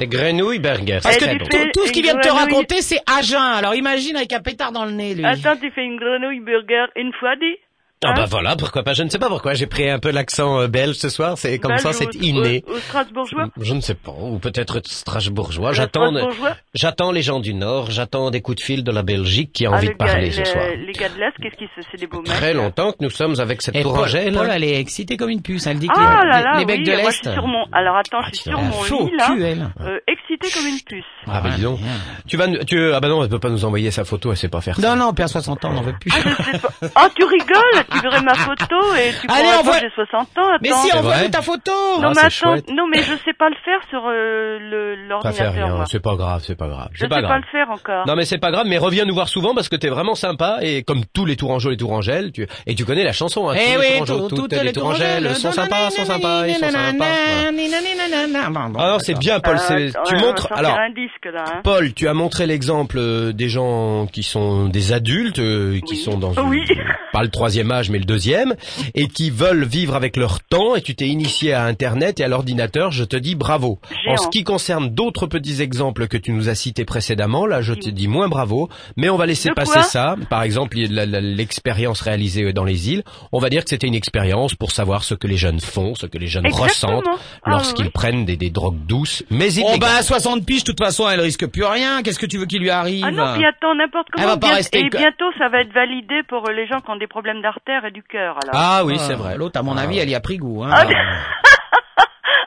Speaker 6: Des grenouilles burger.
Speaker 7: <laughs> Parce
Speaker 6: c'est
Speaker 7: que
Speaker 6: très
Speaker 8: tu
Speaker 6: bon.
Speaker 8: fais-
Speaker 7: tout, tout ce qu'il
Speaker 8: une
Speaker 7: vient de te
Speaker 8: grenouille.
Speaker 7: raconter, c'est à jeun. Alors imagine avec un pétard dans le nez, lui.
Speaker 8: attends, tu fais une grenouille burger une fois dit.
Speaker 6: Ah bah
Speaker 8: hein
Speaker 6: voilà, pourquoi pas. Je ne sais pas pourquoi j'ai pris un peu l'accent euh, belge ce soir. C'est comme ça,
Speaker 8: Mal
Speaker 6: c'est
Speaker 8: Bah, au-
Speaker 6: inné. Mm,
Speaker 8: Au, au Strasbourgeois.
Speaker 6: Je ne sais pas, ou peut-être strasbourgeois.
Speaker 8: Le
Speaker 6: J'attends,
Speaker 8: Euh,
Speaker 6: euh,
Speaker 8: Strasbourgeois.
Speaker 6: j'attends les gens du Nord, j'attends des coups de fil de la Belgique qui a
Speaker 8: Ah,
Speaker 6: envie
Speaker 8: les
Speaker 6: de parler
Speaker 8: gars,
Speaker 6: ce
Speaker 8: les-
Speaker 6: soir.
Speaker 8: Les gars de l'Est, qu'est-ce qu'ils se- c'est des beaux mecs.
Speaker 6: Très longtemps que nous sommes avec cette
Speaker 7: Et Paul,
Speaker 6: tourangelle.
Speaker 7: Paul, elle est excitée comme une puce. Elle dit que
Speaker 8: Ah
Speaker 7: les,
Speaker 8: là là,
Speaker 7: les mecs
Speaker 8: oui,
Speaker 7: de
Speaker 8: moi je
Speaker 7: l'Est.
Speaker 8: suis sur mon. Alors attends,
Speaker 6: Ah,
Speaker 8: je suis
Speaker 6: tu
Speaker 8: sur
Speaker 6: as
Speaker 8: mon
Speaker 7: chaud
Speaker 8: lit là,
Speaker 7: cul, elle.
Speaker 8: euh, excité comme une puce.
Speaker 6: Ah bah dis donc. Tu vas, nous- tu, ah bah non, elle peut pas nous envoyer sa photo, elle sait pas faire ça.
Speaker 7: Non, non, Pierre 60 ans, on n'en veut plus.
Speaker 8: Ah, je sais pas. Ah, tu rigoles, tu verrais ma photo et tu
Speaker 7: Allez,
Speaker 8: prends
Speaker 7: envoie-
Speaker 8: j'ai 60 ans. Attends.
Speaker 7: Mais si,
Speaker 6: C'est
Speaker 7: envoie-nous
Speaker 6: vrai
Speaker 7: ta photo
Speaker 6: Ah,
Speaker 8: non, mais
Speaker 6: c'est
Speaker 8: attends,
Speaker 6: chouette.
Speaker 8: non, mais je sais pas le faire sur euh, le-
Speaker 6: Ça fait
Speaker 8: l'ordinateur.
Speaker 6: rien,
Speaker 8: moi.
Speaker 6: c'est pas grave, c'est pas grave.
Speaker 8: Je
Speaker 6: C'est
Speaker 8: sais
Speaker 6: pas
Speaker 8: pas,
Speaker 6: grave.
Speaker 8: le faire encore.
Speaker 6: Non mais c'est pas grave, mais reviens nous voir souvent parce que t'es vraiment sympa et comme tous les Tourangeaux, les Tourangelles, tu et tu connais la chanson. Hein, tous
Speaker 7: Eh
Speaker 6: les
Speaker 7: oui,
Speaker 6: Tourangeaux,
Speaker 7: tout-
Speaker 6: toutes, les Tourangelles sont sympas, sont sympas, Ah, ils sont sympas. Voilà. Ah non,
Speaker 7: Alors
Speaker 6: c'est bien Paul, c'est
Speaker 8: Euh,
Speaker 6: tu
Speaker 8: ouais, on va
Speaker 6: montres.
Speaker 8: sortir
Speaker 6: Alors
Speaker 8: un disque là. hein.
Speaker 6: Paul, tu as montré l'exemple euh, des gens qui sont des adultes, euh, qui
Speaker 8: Oui.
Speaker 6: sont dans une-
Speaker 8: Oui.
Speaker 6: <laughs> pas le troisième âge, mais le deuxième, et qui veulent vivre avec leur temps, et tu t'es initié à Internet et à l'ordinateur, je te dis bravo. En ce qui concerne d'autres petits exemples que tu nous as cités précédemment, là, je te dis moins bravo, mais on va laisser
Speaker 8: De quoi
Speaker 6: passer ça. Par exemple, il y a la- la- l'expérience réalisée euh, dans les îles, on va dire que c'était une expérience pour savoir ce que les jeunes font, ce que les jeunes
Speaker 8: Exactement.
Speaker 6: ressentent
Speaker 8: Ah,
Speaker 6: lorsqu'ils
Speaker 8: oui.
Speaker 6: prennent des, des drogues douces, mais
Speaker 7: Oh
Speaker 6: illégales.
Speaker 7: bah, à 60 piges, de toute façon, elle risque plus rien. Qu'est-ce que tu veux qu'il lui arrive
Speaker 8: Ah non, puis attends, n'importe
Speaker 7: Elle
Speaker 8: comment.
Speaker 7: va pas rester
Speaker 8: et
Speaker 7: que-
Speaker 8: bientôt, ça va être validé pour euh, les gens qui ont des problèmes d'artère et du cœur. Alors.
Speaker 6: Ah oui, c'est vrai. Ah.
Speaker 7: L'autre, à mon avis, elle y a pris goût. Hein.
Speaker 8: Ah,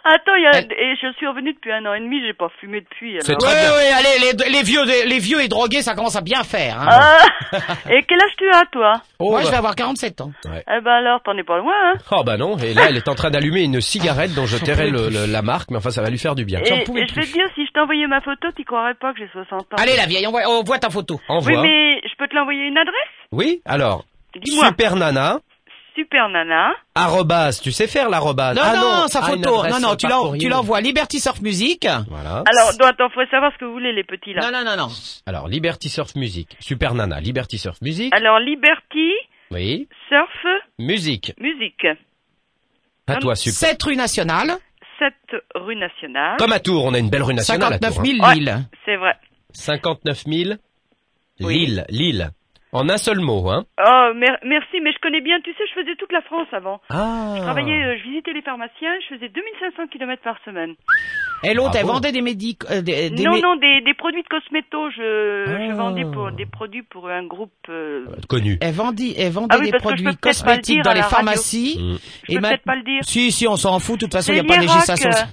Speaker 8: Attends, il y a...
Speaker 7: Elle-
Speaker 8: et je suis revenue depuis un an et demi, j'ai pas fumé depuis. alors.
Speaker 6: C'est
Speaker 7: Ouais,
Speaker 6: très bien.
Speaker 7: ouais, allez, les, les vieux, les, les vieux et drogués, ça commence à bien faire. Hein.
Speaker 8: Ah, <laughs> et quel âge tu as, toi
Speaker 6: Oh,
Speaker 7: Moi,
Speaker 6: bah.
Speaker 7: je vais avoir 47 ans.
Speaker 8: Eh ben alors, t'en es pas loin, hein
Speaker 6: Oh bah non, et là elle est en train d'allumer une cigarette dont je tairai le- le- la marque, mais enfin ça va lui faire du bien.
Speaker 8: Et,
Speaker 7: J'en pouvais
Speaker 8: et je vais
Speaker 7: plus.
Speaker 8: te dire, si je t'envoyais ma photo, t'y croirais pas que j'ai 60 ans.
Speaker 7: Allez, la vieille, on voit, on voit ta photo.
Speaker 8: Oui,
Speaker 6: Envoie.
Speaker 8: mais je peux te l'envoyer une adresse
Speaker 6: Oui, alors,
Speaker 8: Dis-moi,
Speaker 6: supernana,
Speaker 8: super nana.
Speaker 6: arrobase, tu sais faire l'arrobase
Speaker 7: Non,
Speaker 6: Ah
Speaker 7: non, sa
Speaker 6: ah, une
Speaker 7: photo.
Speaker 6: adresse
Speaker 7: Non, non, tu
Speaker 6: par
Speaker 7: l'en-
Speaker 6: courrier.
Speaker 7: tu l'envoies. Liberty Surf Music.
Speaker 6: Voilà.
Speaker 8: Alors, donc, attends, faut savoir ce que vous voulez, les petits, là.
Speaker 7: Non, non, non, non.
Speaker 6: Alors, Liberty Surf Music, supernana, Liberty Surf Music,
Speaker 8: Alors, Liberty,
Speaker 6: oui,
Speaker 8: surf,
Speaker 6: musique,
Speaker 8: musique.
Speaker 6: à
Speaker 8: Non,
Speaker 6: toi, super.
Speaker 7: 7 rue nationale,
Speaker 8: 7 rue nationale.
Speaker 6: Comme à Tours, on a une belle rue nationale à
Speaker 7: 59
Speaker 6: Tours.
Speaker 7: 000
Speaker 6: hein.
Speaker 8: Ouais.
Speaker 7: Lille.
Speaker 8: C'est vrai.
Speaker 6: 59 000,
Speaker 7: Oui.
Speaker 6: Lille, Lille. En un seul mot, hein.
Speaker 8: Oh, mer- merci, mais je connais bien. Tu sais, je faisais toute la France avant.
Speaker 6: Ah.
Speaker 8: Je travaillais, euh, je visitais les pharmaciens, je faisais 2500 km par semaine.
Speaker 7: Et l'autre, elle
Speaker 6: Bravo.
Speaker 7: vendait des médic... euh, des, des
Speaker 8: non,
Speaker 7: mé-
Speaker 8: non, des, des produits de cosméto, je, je
Speaker 6: Ah.
Speaker 8: vendais pour des produits pour un groupe. euh,
Speaker 6: Connu.
Speaker 7: Elle vendait, elle vendait
Speaker 8: Ah
Speaker 7: des
Speaker 8: oui, parce que je
Speaker 7: produits
Speaker 8: peux peut-être pas le
Speaker 7: cosmétiques
Speaker 8: dire
Speaker 7: dans
Speaker 8: à
Speaker 7: les
Speaker 8: la radio.
Speaker 7: pharmacies.
Speaker 6: Mm.
Speaker 8: je peux
Speaker 7: ma-
Speaker 8: peut-être pas le dire.
Speaker 7: Si, si, on s'en fout. De toute façon, il
Speaker 8: C'est
Speaker 7: n'y a pas de
Speaker 8: l'Irak, euh.
Speaker 7: législation.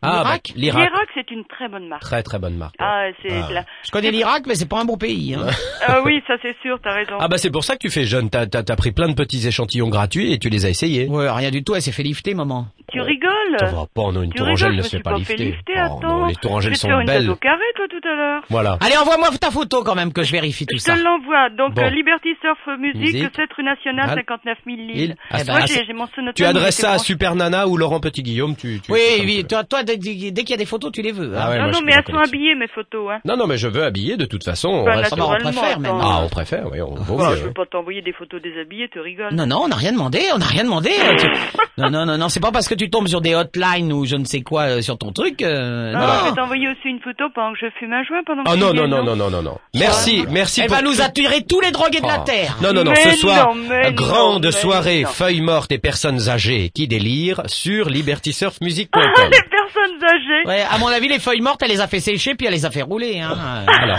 Speaker 6: Ah, bah,
Speaker 7: L'Irak
Speaker 6: l'Irak.
Speaker 8: L'Irak, c'est une très bonne marque.
Speaker 6: Très très bonne marque.
Speaker 8: Ah, c'est
Speaker 6: Ah.
Speaker 8: la-
Speaker 7: Je connais l'Irak, mais c'est pas un bon pays. Hein.
Speaker 8: Ah oui, ça c'est sûr, t'as raison.
Speaker 6: Ah bah c'est pour ça que tu fais jeune, t'as t'as- t'as pris plein de petits échantillons gratuits et tu les as essayés.
Speaker 7: Ouais, rien du tout. Elle s'est fait lifter, maman.
Speaker 8: tu
Speaker 6: ouais.
Speaker 8: rigoles
Speaker 6: Ça va pas, non, une
Speaker 8: Tu rigoles,
Speaker 6: tourangelle
Speaker 8: je
Speaker 6: ne se
Speaker 8: me
Speaker 6: fait
Speaker 8: suis
Speaker 6: pas
Speaker 8: pas fait
Speaker 6: lifter.
Speaker 8: lifter,
Speaker 6: Oh,
Speaker 8: attends.
Speaker 6: non, les
Speaker 8: Je vais
Speaker 6: tourangelles
Speaker 8: te faire
Speaker 6: sont
Speaker 8: une tasse
Speaker 6: belles.
Speaker 8: au carré, toi, tout à l'heure.
Speaker 6: Voilà.
Speaker 7: Allez, envoie-moi ta photo quand même que je vérifie tout
Speaker 8: Je
Speaker 7: ça.
Speaker 8: te l'envoie. Donc,
Speaker 6: Bon.
Speaker 8: euh, Liberty Surf Music,
Speaker 6: Musique.
Speaker 8: 7 rue nationale,
Speaker 6: Al-
Speaker 8: 59 000
Speaker 6: Lille.
Speaker 8: Lille.
Speaker 6: Ah,
Speaker 7: Eh ben,
Speaker 6: ah,
Speaker 8: Moi,
Speaker 6: c'est-
Speaker 8: j'ai j'ai mon sonotone.
Speaker 6: tu adresses
Speaker 8: il
Speaker 6: ça à
Speaker 8: était
Speaker 6: Super Nana ou Laurent Petit Guillaume, tu, tu
Speaker 7: Oui,
Speaker 6: fais comme tu
Speaker 7: oui.
Speaker 6: veux.
Speaker 7: Toi, toi, dès dès- dès qu'il y a des photos, tu les veux. hein.
Speaker 6: Ah ouais, moi,
Speaker 8: grand. Non, non,
Speaker 6: je
Speaker 8: mais
Speaker 6: fais la
Speaker 8: elles sont
Speaker 6: collection.
Speaker 8: habillées, mes photos, hein.
Speaker 6: Non non mais je veux habiller de toute façon. on
Speaker 8: Bah,
Speaker 6: reste-
Speaker 7: naturellement. Ah, on préfère, même.
Speaker 8: attends.
Speaker 6: Ah on préfère, oui, on vaut
Speaker 8: Bah,
Speaker 6: mieux,
Speaker 8: je
Speaker 6: oui.
Speaker 8: veux pas t'envoyer des photos déshabillées, tu rigoles.
Speaker 7: Non, non, on n'a rien demandé, on n'a rien demandé. Euh,
Speaker 8: <laughs>
Speaker 7: tu- non, non, non, non, c'est pas parce que tu tombes sur des hotlines ou je ne sais quoi euh, sur ton truc. euh,
Speaker 8: Non,
Speaker 7: non.
Speaker 8: je vais t'envoyer aussi une photo pendant que je fume un joint, pendant que
Speaker 6: Oh
Speaker 8: je hein.
Speaker 6: non
Speaker 8: fais
Speaker 6: non
Speaker 8: des
Speaker 6: non
Speaker 8: noms.
Speaker 6: non non non non. Merci merci
Speaker 7: Ah. Elle
Speaker 6: pour
Speaker 7: va nous
Speaker 6: tout.
Speaker 7: attirer tous les drogués de la
Speaker 6: Ah.
Speaker 7: terre.
Speaker 6: Non, non, non,
Speaker 8: Mais
Speaker 6: ce soir,
Speaker 8: non, mais
Speaker 6: grande
Speaker 8: non, mais
Speaker 6: soirée,
Speaker 8: non.
Speaker 6: feuilles mortes et personnes âgées qui délirent sur libertysurfmusic.com.
Speaker 8: <laughs> Les personnes âgées.
Speaker 7: Ouais, à mon avis, les feuilles mortes, elle les a fait sécher puis elle les a fait rouler. Hein. Euh,
Speaker 6: Ah, Alors,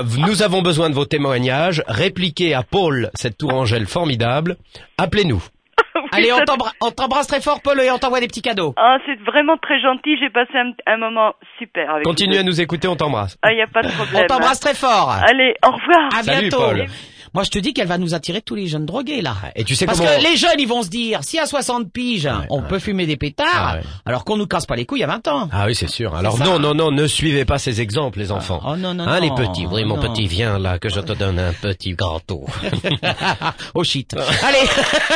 Speaker 6: euh, nous avons besoin de vos témoignages. Répliquez à Paul cette tourangelle formidable. Appelez-nous.
Speaker 8: <laughs> Oui,
Speaker 7: Allez,
Speaker 8: ça-
Speaker 7: on t'embra- on t'embrasse très fort, Paul, et on t'envoie des petits cadeaux.
Speaker 8: Ah, c'est vraiment très gentil, j'ai passé un, un moment super avec
Speaker 6: Continuez à
Speaker 8: vous.
Speaker 6: nous écouter, on t'embrasse.
Speaker 8: Ah, y a pas de problème.
Speaker 7: On t'embrasse très fort.
Speaker 8: hein. Allez, au revoir.
Speaker 7: À
Speaker 6: Salut,
Speaker 7: bientôt.
Speaker 6: Paul.
Speaker 7: Moi, je te dis qu'elle va nous attirer tous les jeunes drogués là.
Speaker 6: Et tu sais
Speaker 7: Parce
Speaker 6: comment...
Speaker 7: que les jeunes, ils vont se dire, si à 60 piges, on
Speaker 6: ouais.
Speaker 7: peut fumer des pétards,
Speaker 6: Ah ouais.
Speaker 7: alors qu'on nous casse pas les couilles à 20 ans.
Speaker 6: Ah oui, c'est sûr. Alors
Speaker 7: ça.
Speaker 6: non, non, non, ne suivez pas ces exemples, les enfants.
Speaker 7: Oh non, non,
Speaker 6: hein,
Speaker 7: non.
Speaker 6: les petits. Oui, mon
Speaker 7: Non.
Speaker 6: petit, viens là, que je te donne un petit gâteau.
Speaker 7: <laughs> oh shit. Allez,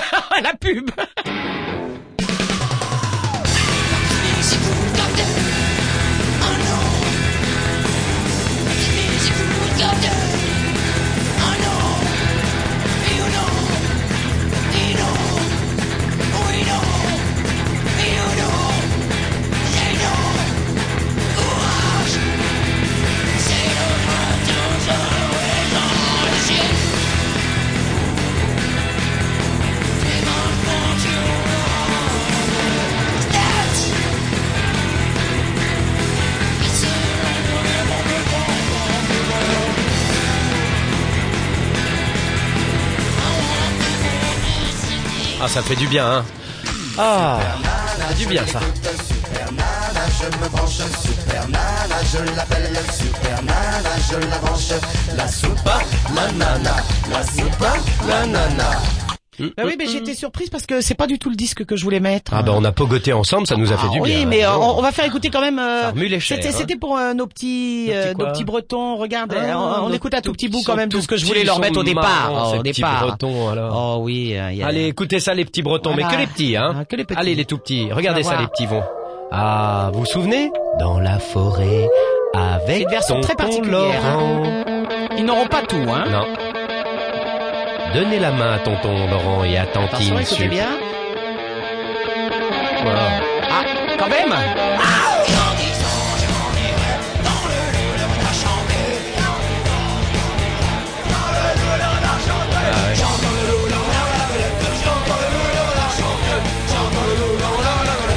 Speaker 7: <laughs> la pub.
Speaker 6: Ah, ça fait du bien, hein. Ah, ça fait du bien, ça.
Speaker 7: Bah
Speaker 6: Mmh.
Speaker 7: oui, mais j'étais surprise parce que c'est pas du tout le disque que je voulais mettre.
Speaker 6: Ah ben, on a pogoté ensemble, ça nous a fait du
Speaker 7: Ah
Speaker 6: bien.
Speaker 7: Oui, mais
Speaker 6: hein.
Speaker 7: euh,
Speaker 6: Bon.
Speaker 7: on, on va faire écouter quand même. euh,
Speaker 6: Ça remue les
Speaker 7: c'était,
Speaker 6: chairs, hein.
Speaker 7: c'était pour euh, nos petits,
Speaker 6: Nos petits
Speaker 7: euh,
Speaker 6: quoi
Speaker 7: nos petits Bretons. Regarde,
Speaker 6: Ah,
Speaker 7: euh, on, on
Speaker 6: nos
Speaker 7: écoute un tout petit
Speaker 6: petits
Speaker 7: bout
Speaker 6: sont
Speaker 7: quand même de
Speaker 6: tout
Speaker 7: ce que je
Speaker 6: petits,
Speaker 7: voulais leur
Speaker 6: ils
Speaker 7: mettre au
Speaker 6: sont
Speaker 7: départ.
Speaker 6: marrants,
Speaker 7: oh,
Speaker 6: ces
Speaker 7: au
Speaker 6: petits
Speaker 7: départ.
Speaker 6: Bretons, alors.
Speaker 7: Oh oui. euh, y a-
Speaker 6: Allez, écoutez ça, les petits Bretons, mais
Speaker 7: Voilà.
Speaker 6: que les petits, hein.
Speaker 7: Ah, que les petits.
Speaker 6: Allez, les tout petits. Regardez
Speaker 7: On va
Speaker 6: ça,
Speaker 7: voir.
Speaker 6: les petits vont. Ah, vous vous souvenez Dans la forêt,
Speaker 7: C'est
Speaker 6: avec
Speaker 7: une version
Speaker 6: tonton
Speaker 7: très particulière,
Speaker 6: Laurent.
Speaker 7: Ils n'auront pas tout, hein.
Speaker 6: Non. donner la main à tonton Laurent et à
Speaker 7: Attention,
Speaker 6: tantine
Speaker 7: écoutez
Speaker 6: Sup.
Speaker 7: bien.
Speaker 6: Voilà.
Speaker 7: Ah, quand même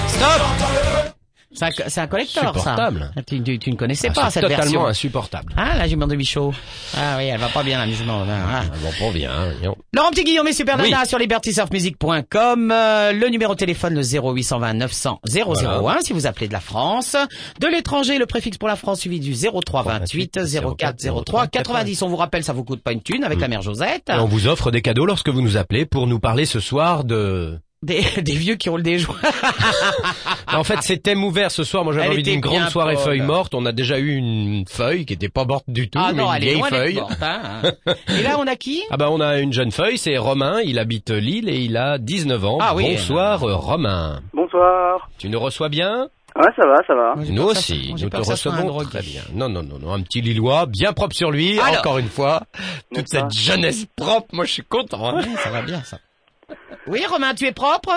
Speaker 7: Stop C'est un, c'est un collector, ça.
Speaker 6: Supportable.
Speaker 7: Tu, tu- tu ne connaissais
Speaker 6: Ah,
Speaker 7: pas
Speaker 6: c'est
Speaker 7: cette
Speaker 6: totalement
Speaker 7: version.
Speaker 6: insupportable.
Speaker 7: Ah, la jument de Michaud. Ah oui, elle va pas bien, la jument.
Speaker 6: Ah,
Speaker 7: Ah.
Speaker 6: bon, pour bien, hein, voyons.
Speaker 7: Laurent Petit Guillaume et Super
Speaker 6: Oui.
Speaker 7: Nana sur libertysurfmusic.com. Euh, le numéro de téléphone, le 0820 900 001
Speaker 6: Voilà.
Speaker 7: si vous appelez de la France. De l'étranger, le préfixe pour la France suivi du 0328 04 03 90. On vous rappelle, ça vous coûte pas une thune avec la mère Josette.
Speaker 6: Mm. Et on vous offre des cadeaux lorsque vous nous appelez pour nous parler ce soir de...
Speaker 7: Des, <laughs> des vieux qui roulent des joints.
Speaker 6: <laughs> En fait, c'est thème ouvert ce soir. Moi, j'avais
Speaker 7: Ah, Elle
Speaker 6: envie
Speaker 7: était
Speaker 6: d'une grande
Speaker 7: bien
Speaker 6: soirée
Speaker 7: folle.
Speaker 6: feuille morte. On a déjà eu une feuille qui était pas morte du tout,
Speaker 7: ah
Speaker 6: mais
Speaker 7: non,
Speaker 6: une
Speaker 7: elle est
Speaker 6: vieille
Speaker 7: loin d'être
Speaker 6: feuille. <laughs>
Speaker 7: morte, hein. Et là, on a qui
Speaker 6: Ah bah on a une jeune feuille, c'est Romain, il habite Lille et il a 19 ans.
Speaker 7: Ah oui.
Speaker 6: Bonsoir euh, Romain.
Speaker 9: Bonsoir.
Speaker 6: Tu nous reçois bien
Speaker 9: Ouais, ça va, ça va.
Speaker 7: Moi, j'ai
Speaker 6: Nous
Speaker 7: peur que ça-
Speaker 6: aussi,
Speaker 7: moi, j'ai
Speaker 6: nous te
Speaker 7: peur que ça soit un
Speaker 6: recevons
Speaker 7: drogué.
Speaker 6: très bien. Non, non, non, non, un petit Lillois bien propre sur lui,
Speaker 7: Alors.
Speaker 6: encore une fois. Toute
Speaker 9: N'est-ce
Speaker 6: cette
Speaker 9: pas
Speaker 6: jeunesse propre, moi je suis content. hein.
Speaker 7: Ça va bien, ça. Oui, Romain, tu es propre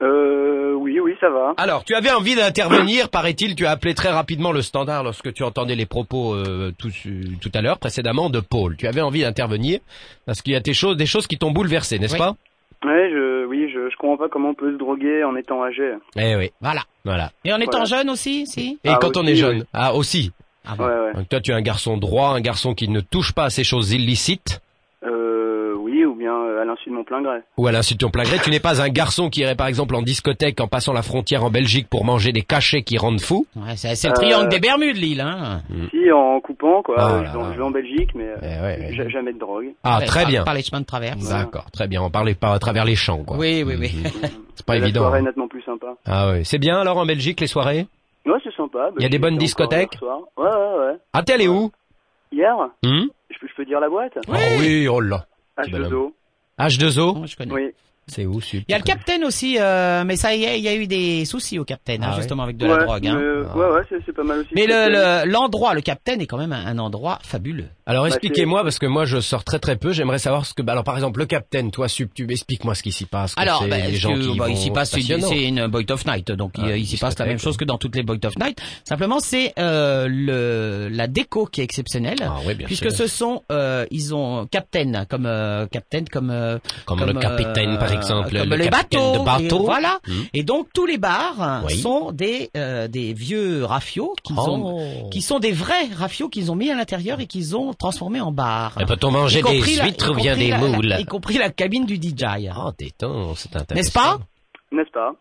Speaker 9: Euh, oui, oui, ça va.
Speaker 6: Alors, tu avais envie d'intervenir, paraît-il, tu as appelé très rapidement le standard lorsque tu entendais les propos euh, tout, su- tout à l'heure, précédemment, de Paul. Tu avais envie d'intervenir parce qu'il y a des choses, des choses qui t'ont bouleversé, n'est-ce
Speaker 7: Oui.
Speaker 6: pas
Speaker 9: Ouais, je, oui, je, je comprends pas comment on peut se droguer en étant âgé.
Speaker 6: Eh oui,
Speaker 7: Voilà.
Speaker 6: voilà.
Speaker 7: Et en étant
Speaker 9: Voilà.
Speaker 7: jeune aussi, si
Speaker 6: Et
Speaker 9: Ah,
Speaker 6: quand on
Speaker 9: aussi,
Speaker 6: est
Speaker 9: oui.
Speaker 6: jeune, ah aussi,
Speaker 7: Ah
Speaker 9: Ouais,
Speaker 7: bon.
Speaker 9: ouais.
Speaker 6: Donc toi, tu es un garçon droit, un garçon qui ne touche pas à ces choses illicites
Speaker 9: Euh, oui, ou bien euh, à l'insu de mon plein gré.
Speaker 6: ou à l'insulte en plein gré. Tu n'es pas un garçon qui irait par exemple en discothèque en passant la frontière en Belgique pour manger des cachets qui rendent fou.
Speaker 7: Ouais, c'est c'est le triangle des Bermudes, Lille. Hein.
Speaker 9: Euh, Si, en coupant, quoi.
Speaker 6: Mm. Ah
Speaker 9: je,
Speaker 6: là
Speaker 9: vais en-
Speaker 6: là.
Speaker 9: je vais en Belgique, mais euh,
Speaker 6: Eh ouais, ouais.
Speaker 9: ja- jamais de drogue.
Speaker 6: Ah,
Speaker 7: Ouais,
Speaker 6: très
Speaker 7: par-
Speaker 6: bien.
Speaker 7: Par les chemins de traverse.
Speaker 6: D'accord, très bien. On parlait pas à travers les champs, quoi. Mhm.
Speaker 7: Oui, oui, oui. <laughs>
Speaker 6: C'est pas
Speaker 9: Et La
Speaker 6: évident.
Speaker 9: soirée est
Speaker 6: hein.
Speaker 9: nettement plus sympa.
Speaker 6: Ah oui, c'est bien alors en Belgique les soirées.
Speaker 9: Ouais, c'est sympa. Bah,
Speaker 6: Y a des
Speaker 9: j'y
Speaker 6: bonnes
Speaker 9: étais encore
Speaker 6: discothèques
Speaker 9: hier soir. Ouais, ouais, ouais.
Speaker 6: Ah t'es allé où
Speaker 9: Hier,
Speaker 6: Hum
Speaker 9: je, peux- je peux dire la boîte
Speaker 6: Ah oui, oh là.
Speaker 9: H2O.
Speaker 6: H2O,
Speaker 7: Bon, Oh, je connais.
Speaker 9: Oui.
Speaker 6: c'est où Sup
Speaker 7: Il y a le Capitaine aussi, euh, mais ça y est, il y a eu des soucis au Capitaine, hein,
Speaker 6: Ah ouais.
Speaker 7: justement avec de
Speaker 9: ouais,
Speaker 7: la drogue. Hein.
Speaker 9: mais- Euh, ouais, ouais, c'est- c'est pas mal aussi.
Speaker 7: Mais
Speaker 9: Parce
Speaker 7: le-
Speaker 9: que-
Speaker 7: le- l'endroit, le, Capitaine est quand même un, un endroit fabuleux.
Speaker 6: Alors
Speaker 9: Bah,
Speaker 6: expliquez-moi parce que moi je sors très très peu. J'aimerais savoir ce que. bah, alors par exemple le capitaine, toi Sup, tu explique-moi ce qui s'y passe. que
Speaker 7: Alors,
Speaker 6: c'est,
Speaker 7: ben,
Speaker 6: les
Speaker 7: parce
Speaker 6: gens
Speaker 7: que,
Speaker 6: qui
Speaker 7: bah,
Speaker 6: vont,
Speaker 7: il s'y passe,
Speaker 6: c'est
Speaker 7: c'est une,
Speaker 6: passionnant.
Speaker 7: c'est une Boit of Night, donc
Speaker 6: Ah,
Speaker 7: il, il
Speaker 6: une
Speaker 7: s'y passe la
Speaker 6: discothèque,
Speaker 7: même chose que dans toutes les Boit of Night. Simplement, c'est euh, le, la déco qui est exceptionnelle.
Speaker 6: Ah oui, bien sûr.
Speaker 7: Puisque ce sont, euh, ils ont Captain comme euh, Captain comme euh,
Speaker 6: Comme, le capitaine,
Speaker 7: euh,
Speaker 6: par exemple,
Speaker 7: comme
Speaker 6: le
Speaker 7: les
Speaker 6: capitaine
Speaker 7: bateaux,
Speaker 6: de bateau.
Speaker 7: et voilà.
Speaker 6: Mhm.
Speaker 7: Et donc tous les bars hein,
Speaker 6: Oui.
Speaker 7: sont des euh, des vieux raffios qu'ils ont,
Speaker 6: Oh.
Speaker 7: qui sont des vrais raffios qu'ils ont mis à l'intérieur et qu'ils ont transformés en bars.
Speaker 6: Mais peut-on manger
Speaker 7: Y compris
Speaker 6: ben, des
Speaker 7: la- y
Speaker 6: huîtres ou
Speaker 7: compris
Speaker 6: bien des
Speaker 7: la- la-
Speaker 6: moules
Speaker 7: Y compris la cabine du DJ.
Speaker 6: Ah, des temps, c'est intéressant.
Speaker 7: N'est-ce pas
Speaker 9: N'est-ce pas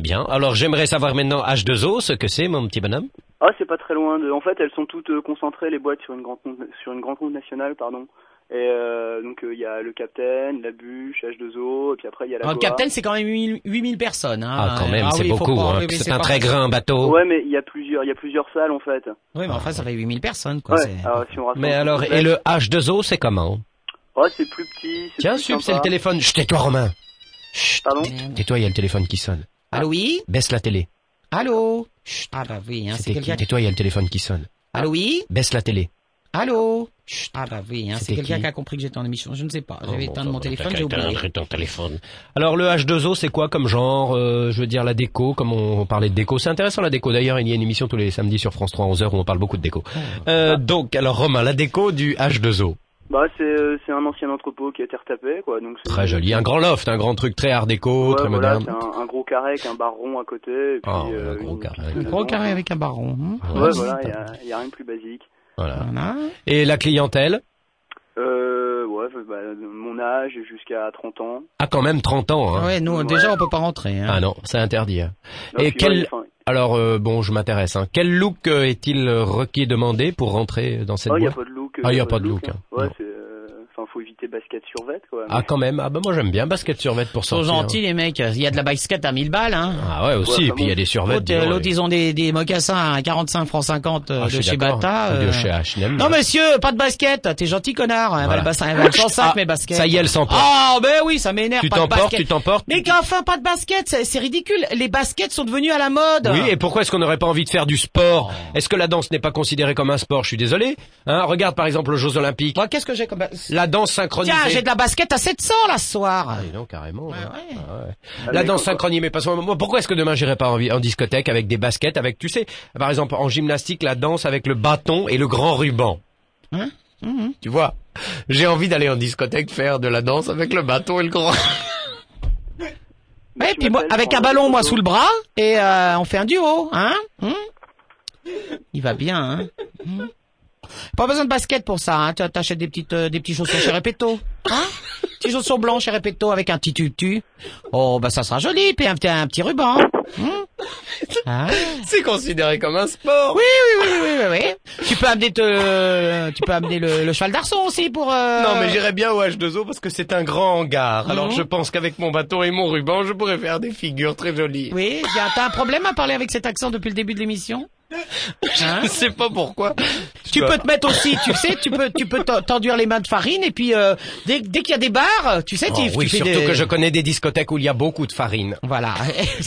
Speaker 6: Bien. Alors, j'aimerais savoir maintenant H2O, ce que c'est, mon petit bonhomme.
Speaker 9: Ah, c'est pas très loin de. En fait, elles sont toutes euh, concentrées les boîtes sur une grande route- sur une grande route nationale, pardon. Et euh, donc euh, il y a le Capitaine, la bûche, H2O, et puis après il y a la.
Speaker 7: Alors, Ah, le
Speaker 9: Goa.
Speaker 7: Captain, c'est quand même 8000 personnes. Hein.
Speaker 6: Ah, quand même, c'est
Speaker 7: oui, faut
Speaker 6: beaucoup.
Speaker 7: pas-
Speaker 6: hein.
Speaker 7: oui, oui,
Speaker 6: c'est un
Speaker 7: pas-
Speaker 6: très grand bateau.
Speaker 9: Ouais, mais il y a plusieurs, il y a plusieurs salles en fait.
Speaker 7: Oui, mais enfin, ça fait 8000 personnes, quoi.
Speaker 9: Ouais.
Speaker 7: c'est-
Speaker 9: Alors, si on rassemble
Speaker 6: Ah, Mais
Speaker 9: toutes
Speaker 6: alors,
Speaker 9: les
Speaker 6: et
Speaker 9: salles-
Speaker 6: le H2O, c'est comment
Speaker 9: Oh, c'est plus petit.
Speaker 6: Tiens,
Speaker 9: plus
Speaker 6: Sup, c'est le
Speaker 9: sympa.
Speaker 6: téléphone. Chut, tais-toi, Romain. Chut,
Speaker 9: Pardon
Speaker 6: tais- tais-toi, il y a le téléphone qui sonne. Ah,
Speaker 7: Allô, Ah oui
Speaker 6: Baisse la télé.
Speaker 7: Allô Chut. Ah, bah oui, hein, c'est
Speaker 6: C'était qui
Speaker 7: quelqu'un. qui-
Speaker 6: Tais-toi, il y a le téléphone qui sonne.
Speaker 7: Allô, oui
Speaker 6: Baisse la télé.
Speaker 7: Allô Chut. Ah, bah oui, hein,
Speaker 6: C'était
Speaker 7: c'est quelqu'un
Speaker 6: qui
Speaker 7: qui a compris que j'étais en émission. Je ne sais pas. J'avais
Speaker 6: Oh, bon,
Speaker 7: éteint
Speaker 6: ça
Speaker 7: mon
Speaker 6: va,
Speaker 7: téléphone,
Speaker 6: t'as
Speaker 7: j'ai
Speaker 6: qu'à
Speaker 7: oublié.
Speaker 6: éteindre ton téléphone. Alors le H2O, c'est quoi comme genre euh, Je veux dire la déco, comme on parlait de déco. C'est intéressant la déco. D'ailleurs, il y a une émission tous les samedis sur France 3 à 11h où on parle beaucoup de
Speaker 7: Ah,
Speaker 6: déco. Euh, donc, alors Romain, la déco du H2O.
Speaker 9: Bah c'est euh, c'est un ancien entrepôt qui a été retapé quoi, donc. c'est-
Speaker 6: Très joli. Un grand loft, un grand truc très art déco,
Speaker 9: Ouais,
Speaker 6: très
Speaker 9: voilà,
Speaker 6: moderne.
Speaker 9: c'est un, un gros carré avec un bar rond à côté. Et puis,
Speaker 6: Ah, ouais,
Speaker 9: euh,
Speaker 6: un gros
Speaker 9: une
Speaker 6: carré
Speaker 9: petite
Speaker 6: avec
Speaker 9: maison.
Speaker 7: Gros carré avec un baron. hein.
Speaker 9: Ouais, voilà, il y a, y a rien de plus basique.
Speaker 6: Voilà.
Speaker 7: Voilà.
Speaker 6: Et la clientèle
Speaker 9: Euh, ouais, bah, mon âge jusqu'à 30 ans.
Speaker 6: a Ah, quand même 30 ans. hein.
Speaker 7: Ah ouais, nous,
Speaker 9: Ouais.
Speaker 7: déjà, on peut pas rentrer. Hein.
Speaker 6: Ah non, c'est interdit. hein.
Speaker 9: Non,
Speaker 6: Et
Speaker 9: puis,
Speaker 6: quel-
Speaker 9: ouais, enfin,
Speaker 6: Alors euh, bon, je m'intéresse. hein. Quel look euh, est-il euh, requis demandé pour rentrer dans cette
Speaker 9: Ah, il n'y a
Speaker 6: boîte
Speaker 9: pas de look.
Speaker 6: Ah,
Speaker 9: y
Speaker 6: y a pas de look, hein.
Speaker 9: Ouais,
Speaker 6: Non.
Speaker 9: c'est. euh, Enfin, faut éviter basket sur vêt, quoi.
Speaker 6: Ah quand même. Ah bah moi j'aime bien basket survette pour
Speaker 7: Ils sont
Speaker 6: sortir. hein.
Speaker 7: gentils, les mecs. Il y a de la basket à 1000 balles. Hein.
Speaker 6: Ah ouais aussi,
Speaker 9: Ouais,
Speaker 6: et puis il y a des survêtements.
Speaker 7: L'autre, euh, l'autre, ils ont des, des mocassins à 45 francs 50 euh,
Speaker 6: Ah, je
Speaker 7: de
Speaker 6: suis
Speaker 7: chez
Speaker 6: d'accord.
Speaker 7: Bata.
Speaker 6: De
Speaker 7: euh.
Speaker 6: chez H&M.
Speaker 7: Non monsieur, pas de basket, t'es gentil connard. Elle va
Speaker 6: Voilà. <laughs>
Speaker 7: le bassin, elle va le 105
Speaker 6: Ah,
Speaker 7: mes baskets.
Speaker 6: Ça y est, elle s'emporte.
Speaker 7: Ah ben oui, ça m'énerve.
Speaker 6: tu
Speaker 7: pas de
Speaker 6: t'emportes,
Speaker 7: basket.
Speaker 6: tu t'emportes.
Speaker 7: Mais qu'enfin pas de basket, c'est c'est ridicule. Les baskets sont devenues à la mode.
Speaker 6: Oui, et pourquoi est-ce qu'on n'aurait pas envie de faire du sport Est-ce que la danse n'est pas considérée comme un sport Je suis désolé. Hein, regarde par exemple aux Jeux Olympiques.
Speaker 7: Moi, Bah, qu'est-ce que j'ai comme bas-
Speaker 6: La danse synchronisée.
Speaker 7: Tiens, j'ai de la Oh. basket à 700 là ce soir.
Speaker 6: Ah, dis donc, carrément. hein.
Speaker 7: ouais.
Speaker 6: Ah ouais.
Speaker 9: Ah,
Speaker 6: La
Speaker 9: d'accord,
Speaker 6: danse
Speaker 9: quoi.
Speaker 6: synchronisée, mais parce que moi, pourquoi est-ce que demain j'irai pas en, en discothèque avec des baskets, avec, tu sais, par exemple, en gymnastique, la danse avec le bâton et le grand ruban.
Speaker 7: Hein
Speaker 6: Tu vois, j'ai envie d'aller en discothèque faire de la danse avec le bâton et le grand.
Speaker 7: Ouais,
Speaker 9: tu
Speaker 7: puis moi,
Speaker 9: m'appelles
Speaker 7: avec
Speaker 9: pour
Speaker 7: un
Speaker 9: la
Speaker 7: ballon moi
Speaker 9: photo.
Speaker 7: sous le bras et euh, on fait un duo, hein Hum Il va bien, hein Hum Pas besoin de basket pour ça, hein Tu t'achètes des petites, euh, des petits chaussons chez Repetto, hein Petits chaussons blancs chez Repetto avec un petit tutu. Oh bah ça sera joli, puis un, petit- un petit ruban. Hum Ah.
Speaker 6: <laughs> C'est considéré comme un sport.
Speaker 7: Oui, oui, oui, oui, oui, oui. Tu peux amener te, tu peux amener le, le cheval d'arçon aussi pour. euh,
Speaker 6: Non, mais j'irais bien au H2O parce que c'est un grand hangar. Alors
Speaker 7: Mhm.
Speaker 6: je pense qu'avec mon bâton et mon ruban, je pourrais faire des figures très jolies.
Speaker 7: Oui, y a- t'as un problème à parler avec cet accent depuis le début de l'émission. Hein
Speaker 6: Je sais pas pourquoi.
Speaker 7: Tu peux te mettre aussi, tu sais, tu peux, tu peux t'en- t'enduire les mains de farine et puis euh, dès, dès qu'il y a des bars, tu sais,
Speaker 6: Oh
Speaker 7: tu, tu
Speaker 6: oui,
Speaker 7: fais
Speaker 6: surtout
Speaker 7: des-
Speaker 6: que je connais des discothèques où il y a beaucoup de farine. <laughs>
Speaker 7: Voilà.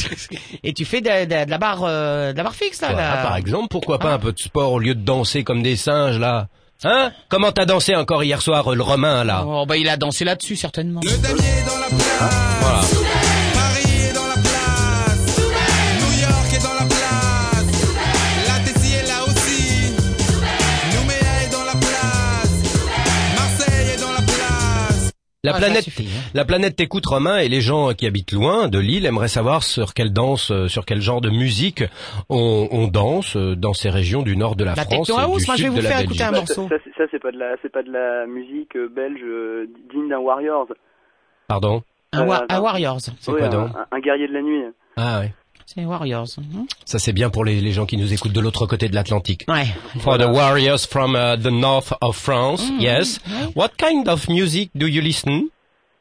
Speaker 7: <laughs> et tu fais de, de- de la barre, euh, de la barre fixe là.
Speaker 6: Voilà,
Speaker 7: la-
Speaker 6: Ah, par exemple, pourquoi pas un peu de sport au lieu de danser comme des singes là Hein Comment t'as dansé encore hier soir euh, le Romain là
Speaker 7: Oh bah il a dansé là-dessus certainement.
Speaker 6: La
Speaker 7: Ah, ça
Speaker 6: planète,
Speaker 7: suffit, hein.
Speaker 6: la planète t'écoute Romain et les gens qui habitent loin de l'île aimeraient savoir sur quelle danse, euh, sur quel genre de musique on, on danse euh, dans ces régions du nord de la,
Speaker 7: Bah, La
Speaker 6: France
Speaker 7: techno
Speaker 6: et
Speaker 7: house,
Speaker 6: du
Speaker 7: moi
Speaker 6: sud
Speaker 7: je vais
Speaker 6: de
Speaker 7: vous
Speaker 6: la
Speaker 7: faire
Speaker 6: Belgique.
Speaker 7: écouter un morceau.
Speaker 9: Bah, Ça, c'est- ça, c'est pas de la, c'est pas de la musique euh, belge euh, digne d'un Warriors.
Speaker 6: Pardon,
Speaker 7: Un, wa-
Speaker 9: Euh,
Speaker 7: un Warriors.
Speaker 6: c'est
Speaker 9: Ouais,
Speaker 6: quoi
Speaker 9: un-
Speaker 6: donc
Speaker 9: un, un guerrier de la nuit.
Speaker 6: Ah ouais,
Speaker 7: C'est Warriors. Mhm.
Speaker 6: ça c'est bien pour les, les gens qui nous écoutent de l'autre côté de l'Atlantique.
Speaker 7: Ouais.
Speaker 6: For the warriors from uh, the north of France,
Speaker 7: Mmh,
Speaker 6: yes. What kind of music do you listen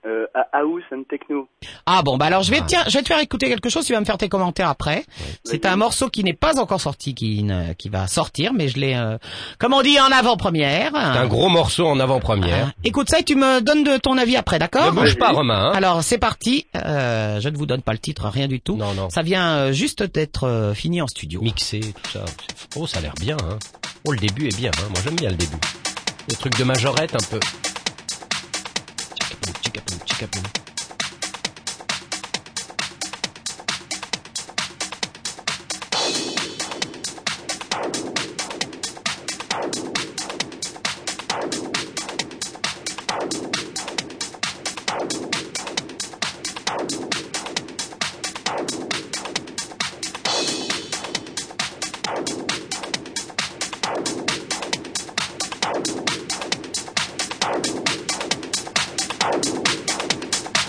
Speaker 9: Euh, à House and Techno.
Speaker 7: Ah bon, bah alors je vais, tiens, je vais te faire écouter quelque chose, tu vas me faire tes commentaires après. C'est un morceau qui n'est pas encore sorti, qui, ne- qui va sortir, mais je l'ai, euh, comme on dit, en avant-première.
Speaker 6: Un gros morceau en avant-première.
Speaker 7: Ah, Écoute ça et tu me donnes de ton avis après,
Speaker 6: Ne
Speaker 7: d'accord
Speaker 6: bouge pas Romain. hein.
Speaker 7: Alors c'est parti, Euh, je ne vous donne pas le titre, rien du tout.
Speaker 6: Non, non.
Speaker 7: Ça vient euh, juste d'être euh, fini en studio.
Speaker 6: mixé, tout ça. Oh, ça a l'air bien, hein. Oh, le début est bien, hein. Moi, j'aime bien le début. Le truc de majorette, un peu. Tchicapou, tchicapou, tchicapou.
Speaker 10: Thank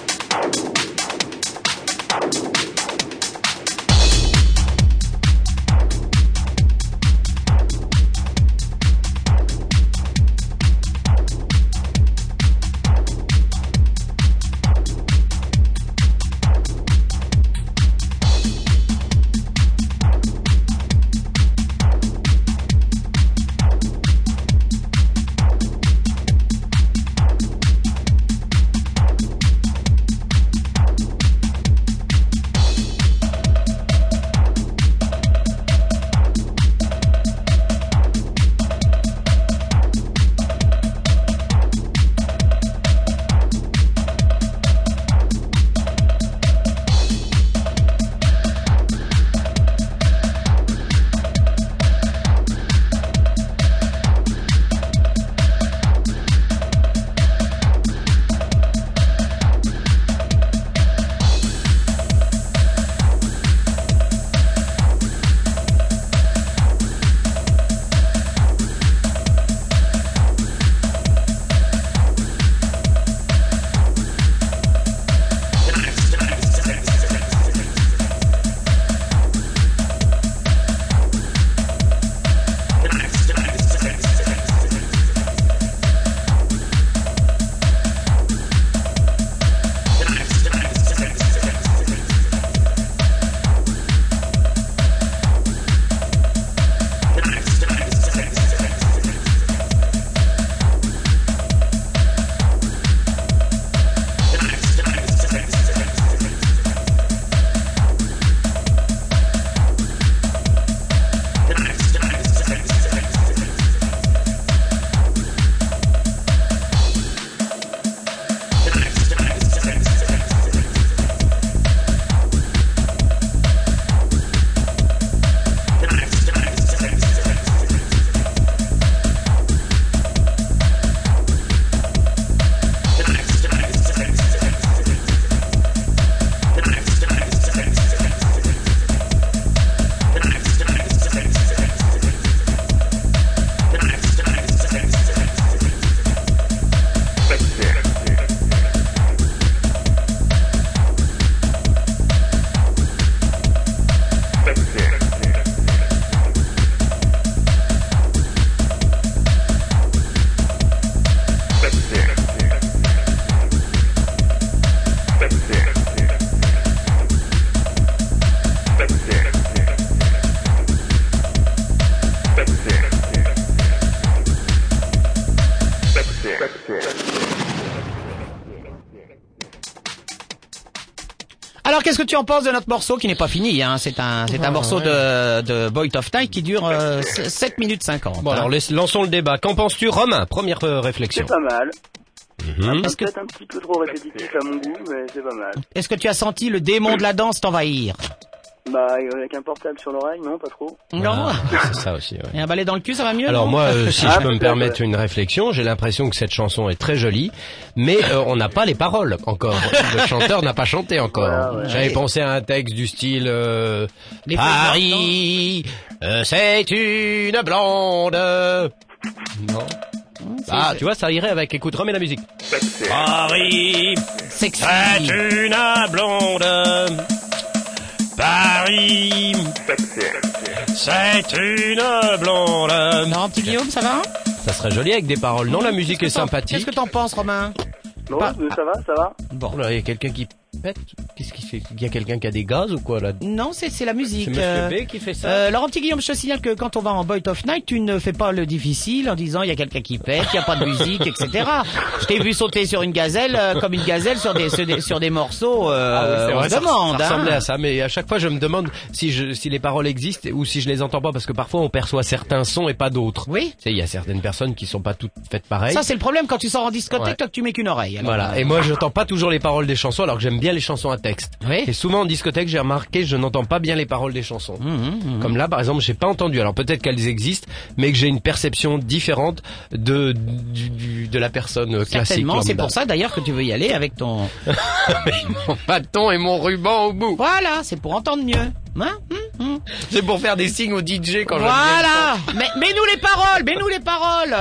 Speaker 7: qu'est-ce que tu en penses de notre morceau qui n'est pas fini hein C'est un, c'est un morceau de, de Boy of Time qui dure euh, 7 minutes 50.
Speaker 6: Bon,
Speaker 7: hein.
Speaker 6: alors laisse- lançons le débat. Qu'en penses-tu, Romain Première euh, réflexion.
Speaker 9: C'est pas mal.
Speaker 6: Mhm.
Speaker 7: Est-ce que-
Speaker 9: Peut-être un petit peu trop répétitif à mon goût, mais c'est pas mal.
Speaker 7: Est-ce que tu as senti le démon de la danse t'envahir
Speaker 9: Bah, avec un portable sur l'oreille, non, pas trop.
Speaker 7: <laughs> Non.
Speaker 6: Ah, c'est ça aussi, ouais.
Speaker 7: Et un balai dans le cul, ça va mieux
Speaker 6: Alors
Speaker 7: non
Speaker 6: moi, euh, si
Speaker 9: Ah,
Speaker 6: je peux me
Speaker 9: peut-être,
Speaker 6: permettre une réflexion, j'ai l'impression que cette chanson est très jolie, mais euh, on n'a pas les paroles encore. Le chanteur n'a pas chanté encore.
Speaker 9: Voilà, ouais.
Speaker 6: J'avais pensé à un texte du style euh,
Speaker 7: Les
Speaker 6: Paris, euh, c'est une blonde. Non. Ah, tu vois, ça irait avec. Écoute, remets la musique. Paris,
Speaker 7: Sexy.
Speaker 6: c'est une blonde. Paris, c'est une blonde.
Speaker 7: Non, petit Guillaume, ça va
Speaker 6: Ça serait joli avec des paroles. Non, la musique est
Speaker 7: Qu'est-ce que t'en-
Speaker 6: sympathique.
Speaker 7: Qu'est-ce que t'en penses, Romain
Speaker 9: Bon,
Speaker 7: Pas-
Speaker 9: euh, ça va, ça va.
Speaker 6: Oh là, il y a quelqu'un qui pète. Qu'est-ce qu'il fait Il y a quelqu'un qui a des gaz ou quoi là
Speaker 7: Non, c'est c'est la
Speaker 6: C'est
Speaker 7: musique. euh,
Speaker 6: Monsieur B qui fait ça
Speaker 7: Euh, Laurent Petit Guillaume, je te signale que quand on va en Boy of Night, tu ne fais pas le difficile en disant il y a quelqu'un qui pète, il y a pas de musique, etc. Je t'ai vu sauter sur une gazelle euh, comme une gazelle sur des sur des, sur des morceaux. Euh,
Speaker 6: ah
Speaker 7: on se
Speaker 6: ça,
Speaker 7: demande.
Speaker 6: ça
Speaker 7: hein.
Speaker 6: ressemblait à ça, mais à chaque fois je me demande si, je, si les paroles existent ou si je les entends pas, parce que parfois on perçoit certains sons et pas d'autres.
Speaker 7: Oui.
Speaker 6: Tu sais, il y a certaines personnes qui sont pas toutes faites pareilles.
Speaker 7: Ça c'est le problème quand tu sors en discothèque,
Speaker 6: Ouais.
Speaker 7: toi que tu mets qu'une oreille. alors.
Speaker 6: Voilà. Et moi, j'entends pas toujours les paroles des chansons, alors que j'aime bien les chansons à texte.
Speaker 7: Oui.
Speaker 6: Et souvent en discothèque, j'ai remarqué, je n'entends pas bien les paroles des chansons.
Speaker 7: Mmh,
Speaker 6: Comme là, par exemple, j'ai pas entendu. Alors peut-être qu'elles existent, mais que j'ai une perception différente de du- du- de la personne euh, classique.
Speaker 7: Certainement, c'est
Speaker 6: lambda.
Speaker 7: pour ça d'ailleurs que tu veux y aller
Speaker 6: <laughs>
Speaker 7: avec ton.
Speaker 6: Mon <laughs> bâton et mon ruban au bout.
Speaker 7: Voilà, c'est pour entendre mieux. Hein Hum, hum.
Speaker 6: C'est pour faire des signes au DJ quand je
Speaker 7: voilà. Mais mets-nous les paroles, mets-nous les paroles.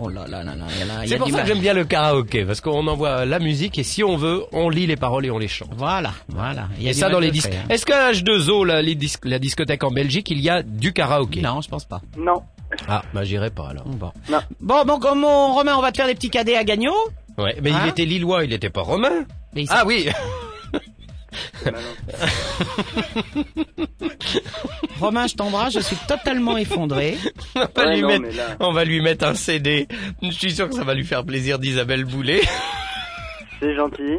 Speaker 7: Oh là là là là, il y a là. il y
Speaker 6: C'est
Speaker 7: a
Speaker 6: pour
Speaker 7: du
Speaker 6: ça que
Speaker 7: mal.
Speaker 6: j'aime bien le karaoké, parce qu'on envoie la musique et si on veut, on lit les paroles et on les chante.
Speaker 7: Voilà, voilà. Il y a
Speaker 6: Et
Speaker 7: du
Speaker 6: ça
Speaker 7: mal
Speaker 6: dans
Speaker 7: de
Speaker 6: les
Speaker 7: hein. le
Speaker 6: disques.
Speaker 7: faire.
Speaker 6: Est-ce qu'à H2O, la, les disques- la discothèque en Belgique, il y a du karaoké
Speaker 7: Non, je pense pas.
Speaker 9: Non.
Speaker 6: Ah, bah j'irai pas alors.
Speaker 7: Bon.
Speaker 9: Non.
Speaker 7: Bon, bon, comme on- Romain, on va te faire des petits cadets à Gagnon.
Speaker 6: Ouais, mais
Speaker 7: Hein
Speaker 6: il était lillois, il était pas romain.
Speaker 7: Mais il-
Speaker 6: Ah
Speaker 7: <laughs>
Speaker 6: oui,
Speaker 7: Romain, je t'embrasse, je suis
Speaker 6: <laughs>
Speaker 7: totalement effondré.
Speaker 6: on va,
Speaker 9: Ouais,
Speaker 6: lui
Speaker 9: non,
Speaker 6: mettre,
Speaker 9: mais là-
Speaker 6: on va lui mettre un CD. Je suis sûr que ça va lui faire plaisir d'Isabelle Boulet.
Speaker 9: C'est gentil.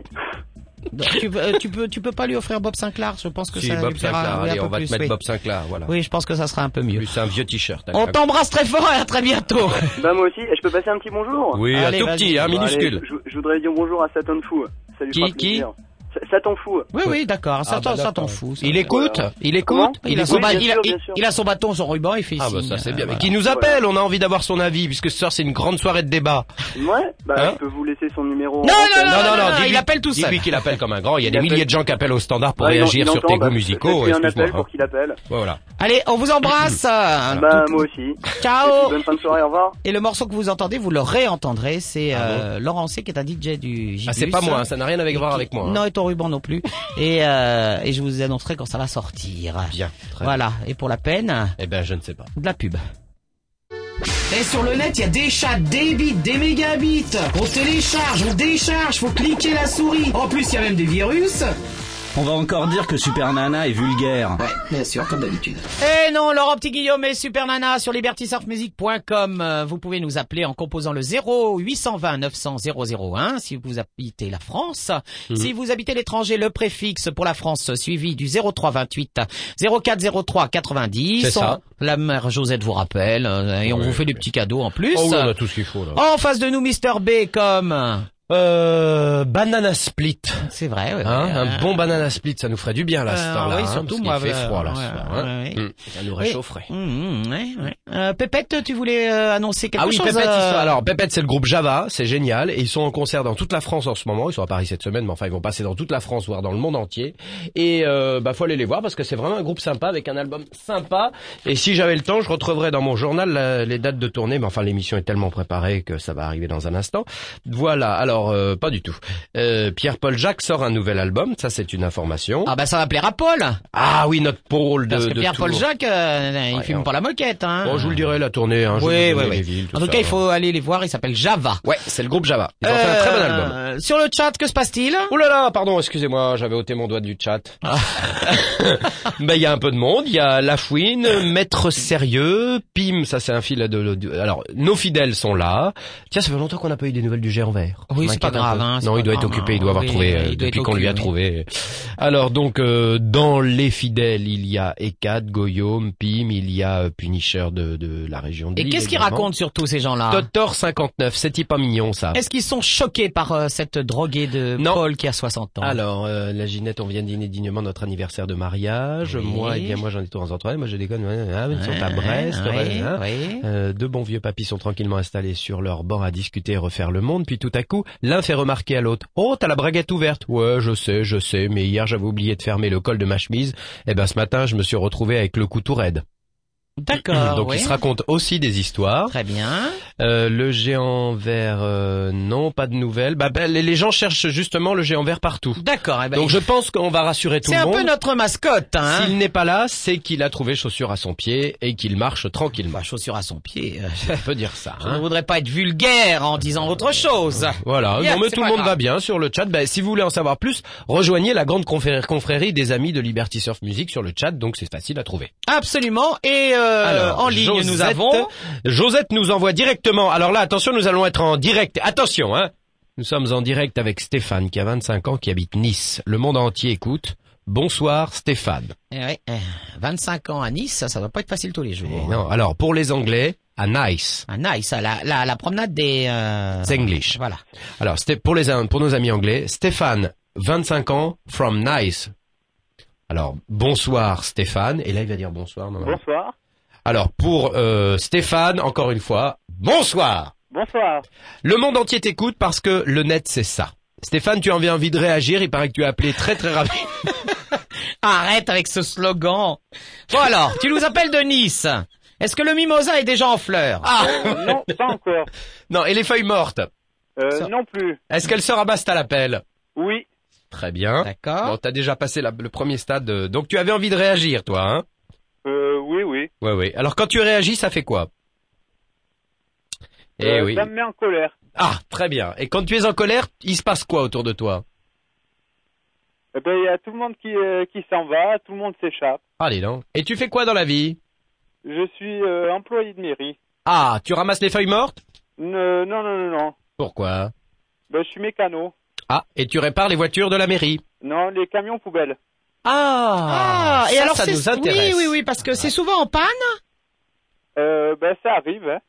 Speaker 7: Donc, tu, peux- euh, tu peux, tu peux pas lui offrir Bob Sinclair, je pense <laughs> que
Speaker 6: Si,
Speaker 7: ça
Speaker 6: Bob
Speaker 7: lui fera
Speaker 6: Sinclair,
Speaker 7: oui, un
Speaker 6: allez,
Speaker 7: peu
Speaker 6: on va
Speaker 7: plus,
Speaker 6: te mettre
Speaker 7: oui.
Speaker 6: Bob Sinclair, voilà.
Speaker 7: Oui, je pense que ça sera un peu mieux.
Speaker 6: Plus un vieux t-shirt.
Speaker 7: On t'embrasse très fort et à très bientôt.
Speaker 9: Bah, moi aussi, je peux passer un petit bonjour
Speaker 6: Oui,
Speaker 7: Allez,
Speaker 6: un tout
Speaker 7: vas-y.
Speaker 6: petit, hein,
Speaker 9: Bon, allez,
Speaker 6: minuscule.
Speaker 9: je, je voudrais dire bonjour à Satan Fou. Ça lui
Speaker 6: Qui-
Speaker 9: fera
Speaker 6: qui
Speaker 9: plaisir. Sa- Satan Fou.
Speaker 7: Oui, oui, d'accord. Ça
Speaker 6: Ah,
Speaker 7: t'en-
Speaker 6: bah,
Speaker 7: ça t'en
Speaker 6: d'accord.
Speaker 7: fout. ça.
Speaker 6: Il écoute, il
Speaker 9: Comment
Speaker 6: écoute.
Speaker 7: Il a
Speaker 9: Oui,
Speaker 7: son, ba-
Speaker 9: bien
Speaker 7: il, a-
Speaker 9: sûr,
Speaker 7: il-
Speaker 9: bien sûr.
Speaker 7: il a son bâton, son ruban, il fait
Speaker 6: Ah bah
Speaker 7: signe.
Speaker 6: ça c'est bien.
Speaker 7: Euh,
Speaker 6: Mais
Speaker 7: voilà.
Speaker 6: qui nous appelle, on a envie d'avoir son avis, puisque ce soir c'est une grande soirée de débat.
Speaker 9: Ouais, bah,
Speaker 6: Hein
Speaker 9: je peux vous laisser son numéro.
Speaker 7: Non,
Speaker 9: en
Speaker 7: non,
Speaker 9: antenne.
Speaker 7: non,
Speaker 6: dis-lui-
Speaker 7: il appelle tout seul.
Speaker 6: Dis-lui qu'il appelle comme un grand, il y a des
Speaker 9: appelle-
Speaker 6: milliers de gens qui appellent au standard pour
Speaker 9: Bah, il en-
Speaker 6: réagir
Speaker 9: il
Speaker 6: sur
Speaker 9: entend,
Speaker 6: tes
Speaker 9: bah,
Speaker 6: goûts musicaux.
Speaker 9: faites-lui un
Speaker 6: Excuse-moi.
Speaker 9: appel pour qu'il appelle.
Speaker 6: hein. Voilà.
Speaker 7: Allez, on vous embrasse.
Speaker 9: <laughs> Bah, moi aussi. Et
Speaker 7: Ciao.
Speaker 9: puis, bonne fin de soirée, au revoir. Ah
Speaker 7: Et le morceau que vous entendez, vous le réentendrez, c'est euh, Laurent C qui est un DJ du Gibus.
Speaker 6: Ah c'est pas moi, hein, ça n'a rien à voir avec moi. hein.
Speaker 7: Non, et ton ruban
Speaker 6: <laughs>
Speaker 7: non plus. et, euh, et je vous annoncerai quand ça va sortir.
Speaker 6: Bien. Très bien.
Speaker 7: Voilà. Et pour la peine,
Speaker 6: Eh ben je ne sais pas.
Speaker 7: de la pub.
Speaker 4: Et sur le net, il y a des chats, des bits, des mégabits. On télécharge, on décharge, faut cliquer la souris. En plus, il y a même des virus.
Speaker 1: On va encore dire que Super Nana est vulgaire.
Speaker 4: Ouais, bien sûr, comme d'habitude.
Speaker 7: Eh non, Laurent Petit Guillaume et Super Nana sur libertysurfmusic.com. Euh, Vous pouvez nous appeler en composant le 0 820 900 001 si vous habitez la France.
Speaker 6: Mhm.
Speaker 7: Si vous habitez l'étranger, le préfixe pour la France suivi du 03 28 04 03 90.
Speaker 6: C'est ça.
Speaker 7: On- La mère Josette vous rappelle euh, et on vous fait des petits cadeaux en plus.
Speaker 6: Oh oui, on a tout ce qu'il faut là.
Speaker 7: en face de nous, Mr B comme...
Speaker 6: Euh, banana split.
Speaker 7: C'est vrai, ouais, ouais,
Speaker 6: Hein,
Speaker 7: euh,
Speaker 6: un bon banana split, ça nous ferait du bien là,
Speaker 7: Euh,
Speaker 6: ce temps-là.
Speaker 7: oui,
Speaker 6: hein,
Speaker 7: surtout,
Speaker 6: parce qu'il
Speaker 7: moi,
Speaker 6: fait
Speaker 7: euh,
Speaker 6: froid là,
Speaker 7: ouais,
Speaker 6: ce soir, hein.
Speaker 7: ouais, ouais.
Speaker 6: Mm. Ça nous réchaufferait.
Speaker 7: hum, hum, ouais, ouais. Euh, Pépette, tu voulais euh, annoncer quelque
Speaker 6: Ah oui,
Speaker 7: chose
Speaker 6: Pépette, ils
Speaker 7: euh,
Speaker 6: sont- alors Pépette, c'est le groupe Java, c'est génial, et ils sont en concert dans toute la France en ce moment. Ils sont à Paris cette semaine, mais enfin ils vont passer dans toute la France, voire dans le monde entier. Et euh, bah faut aller les voir parce que c'est vraiment un groupe sympa avec un album sympa. Et si j'avais le temps, je retrouverais dans mon journal la- les dates de tournée. Mais enfin l'émission est tellement préparée que ça va arriver dans un instant. Voilà. Alors euh, pas du tout. Euh, Pierre-Paul Jacques sort un nouvel album, ça c'est une information. Ah,
Speaker 7: Ah bah ça va plaire à Paul
Speaker 6: oui, notre pôle de,
Speaker 7: Parce
Speaker 6: de
Speaker 7: que Pierre-Paul
Speaker 6: tour.
Speaker 7: Jacques, euh, il
Speaker 6: Ouais,
Speaker 7: fume
Speaker 6: on-
Speaker 7: pas la moquette. Hein.
Speaker 6: Bon, je vous le dirai la tournée. Hein, je
Speaker 7: Oui,
Speaker 6: vais vous
Speaker 7: oui,
Speaker 6: donner
Speaker 7: oui.
Speaker 6: les villes,
Speaker 7: en tout cas, il
Speaker 6: ça. hein.
Speaker 7: faut aller les voir. Il s'appelle Java.
Speaker 6: Ouais, c'est le groupe Java. Ils ont fait un très bon
Speaker 7: Euh,
Speaker 6: album.
Speaker 7: Sur le chat, que se passe-t-il Ah.
Speaker 6: Oh là là, pardon, excusez-moi, j'avais ôté mon doigt du chat. <laughs> ben il y a un peu de monde, il y a La Fouine, Maître Sérieux, Pim, ça c'est un fil de, de- Alors, nos fidèles sont là. Tiens, ça fait longtemps qu'on n'a pas eu des nouvelles du Gervais.
Speaker 7: Oui, oui, c'est pas
Speaker 6: m'inquiète un
Speaker 7: grave.
Speaker 6: peu.
Speaker 7: hein, c'est
Speaker 6: non,
Speaker 7: pas
Speaker 6: il doit être
Speaker 7: grave,
Speaker 6: occupé, il
Speaker 7: hein.
Speaker 6: doit avoir
Speaker 7: Oui,
Speaker 6: trouvé, euh,
Speaker 7: il doit
Speaker 6: depuis
Speaker 7: être
Speaker 6: qu'on lui a
Speaker 7: occupé.
Speaker 6: trouvé. Alors donc, euh, dans Les Fidèles, il y a Ekat, Goyom, Pim, il y a euh, Punisher de, de la région de
Speaker 7: Et
Speaker 6: Lille
Speaker 7: qu'est-ce qu'ils
Speaker 6: également.
Speaker 7: racontent sur tous ces gens-là
Speaker 6: Totor59, c'est pas mignon ça.
Speaker 7: Est-ce qu'ils sont choqués par euh, cette droguée de
Speaker 6: Non.
Speaker 7: Paul qui a 60 ans
Speaker 6: Alors, euh, la Ginette, on vient de dîner dignement notre anniversaire de mariage.
Speaker 7: Oui.
Speaker 6: Moi, eh bien, moi, j'en ai tout en entrée. Moi, je déconne. Ah, ils sont à
Speaker 7: Ouais,
Speaker 6: Brest.
Speaker 7: ouais,
Speaker 6: hein.
Speaker 7: ouais.
Speaker 6: Euh, deux bons vieux papis sont tranquillement installés sur leur banc à discuter et refaire le monde, puis tout à coup, l'un fait remarquer à l'autre « Oh, t'as la braguette ouverte !»« Ouais, je sais, je sais, mais hier j'avais oublié de fermer le col de ma chemise, et ben ce matin je me suis retrouvé avec le cou tout raide. »
Speaker 7: D'accord.
Speaker 6: Donc
Speaker 7: Ah ouais.
Speaker 6: ils se racontent aussi des histoires.
Speaker 7: Très bien.
Speaker 6: Euh, le géant vert, euh, non, pas de nouvelles. Bah, bah, les les gens cherchent justement le géant vert partout.
Speaker 7: D'accord. eh ben,
Speaker 6: Donc je pense qu'on va rassurer tout
Speaker 7: c'est
Speaker 6: le
Speaker 7: un
Speaker 6: monde.
Speaker 7: peu notre mascotte. Hein
Speaker 6: S'il n'est pas là, c'est qu'il a trouvé chaussure à son pied et qu'il marche tranquillement.
Speaker 7: Bah, chaussure à son pied.
Speaker 6: <laughs>
Speaker 7: euh,
Speaker 6: On peut dire ça.
Speaker 7: Je
Speaker 6: hein.
Speaker 7: ne voudrais pas être vulgaire en disant autre chose.
Speaker 6: Voilà,
Speaker 7: Yes,
Speaker 6: non mais
Speaker 7: c'est
Speaker 6: tout le
Speaker 7: pas
Speaker 6: monde
Speaker 7: grave.
Speaker 6: va bien sur le chat. Ben, si vous voulez en savoir plus, rejoignez la grande confrère- confrérie des amis de Liberty Surf Music sur le chat, donc c'est facile à trouver.
Speaker 7: Absolument. Et euh, en ligne, nous
Speaker 6: Josette-
Speaker 7: avons.
Speaker 6: Josette nous envoie directement. Alors là, attention, nous allons être en direct. Attention, hein. Nous sommes en direct avec Stéphane, qui a 25 ans, qui habite Nice. Le monde entier écoute. Bonsoir, Stéphane.
Speaker 7: Eh ouais, eh, 25 ans à Nice, ça, ça va pas être facile tous les jours.
Speaker 6: Et non, alors pour les Anglais, à Nice.
Speaker 7: Ah nice, ah, la, la, la promenade des. Euh...
Speaker 6: C'est English.
Speaker 7: Voilà.
Speaker 6: Alors c'était pour les pour nos amis anglais, Stéphane, 25 ans, from Nice. Alors bonsoir Stéphane, et là il va dire bonsoir. non, non.
Speaker 10: Bonsoir.
Speaker 6: Alors pour euh, Stéphane, encore une fois, bonsoir.
Speaker 10: Bonsoir.
Speaker 6: Le monde entier t'écoute parce que le net c'est ça. Stéphane, tu avais envie de réagir, il paraît que tu as appelé très très rapide.
Speaker 7: Arrête avec ce slogan. Bon alors, tu nous appelles de Nice. Est-ce que le mimosa est déjà en fleurs
Speaker 10: <laughs>
Speaker 6: Ah.
Speaker 7: <laughs>
Speaker 10: non, pas encore.
Speaker 6: Non, et les feuilles mortes.
Speaker 10: Euh,
Speaker 7: Ça-
Speaker 10: non plus.
Speaker 6: Est-ce qu'elles se rabassent à l'appel
Speaker 10: Oui.
Speaker 6: Très bien. Bon,
Speaker 7: D'accord.
Speaker 6: t'as déjà passé la- le premier stade, euh, donc tu avais envie de réagir toi, hein
Speaker 10: Euh, oui, oui.
Speaker 6: Ouais, ouais. Alors quand tu réagis, ça fait quoi Eh
Speaker 10: Euh,
Speaker 6: oui.
Speaker 10: Ça me met en colère.
Speaker 6: Ah, très bien. Et quand tu es en colère, il se passe quoi autour de toi
Speaker 10: Eh ben, il y a tout le monde qui, euh, qui s'en va, tout le monde s'échappe.
Speaker 6: Allez, non. Ah, Et tu fais quoi dans la vie
Speaker 10: Je suis euh, employé de mairie.
Speaker 6: Ah, tu ramasses les feuilles mortes
Speaker 10: Ne- non, non, non, non.
Speaker 6: Pourquoi
Speaker 10: Ben, je suis mécano.
Speaker 6: Ah, et tu répares les voitures de la mairie.
Speaker 10: Non, les camions poubelles.
Speaker 6: Ah, ça, ça
Speaker 7: c'est-
Speaker 6: nous intéresse.
Speaker 7: Oui, oui, oui, parce que c'est souvent en panne.
Speaker 10: Euh, ben, ça arrive. hein.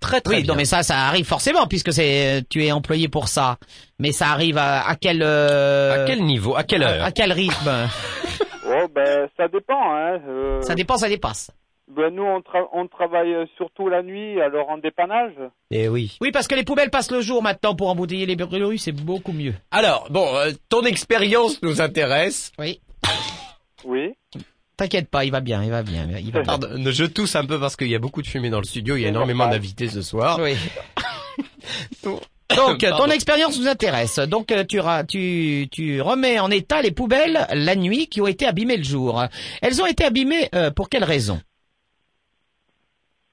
Speaker 6: Très, très
Speaker 7: oui,
Speaker 6: bien.
Speaker 7: non mais ça, ça arrive forcément puisque c'est euh, tu es employé pour ça. Mais ça arrive à, à quel euh,
Speaker 6: À quel niveau À quelle heure
Speaker 7: à, à quel rythme
Speaker 10: Oh, ben, ça dépend. Hein. Euh,
Speaker 7: Ça dépend, ça dépasse.
Speaker 10: ben, nous, on, tra- on travaille euh, surtout la nuit, alors en dépannage.
Speaker 6: Eh oui.
Speaker 7: Oui, parce que les poubelles passent le jour maintenant pour embouteiller les brûleries, c'est beaucoup mieux.
Speaker 6: Alors, bon, euh, ton expérience nous intéresse.
Speaker 7: Oui.
Speaker 10: Oui.
Speaker 7: T'inquiète pas, il va bien, il va bien, il va
Speaker 6: <laughs>
Speaker 7: bien.
Speaker 6: Pardon, je tousse un peu parce qu'il y a beaucoup de fumée dans le studio, il y a énormément d'invités ce soir.
Speaker 7: Oui. Donc, euh,
Speaker 6: Pardon.
Speaker 7: ton expérience nous intéresse. Donc, euh, tu, ra- tu, tu remets en état les poubelles la nuit qui ont été abîmées le jour. Elles ont été abîmées euh, pour quelles raisons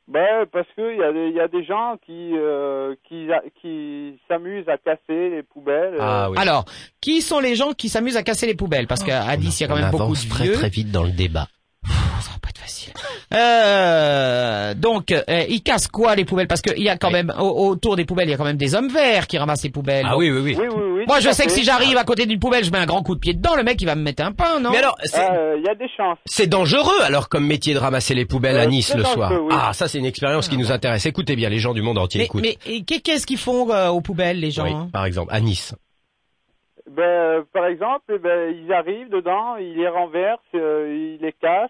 Speaker 10: Ben, parce qu'il y, a des- y a des gens qui, euh, qui, a- qui s'amusent à casser les poubelles. euh.
Speaker 6: Ah oui. Oh,
Speaker 7: Alors, qui sont les gens qui s'amusent à casser les poubelles Parce qu'à Nice, il y a quand
Speaker 6: On
Speaker 7: même beaucoup de
Speaker 6: avance très
Speaker 7: vieux.
Speaker 6: très vite dans le débat.
Speaker 7: Ça va pas être facile. Euh, donc, euh, ils cassent quoi les poubelles Parce qu'il y a quand
Speaker 6: Oui.
Speaker 7: même, au- autour des poubelles, il y a quand même des hommes verts qui ramassent les poubelles.
Speaker 6: Ah oui, oui, oui.
Speaker 10: Oui, oui, oui.
Speaker 7: Moi,
Speaker 10: tout
Speaker 7: je
Speaker 10: à
Speaker 7: sais que
Speaker 10: fait. Ah,
Speaker 7: si j'arrive à côté d'une poubelle, je mets un grand coup de pied dedans, le mec, il va me mettre un pain, non
Speaker 6: Mais alors, c'est-
Speaker 10: Ah, euh, Il y a des chances.
Speaker 6: C'est dangereux alors comme métier de ramasser les poubelles à
Speaker 10: Euh,
Speaker 6: Nice
Speaker 10: c'est
Speaker 6: le
Speaker 10: dangereux,
Speaker 6: soir.
Speaker 10: oui.
Speaker 6: Ah, ça c'est une expérience qui nous intéresse. Écoutez bien, les gens du monde entier
Speaker 7: Mais,
Speaker 6: écoutent.
Speaker 7: mais et qu'est- qu'est-ce qu'ils font euh, aux poubelles, les gens
Speaker 6: Oui,
Speaker 7: hein
Speaker 6: par exemple, à Nice.
Speaker 10: Ben, euh, par exemple, eh ben, ils arrivent dedans, ils les renversent, euh, ils les cassent.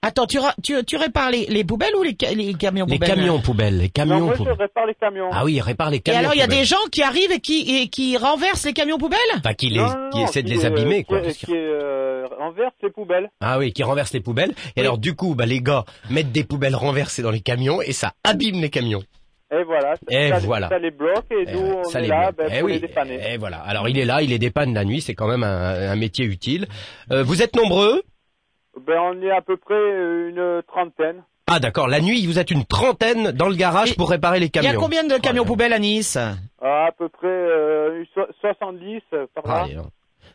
Speaker 7: Attends, tu, ra- tu, tu répares les, les poubelles ou les, ca- les camions
Speaker 6: Les
Speaker 7: poubelles
Speaker 6: camions poubelles, les
Speaker 10: Non,
Speaker 6: camions
Speaker 10: moi,
Speaker 6: poubelles.
Speaker 10: je répare les camions.
Speaker 6: Ah oui, ils réparent les
Speaker 7: Et
Speaker 6: camions.
Speaker 7: alors, il y a
Speaker 6: poubelles.
Speaker 7: des gens qui arrivent et qui, et qui renversent les camions poubelles
Speaker 6: Enfin, qui, les,
Speaker 10: Non, non, non,
Speaker 6: qui essaient de les
Speaker 10: euh,
Speaker 6: abîmer, quoi.
Speaker 10: Qui, qui, euh, renversent les poubelles.
Speaker 6: Ah oui, qui renversent les poubelles. Et alors, du coup, bah, les gars mettent des poubelles renversées dans les camions et ça abîme les camions.
Speaker 10: Et voilà.
Speaker 6: Et
Speaker 10: ça,
Speaker 6: voilà.
Speaker 10: Ça les bloque et
Speaker 6: Eh
Speaker 10: nous,
Speaker 6: ouais,
Speaker 10: on
Speaker 6: ça
Speaker 10: est
Speaker 6: les
Speaker 10: là
Speaker 6: bloque.
Speaker 10: ben,
Speaker 6: Eh
Speaker 10: pour
Speaker 6: oui,
Speaker 10: les dépanner.
Speaker 6: eh voilà. Alors, il est là, il les dépanne la nuit, c'est quand même un, un métier utile. Euh, vous êtes nombreux
Speaker 10: Ben, on est à peu près euh, une trentaine.
Speaker 6: Ah d'accord, la nuit, vous êtes une trentaine dans le garage
Speaker 7: Et-
Speaker 6: pour réparer les
Speaker 7: Il y
Speaker 6: camions. Oh
Speaker 7: a combien de camions
Speaker 6: là.
Speaker 7: poubelles à Nice
Speaker 10: À peu près euh, so- 70 par là.
Speaker 6: Allez, hein.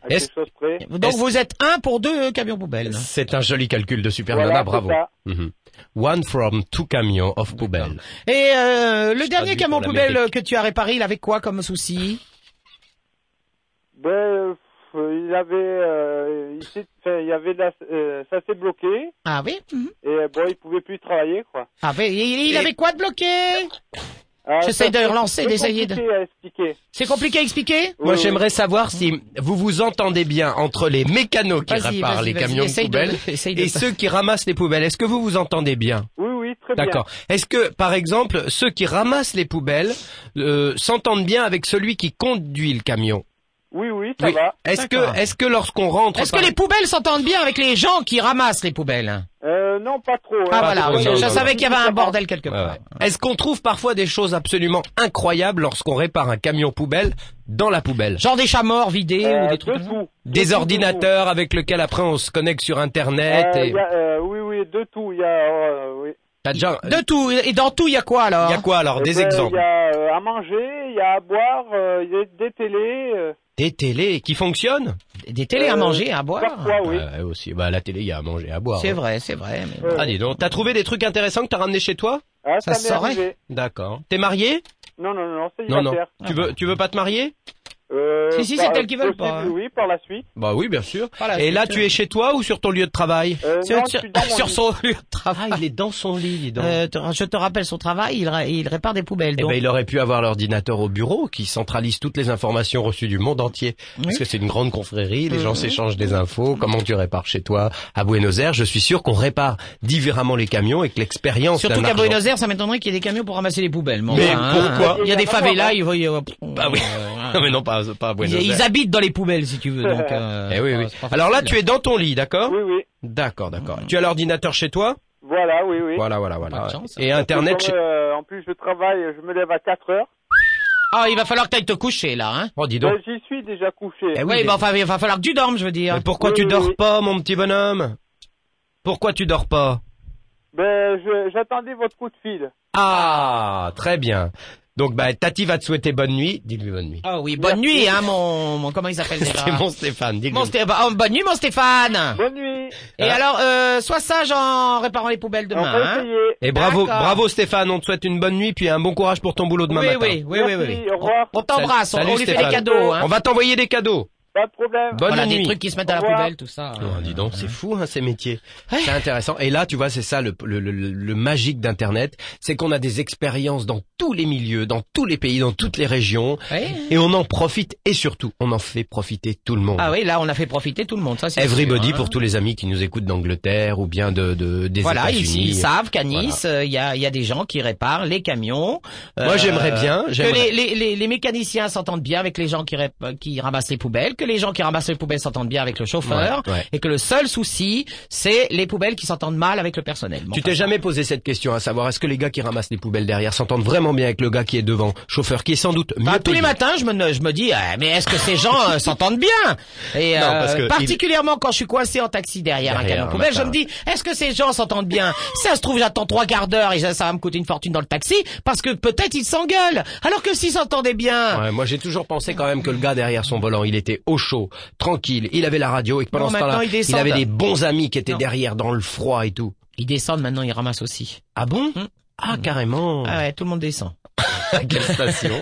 Speaker 10: à quelque
Speaker 6: Est-ce-
Speaker 10: chose près.
Speaker 7: Donc vous êtes un pour deux euh, camions poubelles.
Speaker 6: C'est un joli calcul de Super
Speaker 10: Voilà,
Speaker 6: Nana,
Speaker 10: c'est
Speaker 6: bravo.
Speaker 10: ça.
Speaker 6: Mhm. One from two camions of poubelle.
Speaker 7: Et euh, le dernier
Speaker 6: traduis
Speaker 7: camion
Speaker 6: pour
Speaker 7: poubelle
Speaker 6: l'Amérique.
Speaker 7: que tu as réparé, il avait quoi comme souci
Speaker 10: Ben, euh, il avait, euh, il s'est- enfin, il y avait de la- euh, ça s'est bloqué
Speaker 7: Ah oui mhm.
Speaker 10: et euh, bon, il pouvait plus travailler quoi.
Speaker 7: Ah oui, il, il avait quoi de bloqué
Speaker 10: Ah,
Speaker 7: J'essaie
Speaker 10: ça,
Speaker 7: de
Speaker 10: c'est
Speaker 7: relancer,
Speaker 10: très
Speaker 7: d'essayer de-
Speaker 10: compliqué à expliquer.
Speaker 7: C'est compliqué à expliquer
Speaker 6: Moi,
Speaker 10: Oui,
Speaker 6: j'aimerais savoir si vous vous entendez bien entre les mécanos qui
Speaker 7: Vas-y,
Speaker 6: réparent
Speaker 7: vas-y,
Speaker 6: les
Speaker 7: vas-y,
Speaker 6: camions de
Speaker 7: essaye de-
Speaker 6: poubelle
Speaker 7: <laughs> essaye de-
Speaker 6: et ceux qui ramassent les poubelles. Est-ce que vous vous entendez bien
Speaker 10: Oui, oui, très bien.
Speaker 6: D'accord. Est-ce que, par exemple, ceux qui ramassent les poubelles euh, s'entendent bien avec celui qui conduit le camion
Speaker 10: Oui, oui, ça
Speaker 6: Oui.
Speaker 10: va.
Speaker 6: Est-ce
Speaker 7: D'accord.
Speaker 6: que, est-ce que lorsqu'on rentre,
Speaker 7: Est-ce
Speaker 6: par-
Speaker 7: que les poubelles s'entendent bien avec les gens qui ramassent les poubelles
Speaker 10: Euh, non, pas trop. hein.
Speaker 7: Ah
Speaker 6: pas
Speaker 7: voilà,
Speaker 6: trop,
Speaker 7: oui,
Speaker 6: non,
Speaker 7: je, je
Speaker 6: non,
Speaker 7: savais
Speaker 10: non.
Speaker 7: qu'il y avait un bordel quelque
Speaker 6: Ouais,
Speaker 7: part.
Speaker 6: ouais. Est-ce qu'on trouve parfois des choses absolument incroyables lorsqu'on répare un camion poubelle dans la poubelle
Speaker 7: Genre des chats morts vidés
Speaker 10: Euh,
Speaker 7: ou des trucs
Speaker 10: de
Speaker 7: comme ça
Speaker 10: tout. De
Speaker 6: Des
Speaker 10: tout,
Speaker 6: ordinateurs avec lesquels après on se connecte sur
Speaker 10: de tout.
Speaker 6: Internet.
Speaker 10: Euh,
Speaker 6: et...
Speaker 10: il y a, euh, oui, oui, de tout. Il y a, euh, oui.
Speaker 6: T'as déjà...
Speaker 7: De tout. Et dans tout, il y a quoi alors
Speaker 6: Il y a quoi alors
Speaker 10: Eh
Speaker 6: Des
Speaker 10: ben, Il
Speaker 6: exemples
Speaker 10: y a euh, à manger, il y a à boire, euh, il y a des télés. euh,
Speaker 6: Des télés qui fonctionnent
Speaker 7: Des télés à
Speaker 10: Euh,
Speaker 7: manger, à boire.
Speaker 10: Parfois, oui.
Speaker 6: Ouais, aussi. Bah, la télé, il y a à manger, à boire.
Speaker 7: C'est
Speaker 6: hein.
Speaker 7: vrai, c'est vrai. mais-
Speaker 10: Euh,
Speaker 6: Ah, dis donc. T'as trouvé des trucs intéressants que t'as ramené chez toi
Speaker 10: ah,
Speaker 7: ça
Speaker 10: ça
Speaker 7: se
Speaker 10: m'est
Speaker 7: saurait.
Speaker 10: arrivé.
Speaker 6: D'accord. T'es marié
Speaker 10: Non, non, non, c'est
Speaker 6: Non, non.
Speaker 10: célibataire.
Speaker 6: Tu veux, tu veux pas te marier
Speaker 10: Euh,
Speaker 7: Si, si,
Speaker 10: par-
Speaker 7: c'est elles qui veulent
Speaker 10: possible,
Speaker 7: pas, hein.
Speaker 10: Oui, par la suite.
Speaker 6: Bah oui, bien sûr.
Speaker 7: Voilà,
Speaker 6: Et
Speaker 7: c'est
Speaker 6: là,
Speaker 7: sûr.
Speaker 6: tu es chez toi ou sur ton lieu de travail
Speaker 10: Euh,
Speaker 7: Sur-
Speaker 10: non,
Speaker 7: sur- <laughs>
Speaker 10: je suis dans mon
Speaker 7: sur
Speaker 10: lit.
Speaker 6: Ton lieu de travail. Ah, il est dans son lit, dis donc.
Speaker 7: Euh, te- je te rappelle son travail, il, ra- il répare des poubelles.
Speaker 6: Eh
Speaker 7: donc.
Speaker 6: ben, il aurait pu avoir l'ordinateur au bureau qui centralise toutes les informations reçues du monde entier. Parce que c'est une grande confrérie, les gens s'échangent des infos. Comment tu répares chez toi à Buenos Aires Je suis sûr qu'on répare différemment les camions et que l'expérience
Speaker 7: Surtout
Speaker 6: d'un
Speaker 7: qu'à
Speaker 6: argent-
Speaker 7: Buenos Aires, ça m'étonnerait qu'il y ait des camions pour ramasser les poubelles. mais
Speaker 6: Mais
Speaker 7: enfin,
Speaker 6: pourquoi
Speaker 7: Il y a des
Speaker 10: hein.
Speaker 7: favelas, ils, ils,
Speaker 6: Bah oui. Non, mais non, pas, pas à Buenos
Speaker 7: ils, ils
Speaker 6: Aires.
Speaker 7: habitent dans les poubelles, si tu veux.
Speaker 6: <laughs>
Speaker 7: Donc, euh,
Speaker 6: Eh oui,
Speaker 7: c'est
Speaker 6: oui.
Speaker 7: pas- c'est pas
Speaker 6: Alors là, tu
Speaker 7: facile.
Speaker 6: es dans ton lit, d'accord
Speaker 10: Oui, oui.
Speaker 6: D'accord, d'accord. Tu as l'ordinateur chez toi
Speaker 10: Voilà, oui, oui.
Speaker 6: Voilà, voilà,
Speaker 7: Pas
Speaker 6: voilà.
Speaker 7: de chance. hein.
Speaker 6: Et Internet
Speaker 10: Comme,
Speaker 6: chez...
Speaker 10: euh, en plus, je travaille, je me lève à 4 heures.
Speaker 7: Ah, il va falloir que t'ailles te coucher là. Hein
Speaker 6: Oh, dis donc.
Speaker 10: Euh, J'y suis déjà couché.
Speaker 6: Eh
Speaker 7: oui,
Speaker 6: oui,
Speaker 7: bah, enfin, il va falloir que tu dormes, je veux dire.
Speaker 6: Mais pourquoi tu
Speaker 10: Oui,
Speaker 6: dors
Speaker 10: oui.
Speaker 6: pas, mon petit bonhomme Pourquoi tu dors pas
Speaker 10: Ben, je- j'attendais votre coup de fil.
Speaker 6: Ah, très bien. Donc, bah, Tati va te souhaiter bonne nuit. Dis-lui bonne nuit. <laughs>
Speaker 7: Ah oui, bonne nuit, hein, mon, mon comment il s'appelle déjà
Speaker 6: C'est mon Stéphane. Dis-lui.
Speaker 7: Mon Sté- oh, bonne nuit, mon Stéphane.
Speaker 10: Bonne nuit.
Speaker 7: Et
Speaker 6: Hein
Speaker 7: alors, euh, sois sage en réparant les poubelles
Speaker 10: On va
Speaker 7: demain. Hein
Speaker 10: essayer.
Speaker 6: Et bravo,
Speaker 7: D'accord.
Speaker 6: bravo Stéphane. On te souhaite une bonne nuit puis un bon courage pour ton boulot demain
Speaker 7: oui,
Speaker 6: matin.
Speaker 7: oui, oui, oui, oui,
Speaker 10: Merci,
Speaker 7: oui.
Speaker 10: au revoir.
Speaker 7: On t'embrasse, on,
Speaker 6: Salut,
Speaker 7: on lui fait
Speaker 6: Stéphane.
Speaker 7: des cadeaux. Hein.
Speaker 6: On va t'envoyer des cadeaux.
Speaker 10: Pas de problème.
Speaker 6: Bonne
Speaker 7: voilà,
Speaker 6: nuit.
Speaker 7: des trucs qui se mettent à la
Speaker 10: Au revoir.
Speaker 7: poubelle, tout ça.
Speaker 6: Oh, dis donc, c'est fou hein, ces métiers. C'est intéressant. Et là, tu vois, c'est ça le, le, le, le magique d'Internet, c'est qu'on a des expériences dans tous les milieux, dans tous les pays, dans toutes les régions,
Speaker 7: Ouais.
Speaker 6: et on en profite. Et surtout, on en fait profiter tout le monde.
Speaker 7: Ah oui, là, on a fait profiter tout le monde. Ça, c'est
Speaker 6: Everybody
Speaker 7: sûr, hein.
Speaker 6: pour tous les amis qui nous écoutent d'Angleterre ou bien de, de des
Speaker 7: Voilà, ils,
Speaker 6: États-Unis.
Speaker 7: ils savent qu'à Nice, euh, il y, a, il y a des gens qui réparent les camions. euh,
Speaker 6: Moi, j'aimerais bien,
Speaker 7: que
Speaker 6: j'aimerais-
Speaker 7: les, les, les, les mécaniciens s'entendent bien avec les gens qui, rép- euh, qui ramassent les poubelles, que les gens qui ramassent les poubelles s'entendent bien avec le chauffeur,
Speaker 6: Ouais, ouais.
Speaker 7: et que le seul souci, c'est les poubelles qui s'entendent mal avec le personnel. Bon,
Speaker 6: Tu
Speaker 7: enfin,
Speaker 6: t'es jamais posé cette question à savoir est-ce que les gars qui ramassent les poubelles derrière s'entendent vraiment bien avec le gars qui est devant, chauffeur qui est sans doute mieux
Speaker 7: Bah, tous
Speaker 6: payé.
Speaker 7: les matins, je me, je me dis, Ah, mais est-ce que ces gens euh, s'entendent bien Et
Speaker 6: Non,
Speaker 7: euh,
Speaker 6: parce que
Speaker 7: particulièrement quand je suis coincé en taxi derrière,
Speaker 6: Derrière,
Speaker 7: un camion poubelle,
Speaker 6: matin,
Speaker 7: je me dis, est-ce que ces gens s'entendent bien Si ça se trouve, j'attends trois quarts d'heure et ça, ça va me coûter une fortune dans le taxi parce que peut-être ils s'engueulent. Alors que s'ils s'entendaient bien,
Speaker 6: Ouais, moi j'ai toujours pensé quand même que le gars derrière son volant, il était au chaud, tranquille, il avait la radio et que pendant
Speaker 7: Non,
Speaker 6: ce
Speaker 7: maintenant,
Speaker 6: temps-là,
Speaker 7: ils
Speaker 6: il
Speaker 7: descendent.
Speaker 6: avait des bons amis qui étaient
Speaker 7: Non.
Speaker 6: derrière dans le froid et tout.
Speaker 7: ils descendent maintenant, ils ramassent aussi.
Speaker 6: Ah bon
Speaker 7: Hmm.
Speaker 6: Ah carrément.
Speaker 7: Ah ouais, tout le monde descend.
Speaker 6: Quelle
Speaker 7: <laughs>
Speaker 6: station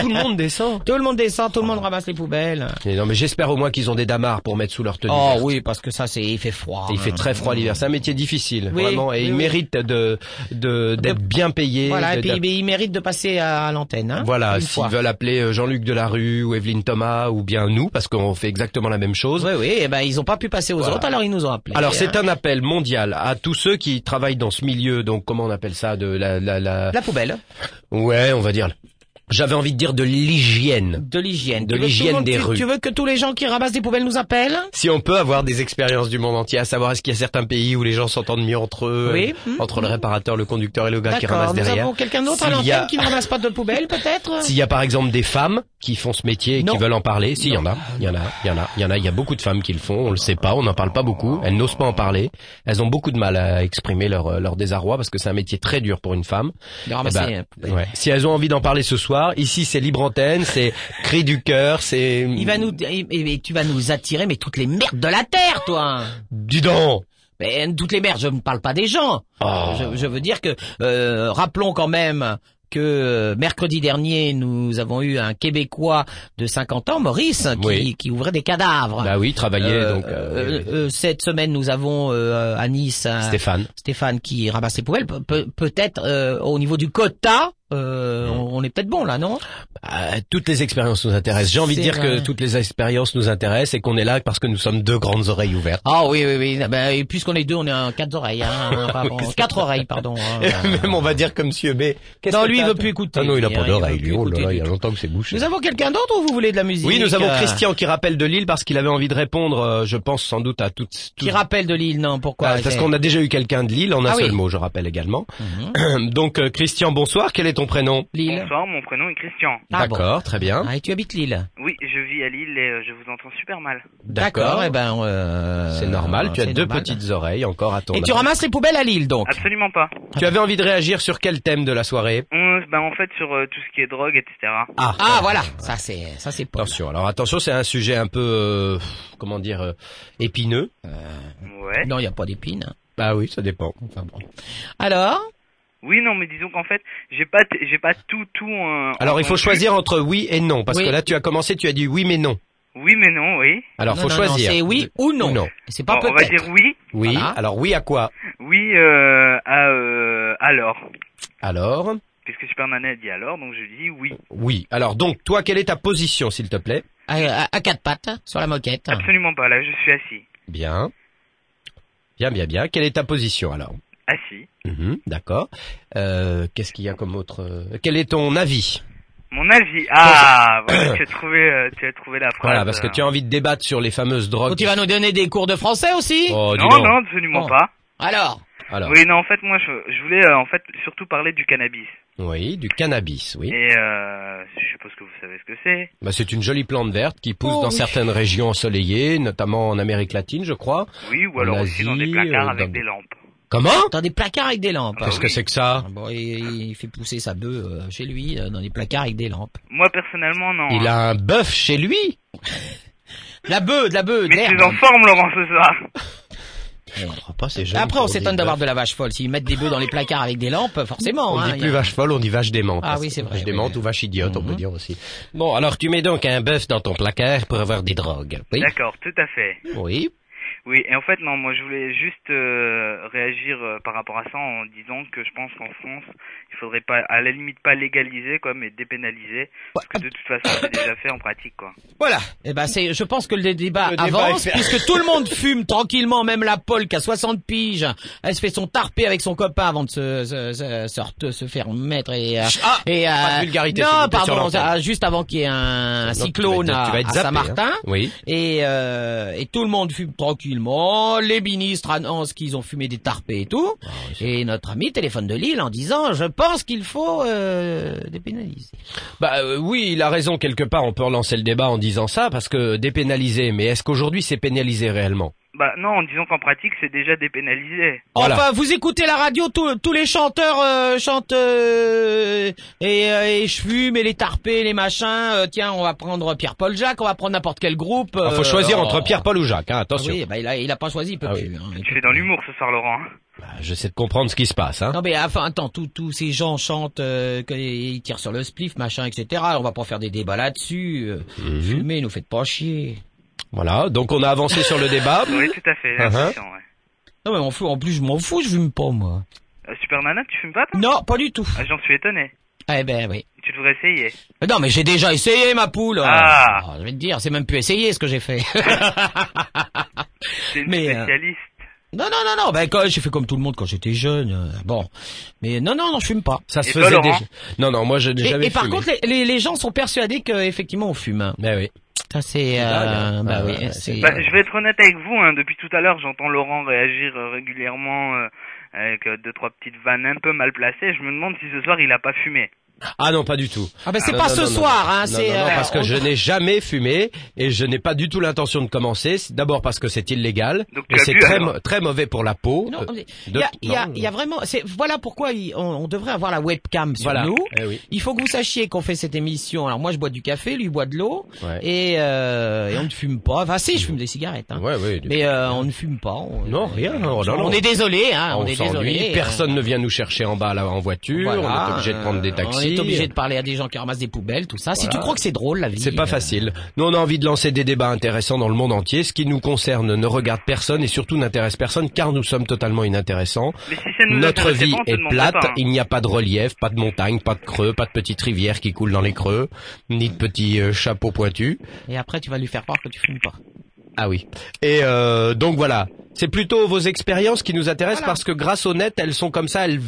Speaker 6: Tout le monde descend.
Speaker 7: Tout le monde descend, tout le monde ramasse les poubelles.
Speaker 6: Mais non mais j'espère au moins qu'ils ont des damars pour mettre sous leur tenue.
Speaker 7: Oh oui, parce que ça, c'est il fait froid.
Speaker 6: Il fait très froid l'hiver, c'est un métier difficile,
Speaker 7: Oui,
Speaker 6: vraiment, et
Speaker 7: oui,
Speaker 6: il
Speaker 7: oui.
Speaker 6: mérite de de- d'être
Speaker 7: De-
Speaker 6: bien payé.
Speaker 7: Voilà,
Speaker 6: de-
Speaker 7: et puis
Speaker 6: de-
Speaker 7: mais ils méritent de passer à, à l'antenne. Hein,
Speaker 6: Voilà,
Speaker 7: une
Speaker 6: s'ils
Speaker 7: fois.
Speaker 6: veulent appeler euh, Jean-Luc Delarue ou Evelyne Thomas ou bien nous, parce qu'on fait exactement la même chose.
Speaker 7: Oui, oui, eh ben ils ont pas pu passer aux
Speaker 6: Voilà.
Speaker 7: autres, alors ils nous ont appelés.
Speaker 6: Alors c'est
Speaker 7: Hein.
Speaker 6: un appel mondial à tous ceux qui travaillent dans ce milieu, donc comment on appelle ça de la la la
Speaker 7: la poubelle.
Speaker 6: Ouais, on va dire. J'avais envie de dire de l'hygiène.
Speaker 7: De l'hygiène.
Speaker 6: De
Speaker 7: Tu veux que
Speaker 6: l'hygiène
Speaker 7: tout le monde-
Speaker 6: des
Speaker 7: tu-
Speaker 6: rues.
Speaker 7: Tu veux que tous les gens qui ramassent des poubelles nous appellent
Speaker 6: Si on peut avoir des expériences du monde entier, à savoir est-ce qu'il y a certains pays où les gens s'entendent mieux entre eux,
Speaker 7: Oui. Mm-hmm.
Speaker 6: euh, entre le réparateur, le conducteur et le gars qui ramasse
Speaker 7: D'accord. Nous
Speaker 6: derrière.
Speaker 7: avons quelqu'un d'autre à
Speaker 6: S'il y
Speaker 7: l'antenne
Speaker 6: a-
Speaker 7: qui ne ramasse pas de poubelles, peut-être
Speaker 6: S'il y a par exemple des femmes qui font ce métier et
Speaker 7: Non.
Speaker 6: qui veulent en parler, si il y en a, il y en a, il y en a, il y en a, il y a beaucoup de femmes qui le font, on le sait pas, on n'en parle pas beaucoup, elles n'osent pas en parler, elles ont beaucoup de mal à exprimer leur euh, leur désarroi parce que c'est un métier très dur pour une femme.
Speaker 7: De ramasser.
Speaker 6: Eh ben,
Speaker 7: euh,
Speaker 6: ouais. Si elles ont envie d'en parler ce soir, soir. Ici, c'est libre antenne, c'est cri du cœur, c'est...
Speaker 7: Il va nous, et- et- et tu vas nous attirer, mais toutes les merdes de la terre, toi.
Speaker 6: Dis donc. Oh.
Speaker 7: Mais toutes les merdes, je ne parle pas des gens. Je, je veux dire que, euh, rappelons quand même que euh, mercredi dernier, nous avons eu un Québécois de 50 ans, Maurice, qui,
Speaker 6: Oui.
Speaker 7: qui ouvrait des cadavres.
Speaker 6: Bah oui, travailler,
Speaker 7: Euh,
Speaker 6: donc... euh,
Speaker 7: euh, euh, cette semaine, nous avons euh, à Nice un-
Speaker 6: Stéphane.
Speaker 7: Stéphane qui ramasse les poubelles. Pe- pe- peut-être euh, au niveau du quota, euh, on, on est peut-être bon là, non
Speaker 6: Euh, toutes les expériences nous intéressent. J'ai envie de
Speaker 7: C'est
Speaker 6: dire
Speaker 7: vrai.
Speaker 6: que toutes les expériences nous intéressent et qu'on est là parce que nous sommes deux grandes oreilles ouvertes.
Speaker 7: Ah oui, oui, oui. Ah ben, et puisqu'on est deux, on est en quatre
Speaker 6: <laughs>
Speaker 7: oreilles. Hein, Enfin,
Speaker 6: Oui,
Speaker 7: bon,
Speaker 6: c'est
Speaker 7: quatre oreilles, pardon. hein.
Speaker 6: <laughs> Même on va dire comme Monsieur B.
Speaker 7: Non, lui, il veut plus écouter.
Speaker 6: Ah non, il a
Speaker 7: Il
Speaker 6: pas
Speaker 7: veut
Speaker 6: d'oreille.
Speaker 7: plus
Speaker 6: lui. Oh là
Speaker 7: écouter
Speaker 6: là,
Speaker 7: du
Speaker 6: il y a longtemps que c'est bouché.
Speaker 7: Nous avons quelqu'un d'autre ou vous voulez de la musique
Speaker 6: Oui, nous avons
Speaker 7: euh,
Speaker 6: Christian qui rappelle de Lille parce qu'il avait envie de répondre, euh, je pense sans doute à toutes.
Speaker 7: Qui rappelle de Lille, non Pourquoi
Speaker 6: Ah, Parce qu'on a déjà eu quelqu'un de Lille en un
Speaker 7: Ah oui. Mhm.
Speaker 6: seul mot, je rappelle également. <clears throat> Donc euh, Christian, bonsoir. Quel est ton prénom
Speaker 7: Lille.
Speaker 11: Bonsoir, mon prénom est Christian.
Speaker 6: D'accord, très bien.
Speaker 7: Ah, et tu habites Lille
Speaker 11: Oui, je vis à Lille et euh, je vous entends super mal.
Speaker 7: D'accord, eh ben,
Speaker 6: c'est normal. Tu as
Speaker 7: c'est
Speaker 6: deux
Speaker 7: normal.
Speaker 6: petites oreilles encore à ton.
Speaker 7: Et tu
Speaker 6: âge.
Speaker 7: ramasses les poubelles à Lille, donc
Speaker 11: Absolument pas.
Speaker 6: Tu avais envie de réagir sur quel thème de la soirée
Speaker 11: On- ben, en fait, sur euh, tout ce qui est drogue, etc.
Speaker 6: Ah,
Speaker 7: voilà, ça c'est ça c'est pas.
Speaker 6: Attention, alors attention, c'est un sujet un peu euh, comment dire euh, épineux.
Speaker 11: Ouais.
Speaker 7: Euh, Non, il y a pas d'épines.
Speaker 6: Bah oui, ça dépend. Enfin, bon.
Speaker 7: Alors
Speaker 11: Oui, non, mais disons qu'en fait, j'ai pas, t- j'ai pas tout, tout. euh,
Speaker 7: Ah,
Speaker 6: Alors il faut
Speaker 11: entendu.
Speaker 6: choisir entre oui et non parce
Speaker 11: Oui.
Speaker 6: que là tu as commencé, tu as dit oui mais non.
Speaker 11: Oui, mais non, oui.
Speaker 6: Alors faut choisir.
Speaker 7: ou non.
Speaker 6: C'est
Speaker 11: Bon, On va dire oui.
Speaker 6: Oui.
Speaker 11: Voilà.
Speaker 6: Alors oui à quoi
Speaker 11: Oui, euh, à, euh, alors.
Speaker 6: Alors
Speaker 11: Puisque Superman a dit alors, donc je dis oui.
Speaker 6: oui. Alors donc toi quelle est ta position s'il te plaît
Speaker 7: à, à quatre pattes sur la moquette.
Speaker 11: Absolument pas. Là, je suis assis.
Speaker 6: Bien. Bien bien bien. Quelle est ta position alors
Speaker 11: Assis.
Speaker 6: Mhm, D'accord. Euh, Qu'est-ce qu'il y a comme autre euh, Quel est ton avis
Speaker 11: Mon avis. Ah, voilà, tu as trouvé, euh, tu as trouvé la phrase.
Speaker 6: Voilà parce que
Speaker 11: euh.
Speaker 6: tu as envie de débattre sur les fameuses drogues.
Speaker 7: Tu vas nous donner des cours de français aussi
Speaker 6: Oh, dis
Speaker 11: Non,
Speaker 6: donc.
Speaker 11: non, absolument
Speaker 7: Bon.
Speaker 11: pas.
Speaker 7: Alors
Speaker 6: Alors.
Speaker 11: Oui, non, en fait, moi, je, je voulais euh, en fait surtout parler du cannabis.
Speaker 6: Oui, du cannabis, oui.
Speaker 11: Et euh, je suppose que vous savez ce que c'est.
Speaker 6: Bah, c'est une jolie plante verte qui pousse
Speaker 11: Oh,
Speaker 6: dans
Speaker 11: oui.
Speaker 6: certaines régions ensoleillées, notamment en Amérique latine, je crois.
Speaker 11: Oui, ou
Speaker 6: En
Speaker 11: alors aussi dans des
Speaker 6: Asie,
Speaker 11: placards
Speaker 6: euh,
Speaker 11: avec
Speaker 6: dans-
Speaker 11: des lampes.
Speaker 6: Comment
Speaker 7: Dans des placards avec des lampes. Ah
Speaker 6: Qu'est-ce que c'est que ça
Speaker 7: Bon, et, il fait pousser sa bœuf euh, chez lui euh, dans des placards avec des lampes.
Speaker 11: Moi, personnellement, non. hein.
Speaker 6: Il a un bœuf chez lui
Speaker 7: <laughs> La bœuf, de la bœuf,
Speaker 11: Mais tu es en forme, Laurent, ce soir.
Speaker 6: Je comprends pas ces gens.
Speaker 7: Après, on s'étonne d'avoir de la vache folle. S'ils mettent des bœufs dans les placards avec des lampes, forcément.
Speaker 6: On dit
Speaker 7: hein, il y
Speaker 6: plus
Speaker 7: a-
Speaker 6: vache folle, on dit vache démente.
Speaker 7: Ah
Speaker 6: parce
Speaker 7: oui,
Speaker 6: que
Speaker 7: c'est vrai,
Speaker 6: Vache
Speaker 7: oui, Mhm.
Speaker 6: démente ou vache idiote, on peut dire aussi. Bon, alors tu mets donc un bœuf dans ton placard pour avoir des drogues. Oui.
Speaker 11: D'accord, tout à fait.
Speaker 6: Oui.
Speaker 11: Oui, et en fait, non, moi, je voulais juste euh, réagir euh, par rapport à ça en disant que je pense qu'en France, il faudrait pas, à la limite, pas légaliser, quoi, mais dépénaliser, parce que de toute façon, c'est déjà fait en pratique, quoi.
Speaker 7: Voilà. Eh ben, c'est, je pense que le débat
Speaker 11: Le débat
Speaker 7: avance,
Speaker 11: est fait.
Speaker 7: puisque tout le monde fume <laughs> tranquillement, même la Paul qui a 60 piges. Elle se fait son tarpé avec son copain avant de se, se, se, se re- se faire mettre et, euh,
Speaker 6: Ah,
Speaker 7: et,
Speaker 6: pas de vulgarité, s'il vous
Speaker 7: non,
Speaker 6: plaît, sur
Speaker 7: pardon,
Speaker 6: l'antenne.
Speaker 7: ah, juste avant qu'il y ait un
Speaker 6: Sinon,
Speaker 7: cyclone
Speaker 6: tu vas être-
Speaker 7: à,
Speaker 6: tu vas être
Speaker 7: à
Speaker 6: zappé,
Speaker 7: Saint-Martin.
Speaker 6: hein. Oui.
Speaker 7: Et, euh, et tout le monde fume tranquillement. Les ministres annoncent qu'ils ont fumé des tarpés et tout.
Speaker 6: Ah
Speaker 7: et notre ami téléphone de Lille en disant, je pense qu'il faut, euh, dépénaliser.
Speaker 6: Bah euh, oui, il a raison quelque part. On peut relancer le débat en disant ça parce que dépénaliser. Mais est-ce qu'aujourd'hui c'est pénalisé réellement
Speaker 11: Bah, non, en disant qu'en pratique, c'est déjà dépénalisé.
Speaker 7: Enfin, vous écoutez la radio, tous- tous les chanteurs euh, chantent euh, et, euh, et je fume et les tarpés, les machins. euh, tiens, on va prendre Pierre-Paul Jacques, on va prendre n'importe quel groupe.
Speaker 6: Il Ah, faut
Speaker 7: euh,
Speaker 6: choisir
Speaker 7: oh.
Speaker 6: entre Pierre-Paul ou Jacques. hein,
Speaker 7: Ah
Speaker 6: attention. Ah
Speaker 7: Oui, bah, il, a, il a pas choisi, il peut plus. hein, il
Speaker 11: Tu
Speaker 7: peut
Speaker 11: fais dans l'humour ce soir, Laurent. hein.
Speaker 6: Bah, J'essaie de comprendre ce qui se passe. Hein.
Speaker 7: Non mais enfin attends, tous tous ces gens chantent, euh, que- ils tirent sur le spliff, machin, etc. On va pas faire des débats là-dessus. euh, Fumez, nous faites pas chier.
Speaker 6: Mhm. Voilà, donc on a avancé sur le débat.
Speaker 11: <laughs> Oui, tout à fait, j'ai
Speaker 6: Uh-huh.
Speaker 11: l'impression, ouais.
Speaker 7: Non mais en, fou- en plus je m'en fous, je fume pas moi.
Speaker 11: Euh, Super Nana, tu fumes pas, toi
Speaker 7: Non, pas du tout.
Speaker 11: Ah, J'en suis étonné.
Speaker 7: Eh ben oui.
Speaker 11: Tu devrais essayer.
Speaker 7: Mais non mais j'ai déjà essayé ma poule.
Speaker 11: Ah.
Speaker 7: Oh, je vais te dire, c'est même plus essayé ce que j'ai fait.
Speaker 11: C'est
Speaker 7: <laughs>
Speaker 11: une
Speaker 7: Mais, euh,
Speaker 11: spécialiste.
Speaker 7: non non non non, ben quand j'ai fait comme tout le monde quand j'étais jeune. euh, bon, mais non non non, je fume pas.
Speaker 6: Ça se faisait déjà. Non, non, moi je n'ai
Speaker 7: Et,
Speaker 6: jamais
Speaker 7: et par
Speaker 6: fumé.
Speaker 7: contre, les, les, les gens sont persuadés qu'effectivement on fume. hein.
Speaker 6: Ben oui.
Speaker 7: Ça c'est, euh,
Speaker 6: dingue.
Speaker 7: bah
Speaker 6: Ah,
Speaker 7: oui,
Speaker 6: ouais,
Speaker 7: c'est.
Speaker 11: Bah, je vais être honnête avec vous, hein, depuis tout à l'heure, j'entends Laurent réagir euh, régulièrement euh, avec euh, deux trois petites vannes un peu mal placées. Je me demande si ce soir il a pas fumé.
Speaker 6: Ah non, pas du tout.
Speaker 7: Ah ben, c'est
Speaker 6: Non,
Speaker 7: pas
Speaker 6: non,
Speaker 7: ce
Speaker 6: non, non,
Speaker 7: soir, hein,
Speaker 6: non,
Speaker 7: c'est,
Speaker 6: non, non,
Speaker 7: euh,
Speaker 6: parce que
Speaker 7: on-
Speaker 6: je n'ai jamais fumé et je n'ai pas du tout l'intention de commencer. C'est D'abord parce que c'est illégal et
Speaker 7: as
Speaker 6: c'est
Speaker 7: bu,
Speaker 6: très,
Speaker 7: alors
Speaker 6: mo- très mauvais pour la peau.
Speaker 7: Non,
Speaker 6: Euh,
Speaker 7: mais il
Speaker 6: de-
Speaker 7: y a, il y a-
Speaker 6: non.
Speaker 7: il y a vraiment. c'est- Voilà pourquoi il- on, on devrait avoir la webcam sur
Speaker 6: Voilà.
Speaker 7: nous.
Speaker 6: Eh oui.
Speaker 7: Il faut que vous sachiez qu'on fait cette émission. Alors moi, je bois du café, lui il boit de l'eau,
Speaker 6: Ouais.
Speaker 7: et, euh, et on ne fume pas. Enfin, si, je fume des cigarettes. hein. Mais euh, on ne fume pas. On,
Speaker 6: non, rien. Oh, non, non,
Speaker 7: on
Speaker 6: non.
Speaker 7: est désolé, hein, on
Speaker 6: on
Speaker 7: est
Speaker 6: s'ennuie,
Speaker 7: désolé.
Speaker 6: Personne ne vient nous chercher en bas là en voiture.
Speaker 7: Voilà,
Speaker 6: on est obligé de prendre des taxis.
Speaker 7: On est obligé de parler à des gens qui ramassent des poubelles, tout ça. Si tu
Speaker 6: Voilà.
Speaker 7: crois que c'est drôle, la vie. euh.
Speaker 6: C'est pas facile. Nous, on a envie de lancer des débats intéressants dans le monde entier. Ce qui nous concerne ne regarde personne et surtout n'intéresse personne car nous sommes totalement inintéressants.
Speaker 11: ça nous
Speaker 6: Notre
Speaker 11: intéressait
Speaker 6: vie
Speaker 11: pas, on se
Speaker 6: est
Speaker 11: demanderait
Speaker 6: plate.
Speaker 11: pas, hein.
Speaker 6: Il n'y a pas de relief, pas de montagne, pas de creux, pas de petites rivières qui coulent dans les creux, ni de petits euh, chapeaux pointus.
Speaker 7: Et après, tu vas lui faire croire que tu fumes pas.
Speaker 6: Ah oui. Et euh, donc voilà. C'est plutôt vos expériences qui nous intéressent parce que grâce aux net, elles sont comme ça, elles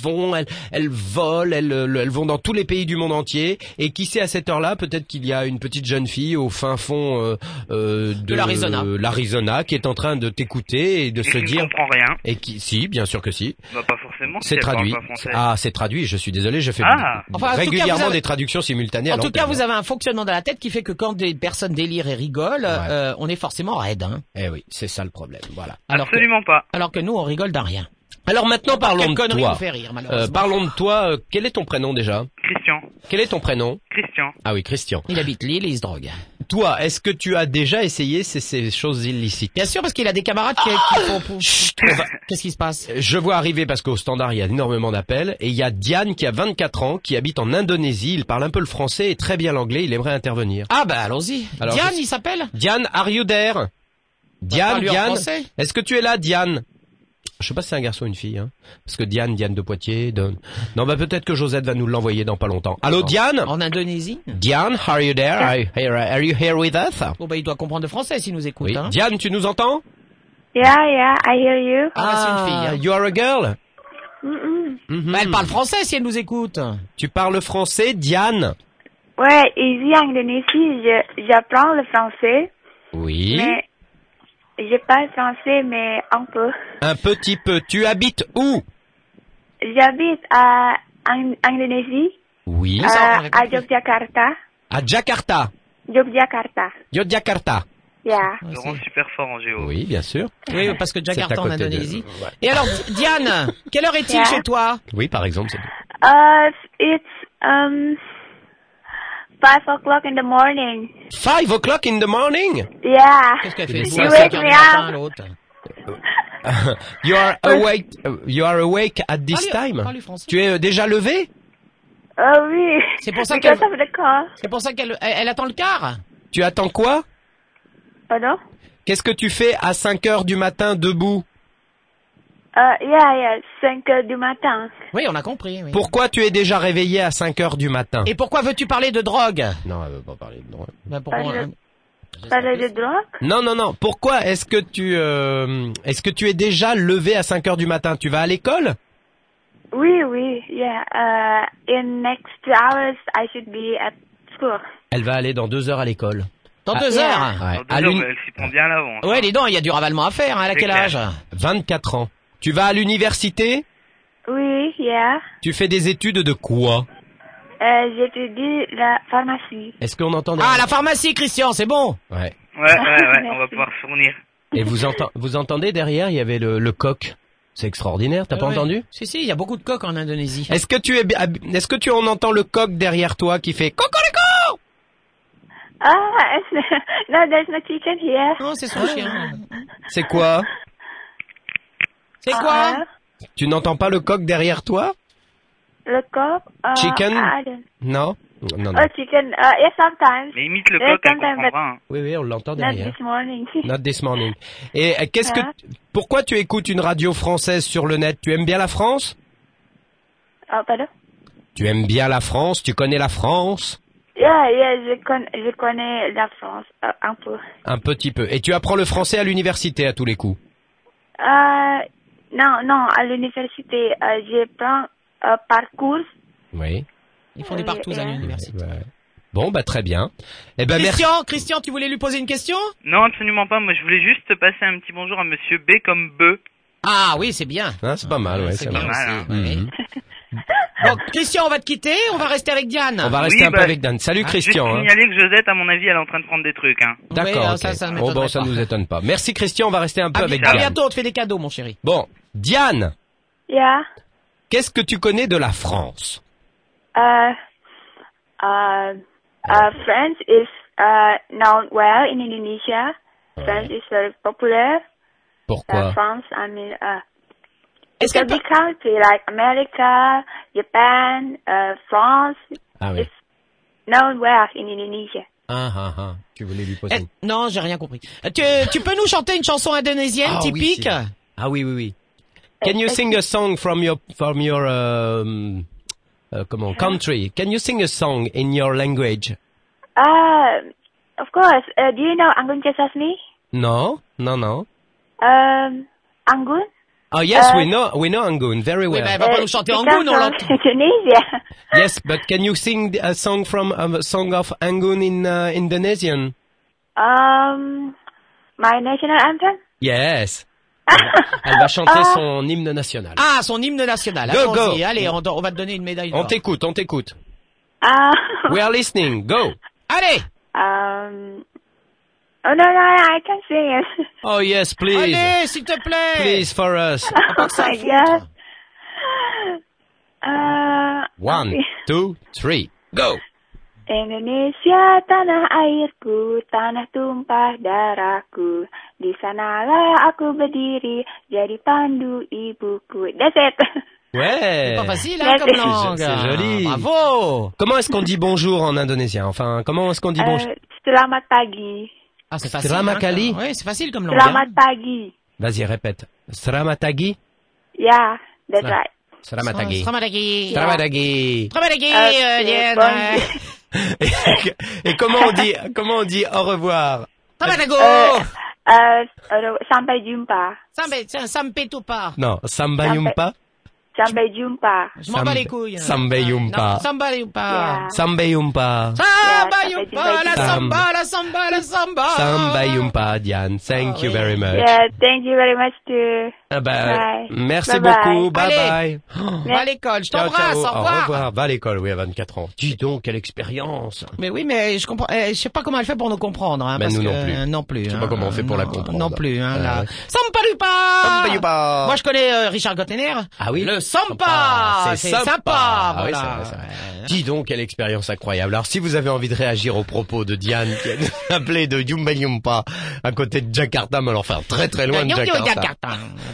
Speaker 6: vont, elles, elles volent, elles, elles vont dans tous les pays du monde entier. Et qui sait à cette heure-là, peut-être qu'il y a une petite jeune fille au fin fond euh, euh, de,
Speaker 7: De l'Arizona.
Speaker 6: l'Arizona qui est en train de t'écouter et de se
Speaker 11: qui ne
Speaker 6: dire.
Speaker 11: comprend rien.
Speaker 6: Et qui, si, bien sûr que si.
Speaker 11: Bah, pas forcément. si
Speaker 6: C'est
Speaker 11: elle parle
Speaker 6: traduit.
Speaker 11: pas français.
Speaker 6: Ah, c'est traduit. Je suis désolé, je fais
Speaker 11: Ah.
Speaker 7: Enfin, en tout cas,
Speaker 6: régulièrement
Speaker 7: vous avez-
Speaker 6: des traductions simultanées. à
Speaker 7: En tout cas,
Speaker 6: l'antenne.
Speaker 7: vous avez un fonctionnement dans la tête qui fait que quand des personnes délirent et rigolent, euh, on est forcément raide. Hein.
Speaker 6: Eh oui, c'est ça le problème. Voilà.
Speaker 11: Absolument pas.
Speaker 7: Alors que nous, on rigole d'un rien.
Speaker 6: Alors maintenant, parlons
Speaker 7: Quelle
Speaker 6: de
Speaker 7: connerie
Speaker 6: toi.
Speaker 7: nous fait rire, malheureusement.
Speaker 6: Euh, parlons de toi. euh, Quel est ton prénom déjà
Speaker 11: Christian.
Speaker 6: Quel est ton prénom
Speaker 11: Christian.
Speaker 6: Ah oui, Christian.
Speaker 7: Il habite Lille et il se drogue.
Speaker 6: Toi, est-ce que tu as déjà essayé ces, ces choses illicites
Speaker 7: Bien sûr, parce qu'il a des camarades qui, qui font...
Speaker 6: Ah
Speaker 7: pour- Qu'est-ce qui se passe
Speaker 6: Euh, Je vois arriver parce qu'au standard il y a énormément d'appels et il y a Diane qui a 24 ans qui habite en Indonésie. Il parle un peu le français et très bien l'anglais. Il aimerait intervenir.
Speaker 7: Ah bah allons-y.
Speaker 6: Alors,
Speaker 7: Diane,
Speaker 6: je-
Speaker 7: il s'appelle
Speaker 6: Diane, are you there Diane,
Speaker 7: parle-lui en
Speaker 6: Diane,
Speaker 7: français.
Speaker 6: est-ce que tu es là, Diane Je sais pas si c'est un garçon ou une fille, hein. Parce que Diane, Diane de Poitiers, de... non, bah peut-être que Josette va nous l'envoyer dans pas longtemps. Allô, Diane
Speaker 7: En Indonésie
Speaker 6: Diane, are you there Are you here, are you here with us
Speaker 7: Bon bah il doit comprendre le français s'il nous écoute.
Speaker 6: Oui.
Speaker 7: hein.
Speaker 6: Diane, tu nous entends
Speaker 12: Yeah, yeah, I hear you. Euh, mm,
Speaker 6: Ah, You are a girl
Speaker 12: Mm-mm.
Speaker 6: Mhm.
Speaker 7: hein. Bah, elle parle français si elle nous écoute.
Speaker 6: Tu parles français, Diane
Speaker 12: Ouais, ici en Indonésie, je- j'apprends le français,
Speaker 6: Oui.
Speaker 12: mais je parle français, mais un peu.
Speaker 6: Un petit peu. Tu habites où
Speaker 12: J'habite à en en Indonésie,
Speaker 6: Oui.
Speaker 12: euh, à Yogyakarta.
Speaker 6: À Jakarta.
Speaker 12: Yogyakarta,
Speaker 6: Yogyakarta.
Speaker 12: yeah.
Speaker 11: Laurent, super fort en géo.
Speaker 6: Oui, bien sûr.
Speaker 7: Oui, parce que
Speaker 6: C'est à
Speaker 7: Jakarta en
Speaker 6: côté de-
Speaker 7: Indonésie.
Speaker 6: Ouais.
Speaker 7: Et alors, Di- Diane, quelle heure est-il
Speaker 12: Yeah.
Speaker 7: chez toi
Speaker 6: Oui, par exemple. c'est-
Speaker 12: Uh, it's um five o'clock in the morning.
Speaker 6: Five o'clock in the morning.
Speaker 12: Yeah.
Speaker 7: Qu'est-ce qu'elle
Speaker 6: Il
Speaker 7: fait
Speaker 6: est
Speaker 7: vous,
Speaker 6: cinq
Speaker 7: à
Speaker 6: heures
Speaker 7: cinq
Speaker 12: du
Speaker 7: heures du
Speaker 12: matin.
Speaker 7: matin, l'autre
Speaker 6: <laughs> You are awake. You are awake at this
Speaker 7: Parle-
Speaker 6: time.
Speaker 7: parle français.
Speaker 6: Tu es euh, déjà levé
Speaker 12: Oh oui.
Speaker 7: C'est pour ça
Speaker 12: Because
Speaker 7: qu'elle-
Speaker 12: of the car.
Speaker 7: C'est pour ça qu'elle elle, elle attend le quart.
Speaker 6: Tu attends quoi
Speaker 12: Pardon?
Speaker 6: Qu'est-ce que tu fais à 5 heures du matin debout
Speaker 12: Uh, yeah, yeah, cinq heures du matin.
Speaker 7: Oui, on a compris. oui.
Speaker 6: Pourquoi tu es déjà réveillé à 5 heures du matin
Speaker 7: Et pourquoi veux-tu parler de drogue
Speaker 6: Non, elle veut pas parler de droit.
Speaker 7: Bah, pourquoi-
Speaker 12: Parle
Speaker 7: euh,
Speaker 12: parle de drogue?
Speaker 6: Non, non, non. Pourquoi est-ce que tu euh, est-ce que tu es déjà levé à 5 heures du matin Tu vas à l'école
Speaker 12: Oui, oui, yeah. Uh, in next two hours, I should be at school.
Speaker 6: Elle va aller dans deux heures à l'école.
Speaker 7: Dans
Speaker 6: Ah.
Speaker 7: deux heures
Speaker 6: Ouais.
Speaker 11: Alors,
Speaker 6: À
Speaker 11: déjà,
Speaker 6: l'uni-
Speaker 11: bah, elle s'y prend bien à l'avance. hein.
Speaker 7: Ouais, les dents, il y a du ravalement à faire. Hein. Elle a
Speaker 11: C'est
Speaker 7: quel
Speaker 11: clair.
Speaker 7: âge
Speaker 6: 24 ans. Tu vas à l'université
Speaker 12: Oui, yeah.
Speaker 6: Tu fais des études de quoi
Speaker 12: Euh, J'étudie la pharmacie.
Speaker 6: Est-ce qu'on entend des-
Speaker 7: Ah, la pharmacie, Christian, c'est bon.
Speaker 6: Ouais.
Speaker 11: Ouais, ouais, ouais, on va pouvoir se fournir.
Speaker 6: Et vous, enten- vous entendez derrière, il y avait le, le coq. C'est extraordinaire, t'as
Speaker 7: Euh,
Speaker 6: pas
Speaker 7: ouais.
Speaker 6: entendu
Speaker 7: Si, si, il y a beaucoup de coques en Indonésie.
Speaker 6: Est-ce que tu es bi- hab- est-ce que tu en entends le coq derrière toi qui fait cocorico
Speaker 12: Ah, it's- <laughs> no, there's no chicken here. Ah,
Speaker 7: Non, Oh, c'est son chien.
Speaker 6: C'est quoi
Speaker 7: C'est quoi
Speaker 12: Ah,
Speaker 6: Tu n'entends pas le coq derrière toi
Speaker 12: le coq. euh,
Speaker 6: Chicken?
Speaker 12: I don't-
Speaker 6: Non. Non non.
Speaker 12: Oh, chicken. Uh, yeah, sometimes.
Speaker 11: Mais imite le
Speaker 12: Yeah,
Speaker 11: coq, elle
Speaker 12: sometimes, but
Speaker 11: comprendra. hein.
Speaker 6: Oui oui, on l'entend
Speaker 12: not
Speaker 6: derrière.
Speaker 12: this morning. <laughs>
Speaker 6: <laughs> Not this morning. Et euh, qu'est-ce que
Speaker 12: Hein
Speaker 6: pourquoi tu écoutes une radio française sur le net Tu aimes bien la France
Speaker 12: oh, pardon?
Speaker 6: Tu aimes bien la France Tu connais la France
Speaker 12: Yeah, yeah, je, con je connais la France euh, un peu.
Speaker 6: un petit peu. Et tu apprends le français à l'université à tous les coups.
Speaker 12: Euh, non, non, à l'université, euh, je prends euh, parcours. Euh,
Speaker 6: Oui.
Speaker 7: Ils font des partous à l'université.
Speaker 6: Ouais. Bon bah très bien. Eh ben merci.
Speaker 7: Christian, Christian, tu voulais lui poser une question
Speaker 11: Non, absolument pas. Moi, je voulais juste passer un petit bonjour à Monsieur B comme Beu.
Speaker 7: Ah oui, c'est bien.
Speaker 6: Hein, c'est Mhm. pas mal ouais.
Speaker 7: c'est
Speaker 6: ça
Speaker 7: bien
Speaker 6: marche.
Speaker 11: mal, hein.
Speaker 7: aussi, ouais.
Speaker 6: Mhm.
Speaker 7: Bon, Christian, on va te quitter, on va rester avec Diane.
Speaker 6: On va rester
Speaker 11: Oui,
Speaker 6: un peu
Speaker 11: bah,
Speaker 6: avec Dan. Salut Christian.
Speaker 11: Juste
Speaker 6: hein.
Speaker 11: signaler que Josette, à mon avis, elle est en train de prendre des trucs. Hein.
Speaker 6: D'accord. ok. Oh, bon, bon, ça ne nous étonne pas. Merci Christian, on va rester un peu
Speaker 7: À, bi-
Speaker 6: avec
Speaker 11: bah,
Speaker 7: à
Speaker 6: Diane.
Speaker 7: bientôt, on te fait des cadeaux, mon chéri.
Speaker 6: Bon, Diane,
Speaker 12: Yeah.
Speaker 6: qu'est-ce que tu connais de la France
Speaker 12: Uh, uh, uh, France is uh, known well in Indonesia. France is very popular. Uh,
Speaker 6: Pourquoi
Speaker 12: France, I mean, uh, it's a big country like America, Japan, uh, France.
Speaker 6: Ah oui.
Speaker 12: Known well in Indonesia.
Speaker 6: Ah ah ah. Tu voulais lui poser.
Speaker 7: Eh, non, j'ai rien compris. Euh, Tu, tu peux nous chanter une chanson indonésienne
Speaker 6: Ah oui,
Speaker 7: typique
Speaker 6: si. Ah oui oui oui. Can you sing a song from your from your um, euh, comment country? Can you sing a song in your language?
Speaker 12: Uh, of course. Uh, do you know Anggun C. Sasmi?
Speaker 6: No, no, no.
Speaker 12: Um, Anggun?
Speaker 6: Oh yes,
Speaker 12: Euh,
Speaker 6: we know we know Angoon very well.
Speaker 12: Uh, she comes from <laughs> Indonesia.
Speaker 6: Yes, but can you sing a song from um, a song of Angoon in uh, Indonesian?
Speaker 12: Um, my national anthem?
Speaker 6: Yes. Elle va chanter
Speaker 12: Ah.
Speaker 6: son hymne national.
Speaker 7: Ah, son hymne national.
Speaker 6: Go,
Speaker 7: Allons-y.
Speaker 6: go.
Speaker 7: Allez, on, on va te donner une médaille
Speaker 12: Ah.
Speaker 6: On
Speaker 7: d'or.
Speaker 6: t'écoute, on t'écoute.
Speaker 12: Uh,
Speaker 6: We are
Speaker 12: <laughs>
Speaker 6: listening. Go.
Speaker 7: Allez
Speaker 12: um, oh no, no, I can sing it.
Speaker 6: Oh yes,
Speaker 12: <laughs>
Speaker 6: please.
Speaker 7: Allez, s'il te plaît
Speaker 6: Please for us.
Speaker 12: oh my god. Uh,
Speaker 6: One, two, three. Go.
Speaker 12: Indonesia tanah airku, tanah tumpah darahku. Di sanalah aku berdiri, jadi pandu ibuku. That's it.
Speaker 6: Ouais.
Speaker 7: Pas facile, hein, comme
Speaker 12: C'est-
Speaker 7: langue.
Speaker 6: Eh. C'est joli.
Speaker 7: Bravo.
Speaker 6: Comment est-ce qu'on dit bonjour en indonésien Enfin, comment
Speaker 7: Oh,
Speaker 6: est-ce qu'on dit bonjour
Speaker 12: Euh, selamat pagi.
Speaker 7: Ah, c'est facile.
Speaker 6: Selamat
Speaker 7: hein,
Speaker 6: kali.
Speaker 7: comme- Oui, Oh, eh, c'est facile comme langue.
Speaker 12: Selamat pagi.
Speaker 6: Vas-y, répète. Sramatagi.
Speaker 12: Yeah, Ya, that's
Speaker 6: Selamat-
Speaker 12: right. Ya.
Speaker 6: Sramatagi.
Speaker 7: Tramadagui.
Speaker 6: Sramatagi.
Speaker 7: Tramadagui,
Speaker 12: Euh, <laughs>
Speaker 7: euh, Diane.
Speaker 12: bonne-
Speaker 6: Et comment on dit comment on dit au revoir
Speaker 7: Tramadago.
Speaker 12: Euh, euh, euh, sampai jumpa.
Speaker 7: Sampai- tiens, Sampai Tupa.
Speaker 6: Non, sambayumpa.
Speaker 12: Sampai jumpa.
Speaker 7: Je m'en bats
Speaker 6: Sambe-
Speaker 7: les couilles.
Speaker 6: Sambayumpa.
Speaker 7: Non, Samba Yumpa.
Speaker 12: Yeah.
Speaker 6: Sambayumpa.
Speaker 7: Samba
Speaker 12: Yeah,
Speaker 7: Yumpa, la
Speaker 6: Sam-
Speaker 7: samba, la samba, la samba.
Speaker 6: Sambayumpa, Diane. Thank
Speaker 7: Ah,
Speaker 6: you very much.
Speaker 12: Yeah, thank you very much too.
Speaker 6: Ah bah,
Speaker 12: Bye. Bye
Speaker 6: merci beaucoup. Bye
Speaker 7: Allez.
Speaker 6: bye.
Speaker 7: Va <gasps> à l'école, je
Speaker 6: Ciao,
Speaker 7: t'embrasse,
Speaker 6: ciao.
Speaker 7: au revoir.
Speaker 6: Va à l'école, oui, à 24 ans. Dis donc, quelle expérience.
Speaker 7: Mais oui, mais je comprends, eh, je sais pas comment elle fait pour nous comprendre, hein,
Speaker 6: Ben,
Speaker 7: parce
Speaker 6: nous
Speaker 7: que,
Speaker 6: non plus.
Speaker 7: euh, non plus.
Speaker 6: Je sais
Speaker 7: hein,
Speaker 6: pas comment on fait pour
Speaker 7: non,
Speaker 6: la comprendre.
Speaker 7: Non plus, hein,
Speaker 6: Euh,
Speaker 7: là.
Speaker 6: ouais.
Speaker 7: Sampalupa!
Speaker 6: Sampalupa
Speaker 7: Moi, je connais euh, Richard Gottener.
Speaker 6: Ah oui.
Speaker 7: Le Sampa! C'est sympa,
Speaker 6: Ah oui,
Speaker 7: voilà.
Speaker 6: c'est vrai, c'est vrai. Dis donc, quelle expérience incroyable. Alors, si vous avez envie de réagir aux propos de Diane, qui a nous <laughs> appelé de Yumba Yumpa, à côté de Jakarta, mais alors, enfin, très très loin de
Speaker 7: Yo, yo,
Speaker 6: Jakarta.
Speaker 7: Jakarta.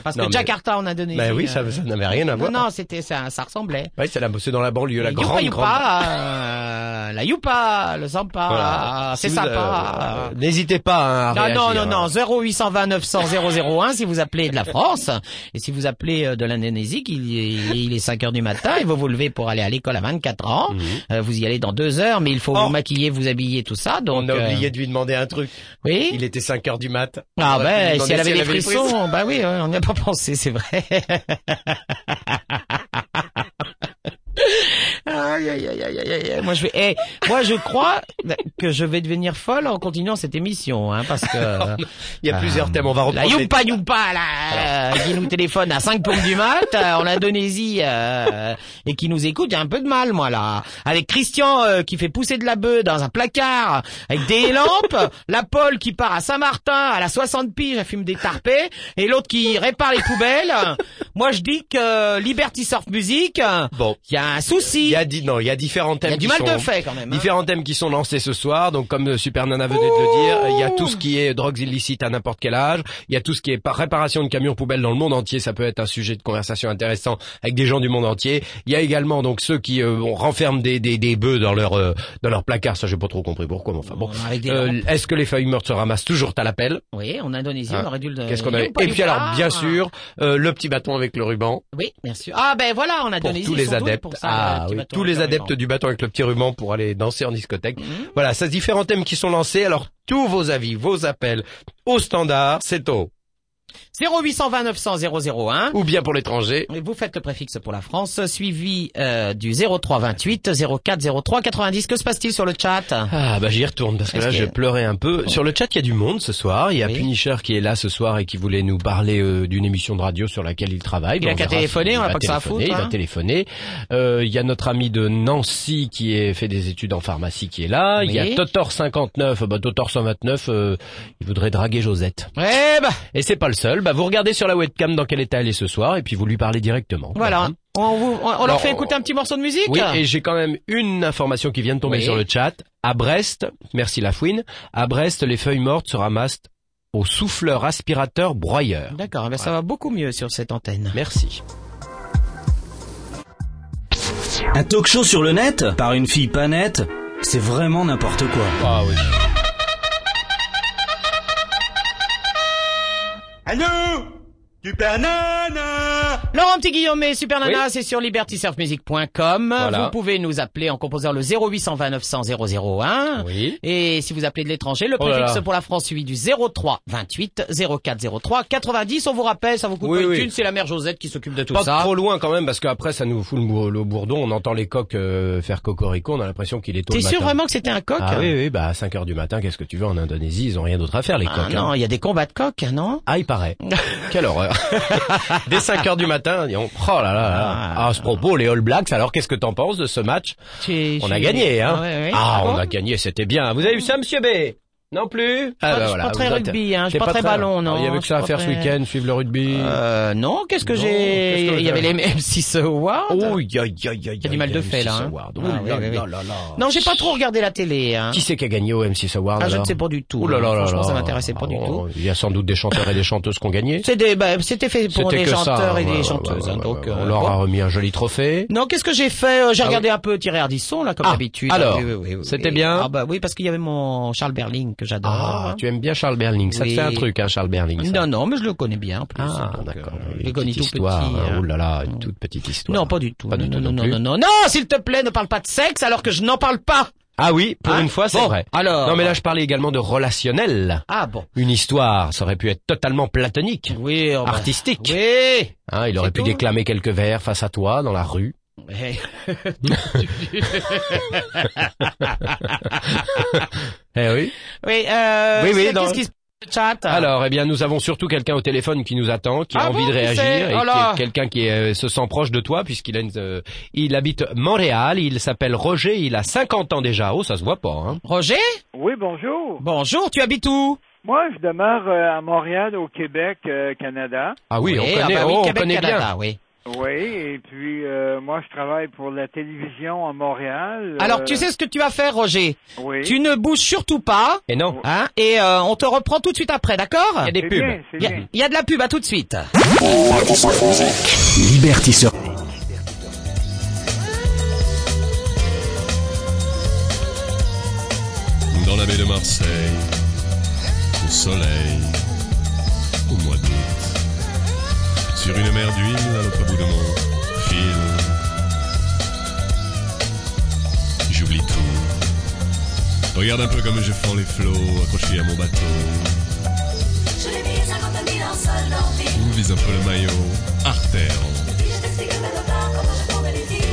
Speaker 7: Parce
Speaker 6: Non,
Speaker 7: que
Speaker 6: mais-
Speaker 7: Jakarta, on a donné. euh,
Speaker 6: Bah oui, ça, ça n'avait rien à
Speaker 7: Non,
Speaker 6: voir.
Speaker 7: non, c'était ça, ça ressemblait.
Speaker 6: Ouais, c'est la- c'est dans la banlieue, la
Speaker 7: Yupa,
Speaker 6: grande,
Speaker 7: Yupa,
Speaker 6: grande-
Speaker 7: euh, la Yupa, le Sampa,
Speaker 6: Voilà.
Speaker 7: c'est
Speaker 6: Si vous,
Speaker 7: sympa.
Speaker 6: euh, N'hésitez pas hein, à
Speaker 7: Non,
Speaker 6: réagir.
Speaker 7: Ah, non, non, non, 0820 900 001 si vous appelez de la France. Et si vous appelez euh, de l'Indonésie, qu'il est- il est 5 heures du matin et vous vous levez pour aller à l'école à 24 ans,
Speaker 6: Mhm.
Speaker 7: euh, vous y allez dans 2 heures, mais il faut vous maquiller, vous habiller, tout ça. Donc,
Speaker 6: Oh. On a
Speaker 7: euh,
Speaker 6: oublié de lui demander un truc.
Speaker 7: Oui.
Speaker 6: Il était 5 heures du mat.
Speaker 7: Ah
Speaker 6: On aurait pu lui
Speaker 7: ben, si
Speaker 6: demander
Speaker 7: elle avait des
Speaker 6: des frissons.
Speaker 7: frissons, bah oui, ouais, on n'y a pas pensé, c'est vrai. Aïe, aïe, aïe, aïe, aïe, aïe. Moi je vais, eh, moi je crois que je vais devenir folle en continuant cette émission, hein, parce que euh,
Speaker 6: Il y a plusieurs thèmes, on va
Speaker 7: la
Speaker 6: reprendre. les-
Speaker 7: Youpa Youpa là, euh, qui nous téléphone à 5 pommes du mat euh, en Indonésie euh, et qui nous écoute, j'ai un peu de mal moi là. Avec Christian euh, qui fait pousser de la bœuf dans un placard avec des lampes, la Paul qui part à Saint-Martin à la 60 piges, elle fume des tarpés et l'autre qui répare les poubelles. Moi je dis que Liberty Surf Music, euh,
Speaker 6: Bon.
Speaker 7: il y a un
Speaker 6: Il
Speaker 7: souci.
Speaker 6: y a dit, non, il y a différents thèmes.
Speaker 7: Il y a du
Speaker 6: qui
Speaker 7: mal
Speaker 6: sont-
Speaker 7: de fait quand même. hein.
Speaker 6: Différents thèmes qui sont lancés ce soir, donc comme euh, Super Nana venait de le dire, euh, il y a tout ce qui est drogues illicites à n'importe quel âge, il y a tout ce qui est par réparation de camions poubelles dans le monde entier, ça peut être un sujet de conversation intéressant avec des gens du monde entier. Il y a également donc ceux qui euh, on renferme des des des bœufs dans leur euh, dans leur placard, ça j'ai pas trop compris pourquoi, mais enfin bon.
Speaker 7: Avec des
Speaker 6: Euh,
Speaker 7: lampes.
Speaker 6: Est-ce que les feuilles mortes se ramassent toujours à l'appel
Speaker 7: Oui, en Indonésie, on
Speaker 6: Ah.
Speaker 7: aurait dû le
Speaker 6: Qu'est-ce qu'on avait
Speaker 7: Youpa
Speaker 6: Et puis
Speaker 7: Youpa.
Speaker 6: alors bien sûr euh, le petit bâton avec le ruban
Speaker 7: Oui, bien sûr. Ah ben voilà, en
Speaker 6: pour
Speaker 7: Indonésie,
Speaker 6: tous
Speaker 7: ils
Speaker 6: les
Speaker 7: sont doués
Speaker 6: adeptes.
Speaker 7: pour ça,
Speaker 6: ah,
Speaker 7: le petit
Speaker 6: oui,
Speaker 7: bâton
Speaker 6: tous les
Speaker 7: avec le Mhm.
Speaker 6: adeptes du bâton avec le petit ruban pour aller danser en discothèque. Voilà, ça c'est différents thèmes qui sont lancés. Alors tous vos avis, vos appels au standard, c'est au
Speaker 7: 0820 900 001.
Speaker 6: Ou bien pour l'étranger.
Speaker 7: Et vous faites le préfixe pour la France, suivi euh, du 0328 04 03 90. Que se passe-t-il sur le chat
Speaker 6: Ah bah j'y retourne parce que
Speaker 7: Est-ce
Speaker 6: là
Speaker 7: que-
Speaker 6: je pleurais un peu. Sur le chat il y a du monde ce soir. Il y a Punisher qui est là ce soir et qui voulait nous parler euh, d'une émission de radio sur laquelle il travaille.
Speaker 7: Il a
Speaker 6: on
Speaker 7: qu'à
Speaker 6: verra
Speaker 7: téléphoner,
Speaker 6: s'il
Speaker 7: on a
Speaker 6: va
Speaker 7: pas que ça à
Speaker 6: téléphoner,
Speaker 7: foutre,
Speaker 6: Il
Speaker 7: hein.
Speaker 6: va téléphoner. Euh, il y a notre ami de Nancy qui est fait des études en pharmacie qui est là. Il y a
Speaker 7: Oui.
Speaker 6: Totor 59, bah Totor 129, euh, il voudrait draguer Josette.
Speaker 7: Eh ben.
Speaker 6: Et c'est pas le seul. Bah vous regardez sur la webcam dans quel état elle est ce soir et puis vous lui parlez directement.
Speaker 7: Voilà. On, vous, Bah, hein. on, on leur
Speaker 6: Alors,
Speaker 7: fait écouter un petit morceau de musique
Speaker 6: Oui, et j'ai quand même une information qui vient de tomber
Speaker 7: Oui.
Speaker 6: sur le chat. À Brest, merci la fouine, à Brest, les feuilles mortes se ramassent au souffleur aspirateur broyeur.
Speaker 7: D'accord, eh ben ça va beaucoup mieux sur cette antenne.
Speaker 6: Merci.
Speaker 1: Un talk show sur le net par une fille pas nette, c'est vraiment n'importe quoi.
Speaker 6: Ah oui.
Speaker 5: Allô Super Nana
Speaker 7: Laurent Petit Guillaume et Super Nana,
Speaker 5: Oui.
Speaker 7: c'est sur libertysurfmusic.com.
Speaker 5: Voilà.
Speaker 7: Vous pouvez nous appeler en composant le 0820 900 001.
Speaker 6: Oui.
Speaker 7: Et si vous appelez de l'étranger, le
Speaker 6: Oh là
Speaker 7: préfixe
Speaker 6: là.
Speaker 7: pour la France suivi du 03 28 04 03 90. On vous rappelle, ça vous coûte
Speaker 6: Oui,
Speaker 7: pas une
Speaker 6: oui.
Speaker 7: thune, c'est la mère Josette qui s'occupe de tout
Speaker 6: Pas
Speaker 7: ça.
Speaker 6: trop loin quand même parce qu'après ça nous fout le, bour- le bourdon, on entend les coqs euh, faire cocorico, on a l'impression qu'il est tôt
Speaker 7: T'es
Speaker 6: le matin.
Speaker 7: sûr vraiment que c'était un coq
Speaker 6: Ah oui, oui, bah à 5 heures du matin, qu'est-ce que tu veux en Indonésie, ils ont rien d'autre à faire les
Speaker 7: Ah
Speaker 6: coqs.
Speaker 7: non,
Speaker 6: hein.
Speaker 7: il y a des combats de coqs, hein, non
Speaker 6: Ah, il
Speaker 7: <laughs>
Speaker 6: paraît. Quelle horreur. Dès 5 heures du matin, on... oh là là là. Ah, à ce propos, les All Blacks, alors qu'est-ce que t'en penses de ce match
Speaker 7: Tu-
Speaker 6: On
Speaker 7: tu-
Speaker 6: a gagné, hein
Speaker 7: Ah, ouais, ouais.
Speaker 6: Ah,
Speaker 7: Ah
Speaker 6: on
Speaker 7: bon
Speaker 6: a gagné, c'était bien. Vous avez vu ça, monsieur B Non plus
Speaker 7: Ah, je suis pas très
Speaker 6: bah vous êtes-
Speaker 7: rugby, hein, je suis
Speaker 6: t'es
Speaker 7: pas très ballon, non,
Speaker 6: Ah, Il y avait
Speaker 7: je
Speaker 6: que
Speaker 7: suis
Speaker 6: ça à
Speaker 7: pas
Speaker 6: faire ce
Speaker 7: très-
Speaker 6: week-end, suivre le rugby.
Speaker 7: Euh, non, qu'est-ce que
Speaker 6: Non,
Speaker 7: j'ai
Speaker 6: qu'est-ce que
Speaker 7: Il y avait
Speaker 6: j'ai
Speaker 7: les M6 Awards.
Speaker 6: Oh, il y a, il y a, il y a, il y
Speaker 7: du mal
Speaker 6: a
Speaker 7: de
Speaker 6: M6
Speaker 7: fait, là, hein.
Speaker 6: Awards.
Speaker 7: Ah,
Speaker 6: Oh là
Speaker 7: oui, oui, oui.
Speaker 6: là là là.
Speaker 7: Non, j'ai pas trop regardé la télé. Hein.
Speaker 6: Qui c'est qui a gagné au M6 Awards
Speaker 7: Ah, je ne
Speaker 6: alors
Speaker 7: sais pas du tout.
Speaker 6: Oh là là là
Speaker 7: Franchement,
Speaker 6: là.
Speaker 7: ça m'intéressait pas
Speaker 6: Ah
Speaker 7: du
Speaker 6: bon, Il y a sans doute des chanteurs et des chanteuses qui ont gagné.
Speaker 7: C'est des, bah, c'était fait pour
Speaker 6: C'était
Speaker 7: des
Speaker 6: que ça,
Speaker 7: chanteurs et
Speaker 6: ouais,
Speaker 7: des
Speaker 6: ouais,
Speaker 7: chanteuses.
Speaker 6: ouais,
Speaker 7: hein,
Speaker 6: ouais,
Speaker 7: donc,
Speaker 6: ouais.
Speaker 7: euh,
Speaker 6: on leur
Speaker 7: bon.
Speaker 6: a remis un joli trophée.
Speaker 7: Non, qu'est-ce que j'ai fait Euh, J'ai
Speaker 6: Ah
Speaker 7: regardé un peu Thierry Ardisson, là, comme
Speaker 6: Ah,
Speaker 7: d'habitude.
Speaker 6: alors,
Speaker 7: Oui, oui, oui, oui,
Speaker 6: c'était
Speaker 7: oui.
Speaker 6: bien
Speaker 7: Ah bah oui, parce qu'il y avait mon Charles Berling que j'adore.
Speaker 6: Ah, tu aimes bien Charles Berling. Ça
Speaker 7: Oui. Ah,
Speaker 6: te fait un truc, hein, Charles Berling. ça.
Speaker 7: Non, non, mais je le connais bien en plus.
Speaker 6: Ah,
Speaker 7: Donc,
Speaker 6: d'accord.
Speaker 7: euh, je
Speaker 6: Une
Speaker 7: le connais
Speaker 6: petite
Speaker 7: tout
Speaker 6: histoire.
Speaker 7: petit. hein.
Speaker 6: Oh là là, une toute petite histoire.
Speaker 7: Non, pas du tout.
Speaker 6: Pas
Speaker 7: non,
Speaker 6: du
Speaker 7: non,
Speaker 6: tout non
Speaker 7: non,
Speaker 6: plus.
Speaker 7: non, non, non, s'il te plaît, ne parle pas de sexe alors que je n'en parle pas.
Speaker 6: Ah oui, pour
Speaker 7: Hein
Speaker 6: une fois, c'est
Speaker 7: Bon,
Speaker 6: vrai.
Speaker 7: alors.
Speaker 6: Non, mais là, je parlais également de relationnel.
Speaker 7: Ah bon.
Speaker 6: Une histoire, ça aurait pu être totalement platonique,
Speaker 7: Oui. oh, bah,
Speaker 6: artistique.
Speaker 7: Oui.
Speaker 6: Hein, il aurait pu
Speaker 7: tout.
Speaker 6: déclamer quelques vers face à toi dans la
Speaker 7: <laughs>
Speaker 6: rue.
Speaker 7: Eh.
Speaker 6: eh oui.
Speaker 7: oui. Euh,
Speaker 6: Oui, oui,
Speaker 7: c'est-
Speaker 6: dans-
Speaker 7: Qu'est-ce qui se passe dans le chat
Speaker 6: Alors, eh bien, nous avons surtout quelqu'un au téléphone qui nous attend, qui
Speaker 7: Ah
Speaker 6: a envie
Speaker 7: bon,
Speaker 6: de
Speaker 7: qui c'est
Speaker 6: réagir, et
Speaker 7: Oh
Speaker 6: qui
Speaker 7: là
Speaker 6: est quelqu'un qui euh, se sent proche de toi, puisqu'il a une, euh, il habite Montréal, il s'appelle Roger, il a 50 ans déjà. Oh, ça se voit pas. Hein.
Speaker 7: Roger
Speaker 13: Oui, bonjour.
Speaker 7: Bonjour, tu habites où
Speaker 13: Moi, je demeure euh, à Montréal, au Québec, euh, Canada.
Speaker 6: Ah oui,
Speaker 7: Oui,
Speaker 6: on
Speaker 7: ah
Speaker 6: connaît,
Speaker 7: bah oui,
Speaker 6: oh, on
Speaker 7: Québec,
Speaker 6: connaît
Speaker 7: Canada,
Speaker 6: bien.
Speaker 7: oui.
Speaker 13: Oui, et puis euh, moi, je travaille pour la télévision à Montréal. euh,
Speaker 7: Alors, tu sais ce que tu vas faire, Roger
Speaker 13: Oui.
Speaker 7: Tu ne bouges surtout pas.
Speaker 6: Et non.
Speaker 7: Hein, et euh, on te reprend tout de suite après, d'accord Il y a
Speaker 6: des C'est pubs. bien,
Speaker 2: c'est
Speaker 7: Il y a-
Speaker 2: bien.
Speaker 7: il y, a de la pub, à tout de suite.
Speaker 2: Liberty Surf.
Speaker 14: Dans la baie de Marseille, au soleil, au mois d'août, sur une mer d'huile à l'autre bout de mon fil, j'oublie tout. Regarde un peu comme je fends les flots accrochés à mon bateau.
Speaker 15: Je l'ai mis 50 000 en sol dans le film.
Speaker 14: Où vise un peu le maillot, artère.
Speaker 15: Puis je t'explique de nos parts comment je prends les filles.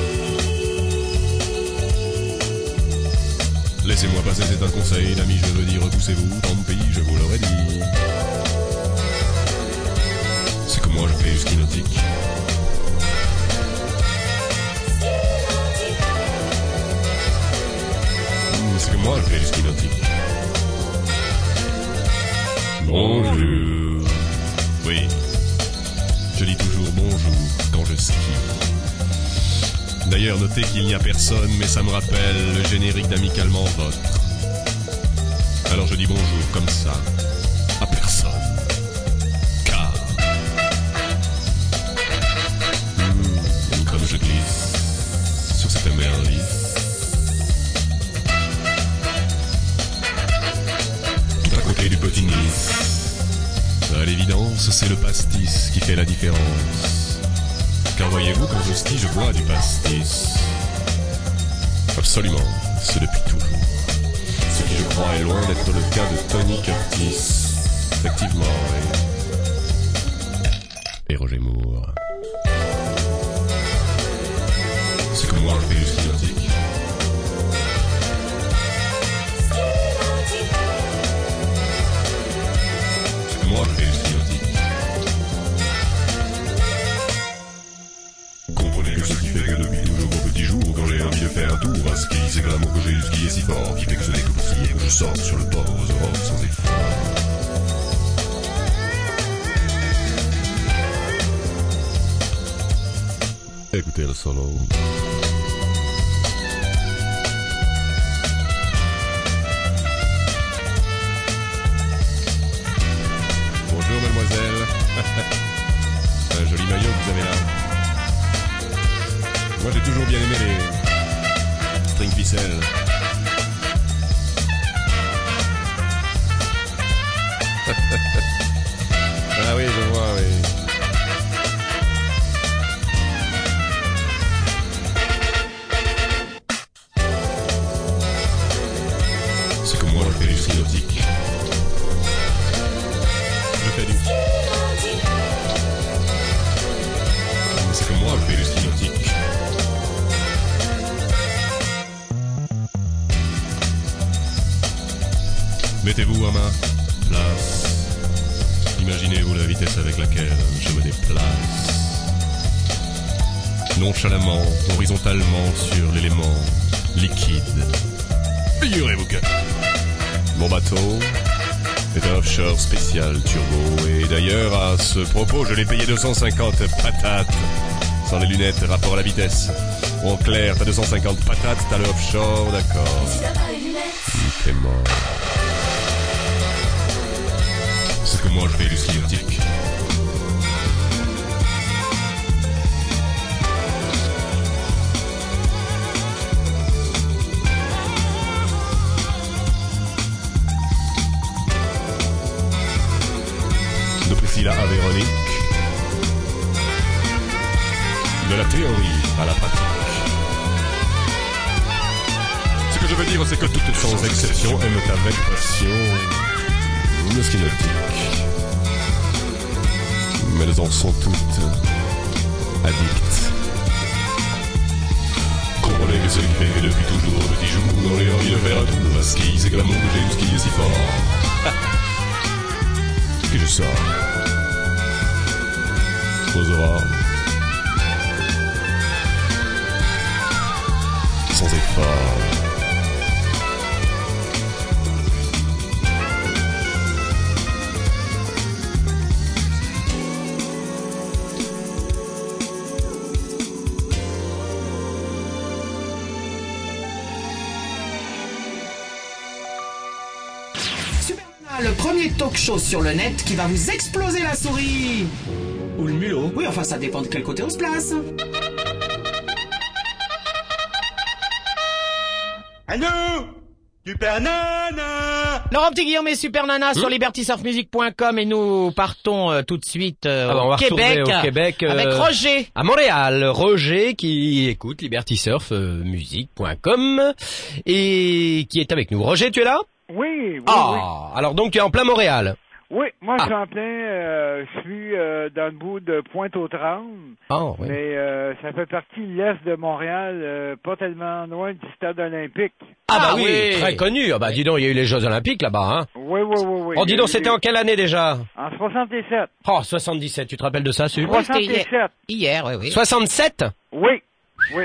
Speaker 14: Laissez-moi passer, c'est un conseil d'ami, je veux dire, repoussez-vous, tant pis, je vous l'aurais dit. C'est que moi je fais du ski nautique. Mm, C'est que moi je fais du ski nautique. Bonjour. Oui. Je dis toujours bonjour quand je skie. D'ailleurs, notez qu'il n'y a personne, mais ça me rappelle le générique d'Amicalement Votre. Alors je dis bonjour comme ça, à personne. Car. Hmm, comme je glisse sur cette mer lisse. Tout à côté du petit Nice. À l'évidence, c'est le pastis qui fait la différence. Car voyez-vous, quand je skie, je bois du pastis. Absolument, c'est depuis toujours. Ce qui, je crois, est loin d'être le cas de Tony Curtis. Effectivement, oui. et Roger Moore. C'est comme moi, je fais du ski nautique. C'est comme moi, je fais du ski nautique. Comprenez que ce qui fait que depuis toujours au petit jour, quand j'ai envie de faire un tour à ski, c'est que l'amour que j'ai du ski est si fort, qui fait que ce n'est que pour skier que je sors sur le port aux Europes sans effort. Écoutez le solo. Bonjour mademoiselle. <laughs> Un joli maillot que vous avez là. Moi j'ai toujours bien aimé les string ficelles. <laughs> ah oui, je vois, oui. C'est comme moi, je fais du ski nautique. Je fais du. C'est comme moi, je fais du ski nautique. Mettez-vous à ma place. Imaginez-vous la vitesse avec laquelle je me déplace. Nonchalamment, horizontalement sur l'élément liquide. Figurez-vous que mon bateau est un offshore spécial turbo. Et d'ailleurs, à ce propos, je l'ai payé 250 patates. Sans les lunettes, rapport à la vitesse. En clair, t'as 250 patates, t'as le offshore, d'accord. T'es mort. C'est que moi, je fais du ski nautique. de Priscilla à Véronique. De la théorie à la pratique. Ce que je veux dire, c'est que toutes sans exception aiment avec passion le ski nautique. Mais elles en sont toutes addictes. Comprenez que ce qui fait depuis toujours au petit jour, dans les envies de faire un tour à ski, c'est que l'amour que j'ai eu skié si fort. <laughs> que je sors. Aux aurores. Sans effort.
Speaker 4: Ah, le premier talk show sur le net qui va vous exploser la souris Ou le mulot Oui, enfin ça dépend de quel côté on se place.
Speaker 5: Allô Super Nana
Speaker 7: Laurent Petit Guillaume et Super Nana sur
Speaker 5: Hmm.
Speaker 7: libertysurfmusic.com et nous partons euh, tout de suite euh,
Speaker 6: Ah bah, on
Speaker 7: au
Speaker 6: va
Speaker 7: Québec,
Speaker 6: retourner au Québec euh,
Speaker 7: avec Roger.
Speaker 6: À Montréal, Roger qui écoute euh, libertysurfmusic.com et qui est avec nous. Roger, tu es là
Speaker 13: Oui, oui,
Speaker 6: Ah, alors donc tu es en plein Montréal.
Speaker 13: oui. Oui, moi, je suis en plein, euh, je suis euh, dans le bout de Pointe-aux-Trembles,
Speaker 6: Ah, oui.
Speaker 13: mais euh, ça fait partie de l'est de Montréal, euh, pas tellement loin du stade olympique.
Speaker 6: Ah bah oui, très connu. Ah bah dis donc, il y a eu les Jeux Olympiques là-bas. Hein.
Speaker 13: Oui, oui, oui, oui.
Speaker 6: oh dis donc, c'était en quelle année déjà
Speaker 13: En 77.
Speaker 6: Oh, 77, tu te rappelles de ça, Sue
Speaker 13: Oui, c'était hier.
Speaker 7: Hier, oui, oui.
Speaker 6: 67
Speaker 13: Oui, oui.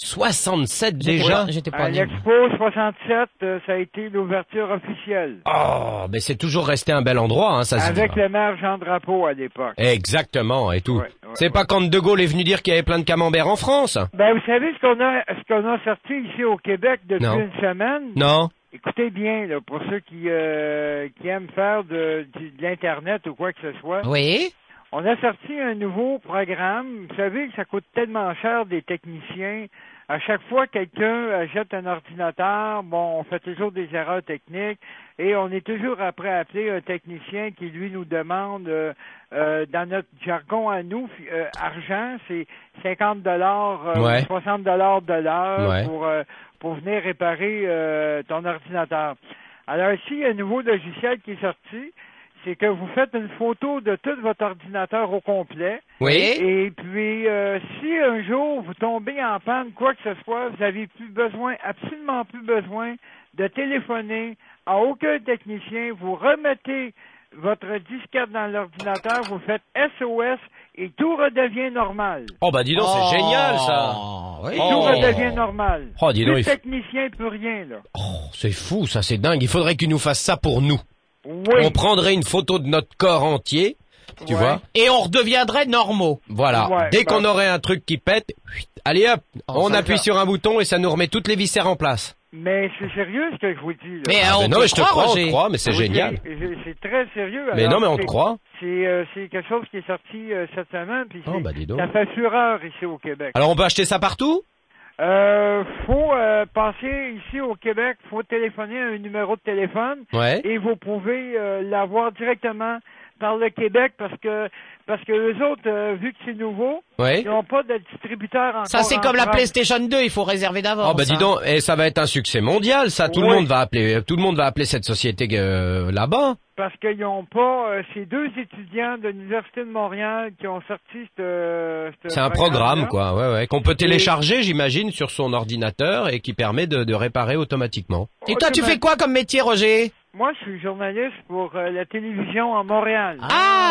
Speaker 6: 67 déjà
Speaker 13: À L'Expo 67, euh, ça a été l'ouverture officielle.
Speaker 6: Oh, mais c'est toujours resté un bel endroit, hein, ça se
Speaker 13: avec le maire Jean Drapeau à l'époque.
Speaker 6: Exactement, et tout. c'est pas quand De Gaulle est venu dire qu'il y avait plein de camembert en France
Speaker 13: Ben, vous savez ce qu'on a, ce qu'on a sorti ici au Québec depuis
Speaker 6: Non.
Speaker 13: une semaine?
Speaker 6: Non
Speaker 13: Écoutez bien, là, pour ceux qui, euh, qui aiment faire de, du- de l'Internet ou quoi que ce soit.
Speaker 7: Oui.
Speaker 13: On a sorti un nouveau programme. Vous savez que ça coûte tellement cher des techniciens. À chaque fois que quelqu'un achète un ordinateur, bon, on fait toujours des erreurs techniques et on est toujours après à appeler un technicien qui, lui, nous demande, euh, euh, dans notre jargon à nous, fi- euh, argent, c'est 50 dollars, euh,
Speaker 6: Ouais.
Speaker 13: 60 dollars de l'heure
Speaker 6: Ouais.
Speaker 13: pour, euh, pour venir réparer euh, ton ordinateur. Alors ici, il y a un nouveau logiciel qui est sorti. c'est que vous faites une photo de tout votre ordinateur au complet.
Speaker 6: Oui.
Speaker 13: Et puis, euh, si un jour vous tombez en panne, quoi que ce soit, vous avez plus besoin, absolument plus besoin de téléphoner à aucun technicien. Vous remettez votre disquette dans l'ordinateur, vous faites SOS et tout redevient normal.
Speaker 6: Oh bah dis donc, c'est
Speaker 13: Oh,
Speaker 6: génial ça.
Speaker 13: Et
Speaker 6: Oh.
Speaker 13: tout redevient normal.
Speaker 6: Oh, dis donc,
Speaker 13: plus
Speaker 6: il faut-
Speaker 13: technicien, plus rien, là.
Speaker 6: C'est fou, ça, c'est dingue. Il faudrait qu'ils nous fassent ça pour nous.
Speaker 13: Oui.
Speaker 6: On prendrait une photo de notre corps entier, tu
Speaker 7: Ouais.
Speaker 6: vois.
Speaker 7: Et on redeviendrait normaux.
Speaker 6: Voilà.
Speaker 7: Ouais,
Speaker 6: Dès
Speaker 7: bah-
Speaker 6: qu'on aurait un truc qui pète, huit, allez hop, on
Speaker 13: ça
Speaker 6: appuie
Speaker 13: va.
Speaker 6: sur un bouton et ça nous remet toutes les viscères en place.
Speaker 13: Mais c'est sérieux ce que je vous dis. Là.
Speaker 6: Mais, Ah, euh, mais on non, te mais je te croit, crois, on te Roger. croit, mais c'est
Speaker 13: Je vous dis,
Speaker 6: génial.
Speaker 13: je- C'est très sérieux.
Speaker 6: Mais
Speaker 13: alors,
Speaker 6: non, mais on te
Speaker 13: c'est-
Speaker 6: croit.
Speaker 13: C'est euh, c'est quelque chose qui est sorti euh, cette semaine, puis
Speaker 6: Oh,
Speaker 13: c'est-
Speaker 6: bah, dis donc.
Speaker 13: ça fait fureur ici au Québec.
Speaker 6: Alors on peut acheter ça partout
Speaker 13: Euh, faut euh, passer ici au Québec, faut téléphoner à un numéro de téléphone
Speaker 6: Ouais.
Speaker 13: et vous pouvez euh, l'avoir directement par le Québec parce que parce que les autres, euh, vu que c'est nouveau,
Speaker 6: Ouais.
Speaker 13: ils n'ont pas de distributeur encore.
Speaker 7: Ça, c'est
Speaker 13: en
Speaker 7: comme la
Speaker 13: France.
Speaker 7: PlayStation 2, il faut réserver d'avance.
Speaker 6: Oh bah dis
Speaker 7: hein.
Speaker 6: donc, et ça va être un succès mondial, ça. Tout le
Speaker 13: Oui.
Speaker 6: monde va appeler, tout le monde va appeler cette société euh, là-bas.
Speaker 13: Parce qu'ils n'ont pas euh, ces deux étudiants de l'Université de Montréal qui ont sorti euh, ce. ce
Speaker 6: C'est un programme,
Speaker 13: programme-là.
Speaker 6: quoi, ouais, ouais, qu'on peut télécharger, j'imagine, sur son ordinateur et qui permet de, de réparer automatiquement.
Speaker 7: Et toi,
Speaker 13: bah.
Speaker 7: tu fais quoi comme métier, Roger
Speaker 13: ben, Moi, je suis journaliste pour euh, la télévision à Montréal.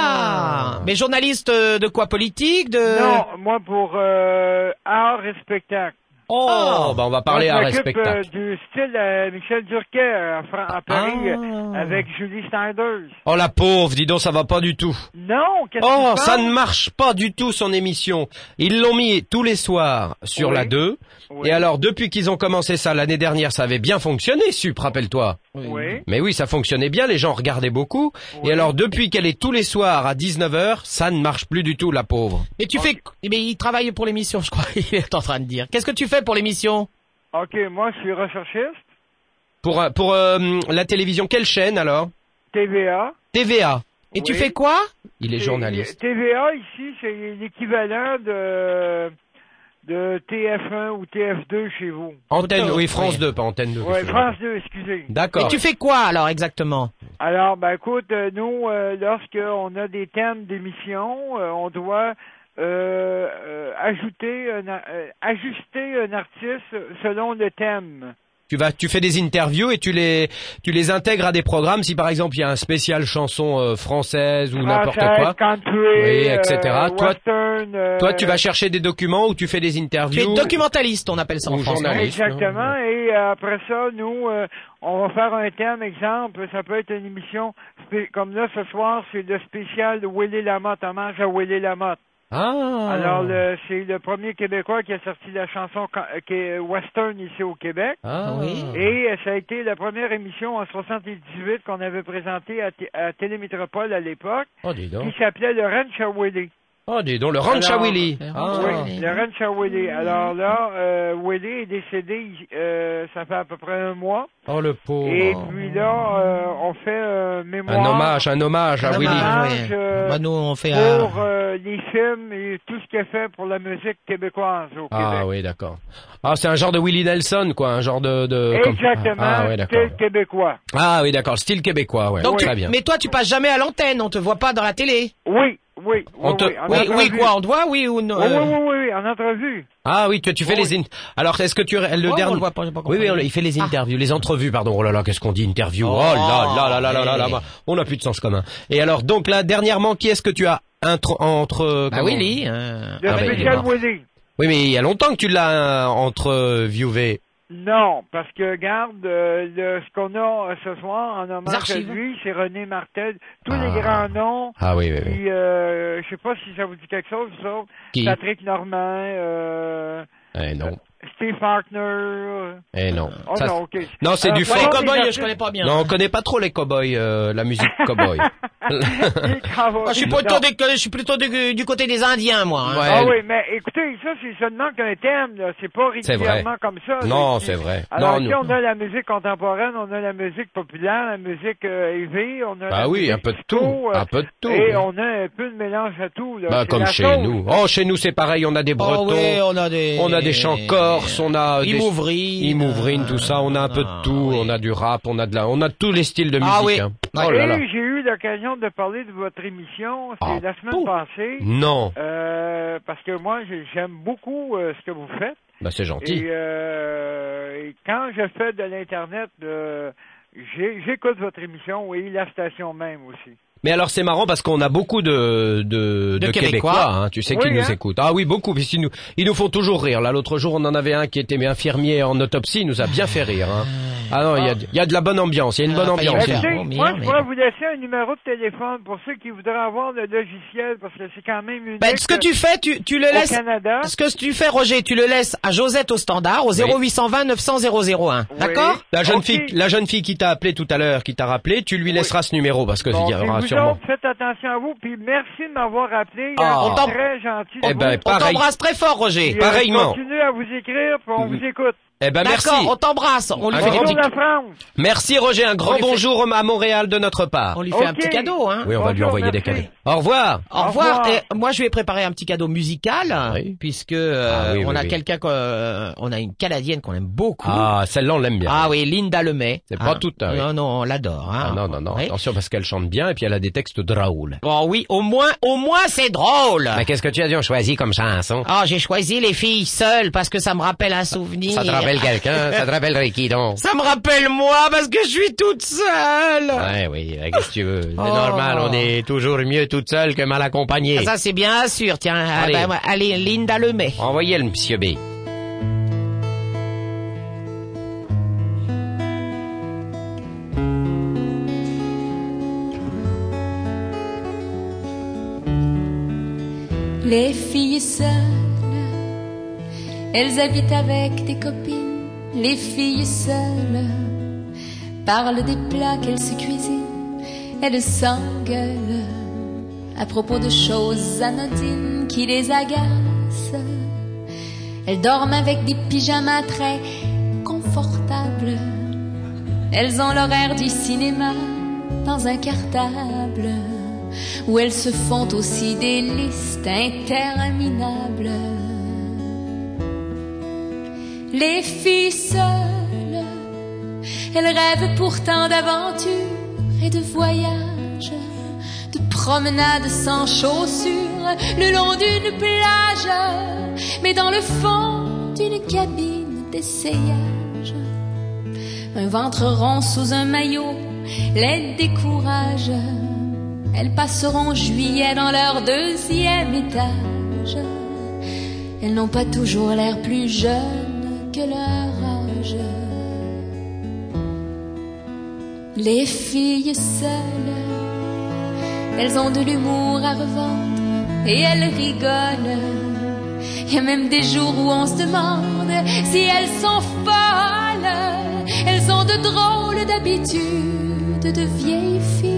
Speaker 7: Ah Mais journaliste euh, de quoi Politique de...
Speaker 13: Non, moi pour euh, art et spectacle.
Speaker 6: Oh, bah, on va parler
Speaker 13: Moi, je
Speaker 6: art et
Speaker 13: m'occupe,
Speaker 6: spectacle. Ah.
Speaker 13: euh, du style euh, Michel Durquet euh, à, Fran- à Paris euh, avec Julie Snyder.
Speaker 6: Oh la pauvre, dis donc, ça va pas du tout.
Speaker 13: Non, qu'est-ce
Speaker 6: Oh,
Speaker 13: qui se
Speaker 6: ça
Speaker 13: passe?
Speaker 6: ne marche pas du tout son émission. Ils l'ont mis tous les soirs sur
Speaker 13: Oui.
Speaker 6: la 2.
Speaker 13: Oui.
Speaker 6: Et alors, depuis qu'ils ont commencé ça l'année dernière, ça avait bien fonctionné, Sup, rappelle-toi.
Speaker 13: Oui.
Speaker 6: Mais oui, ça fonctionnait bien, les gens regardaient beaucoup. Et alors, depuis qu'elle est tous les soirs à 19h, ça ne marche plus du tout, la pauvre.
Speaker 7: Mais tu fais... Mais il travaille pour l'émission, <laughs> je crois, il est en train de dire. Qu'est-ce que tu fais pour l'émission
Speaker 13: Ok, moi je suis recherchiste,
Speaker 6: Pour, euh, pour euh, la télévision, quelle chaîne alors
Speaker 13: TVA.
Speaker 6: TVA.
Speaker 7: Et tu
Speaker 13: Oui. Euh,
Speaker 7: fais quoi
Speaker 6: Il est
Speaker 13: Et-
Speaker 6: journaliste.
Speaker 13: TVA ici, c'est l'équivalent de de TF1 ou TF2 chez vous.
Speaker 6: Antenne, oui, France 2, pas Antenne 2.
Speaker 13: Ouais, France 2, excusez.
Speaker 7: Et tu fais quoi alors exactement
Speaker 13: Alors, ben écoute, euh, nous, euh, lorsqu'on a des thèmes d'émission, euh, on doit euh, euh, ajouter, un a- euh, ajuster un artiste selon le thème.
Speaker 6: Tu vas, tu fais des interviews et tu les, tu les intègres à des programmes. Si par exemple il y a un spécial chanson euh, française ou n'importe
Speaker 13: Française,
Speaker 6: quoi,
Speaker 13: country,
Speaker 6: oui,
Speaker 13: euh,
Speaker 6: etc. toi,
Speaker 13: western, euh,
Speaker 6: toi, tu vas chercher des documents ou tu fais des
Speaker 7: Tu es
Speaker 6: interviews.
Speaker 7: documentaliste, on appelle ça en
Speaker 6: Ou
Speaker 7: France.
Speaker 6: journaliste,
Speaker 13: Exactement. Et euh, après ça, nous, euh, on va faire un thème, exemple, ça peut être une émission spé- comme là ce soir, c'est le spécial Willy Lamotte, hommage à Willy Lamotte.
Speaker 6: Ah.
Speaker 13: Alors, le- c'est le premier Québécois qui a sorti la chanson ca- euh, qui est western ici au Québec.
Speaker 6: Ah. Oui.
Speaker 13: Et euh, ça a été la première émission en 78 qu'on avait présentée à, Té- à Télémétropole à l'époque,
Speaker 6: Oh dis donc.
Speaker 13: qui s'appelait le Ranch à Willy.
Speaker 6: Oh dis donc, le ranch à
Speaker 13: Alors, euh,
Speaker 6: Willy. Ah.
Speaker 13: Oui, le ranch à Willy. Alors là, euh, Willy est décédé, euh, ça fait à peu près un mois.
Speaker 6: Oh le pauvre.
Speaker 13: Et puis là, euh, on fait euh, mémoire.
Speaker 6: Un hommage, un hommage à
Speaker 13: Un
Speaker 6: Willy.
Speaker 13: hommage, euh,
Speaker 7: Bah, nous, on fait un-
Speaker 13: pour euh, les films et tout ce qu'il a fait pour la musique québécoise au
Speaker 6: Ah oui, d'accord. Ah, c'est un genre de Willie Nelson, quoi, un genre de. de comme-
Speaker 13: Exactement,
Speaker 6: Ah oui, d'accord.
Speaker 13: style québécois.
Speaker 6: Ah oui, d'accord, style québécois, ouais.
Speaker 7: Donc,
Speaker 6: très
Speaker 7: tu-
Speaker 6: bien.
Speaker 7: Mais toi, tu passes jamais à l'antenne, on te voit pas dans la télé.
Speaker 13: Oui, oui.
Speaker 6: On oui, te- oui, en
Speaker 7: Oui, oui,
Speaker 6: entrevue.
Speaker 7: quoi, on te voit, oui ou non
Speaker 13: Oui,
Speaker 7: euh,
Speaker 13: oui, oui, oui, en entrevue.
Speaker 6: Ah oui, tu, tu fais les in- Alors est-ce que tu le
Speaker 7: on
Speaker 6: dernier
Speaker 7: le voit pas, j'ai pas
Speaker 6: Oui
Speaker 7: compris.
Speaker 6: oui, on le- il fait les interviews, les entrevues pardon. Oh là là, qu'est-ce qu'on dit interview Oh, là là là là là là là.
Speaker 7: hey.
Speaker 6: bah, On a plus de sens commun. Et alors donc là dernièrement, qui est-ce que tu as intro- entre
Speaker 7: Bah,
Speaker 6: comment-
Speaker 7: Willy, euh,
Speaker 13: Le
Speaker 6: Ah, bah, il est
Speaker 13: spécial
Speaker 6: mort.
Speaker 13: Willy.
Speaker 6: Oui, mais il y a longtemps que tu l'as euh, entreviewé.
Speaker 13: Non, parce que regarde, euh, le- ce qu'on a euh, ce soir en hommage à
Speaker 6: archives.
Speaker 13: lui, c'est René Martel, tous les grands noms.
Speaker 6: Ah oui oui oui.
Speaker 13: Puis, euh, je sais pas si ça vous dit quelque chose, vous autres.
Speaker 6: Qui?
Speaker 13: Patrick Normand, euh,
Speaker 6: Eh non.
Speaker 13: Steve Faulkner. <laughs> euh,
Speaker 6: Eh non.
Speaker 13: Oh
Speaker 6: Ça,
Speaker 13: non, ok.
Speaker 6: Non, c'est
Speaker 13: Alors,
Speaker 6: du
Speaker 13: voilà
Speaker 6: faux.
Speaker 13: les Cowboys, artistes- je connais pas bien.
Speaker 6: Non, on connaît pas trop les cowboys, euh, la musique cowboy.
Speaker 7: Ah, je suis plutôt, des- je suis plutôt du, du côté des Indiens, moi. hein.
Speaker 13: Ah oui, mais écoutez, ça c'est seulement qu'un thème, là. C'est pas
Speaker 6: C'est vrai.
Speaker 13: régulièrement comme ça.
Speaker 6: Non,
Speaker 13: C'est-
Speaker 6: c'est vrai.
Speaker 13: Alors
Speaker 6: Non,
Speaker 13: ici,
Speaker 6: nous-
Speaker 13: on a la musique contemporaine, on a la musique populaire, la musique euh, élevée, on a.
Speaker 6: Bah
Speaker 13: la
Speaker 6: oui,
Speaker 13: musique
Speaker 6: un peu de
Speaker 13: disco,
Speaker 6: tout,
Speaker 13: euh,
Speaker 6: un peu de tout, oui.
Speaker 13: Et on a un peu de mélange à tout. Là.
Speaker 6: Bah
Speaker 13: C'est
Speaker 6: comme
Speaker 13: la
Speaker 6: chez
Speaker 13: sauce.
Speaker 6: nous. Oh chez nous c'est pareil, on a des bretons,
Speaker 7: oui, on a des-
Speaker 6: on a des chants corses, Corse, on a des-
Speaker 7: Imouvry,
Speaker 6: Imouvry, tout ça, on a un peu de tout, on a du rap, on a de la, on a tous les styles de musique.
Speaker 13: Ah oui.
Speaker 6: hein. Oh là là.
Speaker 13: Et j'ai eu l'occasion de parler de votre émission c'est la semaine passée.
Speaker 6: Ah, Non.
Speaker 13: Euh, parce que moi, j'ai- j'aime beaucoup euh, ce que vous faites.
Speaker 6: Bah, c'est gentil.
Speaker 13: Et, euh, et quand je fais de l'Internet, euh, j'ai- j'écoute votre émission et la station même aussi.
Speaker 6: Mais alors c'est marrant parce qu'on a beaucoup de de,
Speaker 13: De
Speaker 6: de
Speaker 13: Québécois.
Speaker 6: Québécois, hein, tu sais
Speaker 13: Oui,
Speaker 6: qui nous
Speaker 13: hein.
Speaker 6: écoutent. Ah oui, beaucoup. Puisqu'ils nous ils nous font toujours rire. Là, l'autre jour, on en avait un qui était infirmier en autopsie, il nous a bien fait rire. hein. Ah non, il y a il y a de la bonne ambiance, il y a une
Speaker 13: Ah,
Speaker 6: bonne ambiance.
Speaker 13: Écoutez, moi, je pourrais vous laisser un numéro de téléphone pour ceux qui voudraient avoir le logiciel parce que c'est quand même une.
Speaker 7: Ben, ce que tu fais, tu, tu le laisses.
Speaker 13: Au Canada.
Speaker 7: Ce que tu fais, Roger, tu le laisses à Josette au standard au
Speaker 6: Oui.
Speaker 7: 0820 900 001. D'accord
Speaker 6: La jeune fille, la jeune fille qui t'a appelé tout à l'heure, qui t'a rappelé, tu lui laisseras ce numéro parce que il y
Speaker 13: Puis
Speaker 6: aura
Speaker 13: vous
Speaker 6: sûrement.
Speaker 13: autres, faites attention à vous, puis merci de m'avoir appelé.
Speaker 6: Ah.
Speaker 13: On
Speaker 6: On t'en-
Speaker 13: très gentil.
Speaker 6: Eh ben, On pareil. t'embrasse
Speaker 7: très fort, Roger.
Speaker 6: Pareillement.
Speaker 13: Continuez à vous écrire, puis on vous écoute.
Speaker 6: Eh ben, merci.
Speaker 7: D'accord, on t'embrasse. On lui
Speaker 6: Un
Speaker 7: fait
Speaker 6: grand-
Speaker 7: des
Speaker 13: La France.
Speaker 6: Merci Roger, un
Speaker 7: On
Speaker 6: grand
Speaker 7: lui fait-
Speaker 6: bonjour à Montréal de notre part.
Speaker 7: On lui fait un petit cadeau, hein.
Speaker 6: Oui, on va lui envoyer des cadeaux. Au revoir.
Speaker 7: Au revoir. Et moi, je vais préparer un petit cadeau musical, puisque euh,
Speaker 6: Ah oui, oui,
Speaker 7: on a
Speaker 6: oui.
Speaker 7: quelqu'un, qu'on- euh, on a une Canadienne qu'on aime beaucoup.
Speaker 6: Ah, celle-là on l'aime bien.
Speaker 7: Ah oui, Linda Lemay.
Speaker 6: C'est pas
Speaker 7: Hein.
Speaker 6: tout. hein, oui.
Speaker 7: Non, non, on l'adore. Hein.
Speaker 6: Ah non, non, non. Attention parce qu'elle chante bien et puis elle a des textes drôles.
Speaker 7: Bon, Oh oui, au moins, au moins, c'est drôle.
Speaker 6: Mais qu'est-ce que tu as dit On choisit comme chanson.
Speaker 7: Ah, j'ai choisi les filles seules parce que ça me rappelle un souvenir.
Speaker 6: Ça te rappelle quelqu'un Ça te rappelle qui donc
Speaker 7: <laughs> Ça me rappelle moi parce que je suis toute seule.
Speaker 6: Ouais, oui. euh, Qu'est-ce que tu veux C'est
Speaker 7: Oh.
Speaker 6: normal. On est toujours mieux toute seule que mal accompagnée.
Speaker 7: Ah, Ça, c'est bien sûr. Tiens, ah,
Speaker 6: Allez.
Speaker 7: ben, ouais, allez, Linda Lemay.
Speaker 6: Envoyez le monsieur B.
Speaker 16: Les filles seules, elles habitent avec des copines. Les filles seules parlent des plats qu'elles se cuisinent. Elles s'engueulent à propos de choses anodines qui les agacent. Elles dorment avec des pyjamas très confortables. Elles ont l'horaire du cinéma dans un cartable où elles se font aussi des listes interminables. Les filles seules, elles rêvent pourtant d'aventures et de voyages, de promenades sans chaussures le long d'une plage, mais dans le fond d'une cabine d'essayage. Un ventre rond sous un maillot les décourage. Elles passeront juillet dans leur deuxième étage. Elles n'ont pas toujours l'air plus jeunes que leur âge. Les filles seules, elles ont de l'humour à revendre et elles rigolent. Il y a même des jours où on se demande si elles sont folles. Elles ont de drôles d'habitudes de vieilles filles.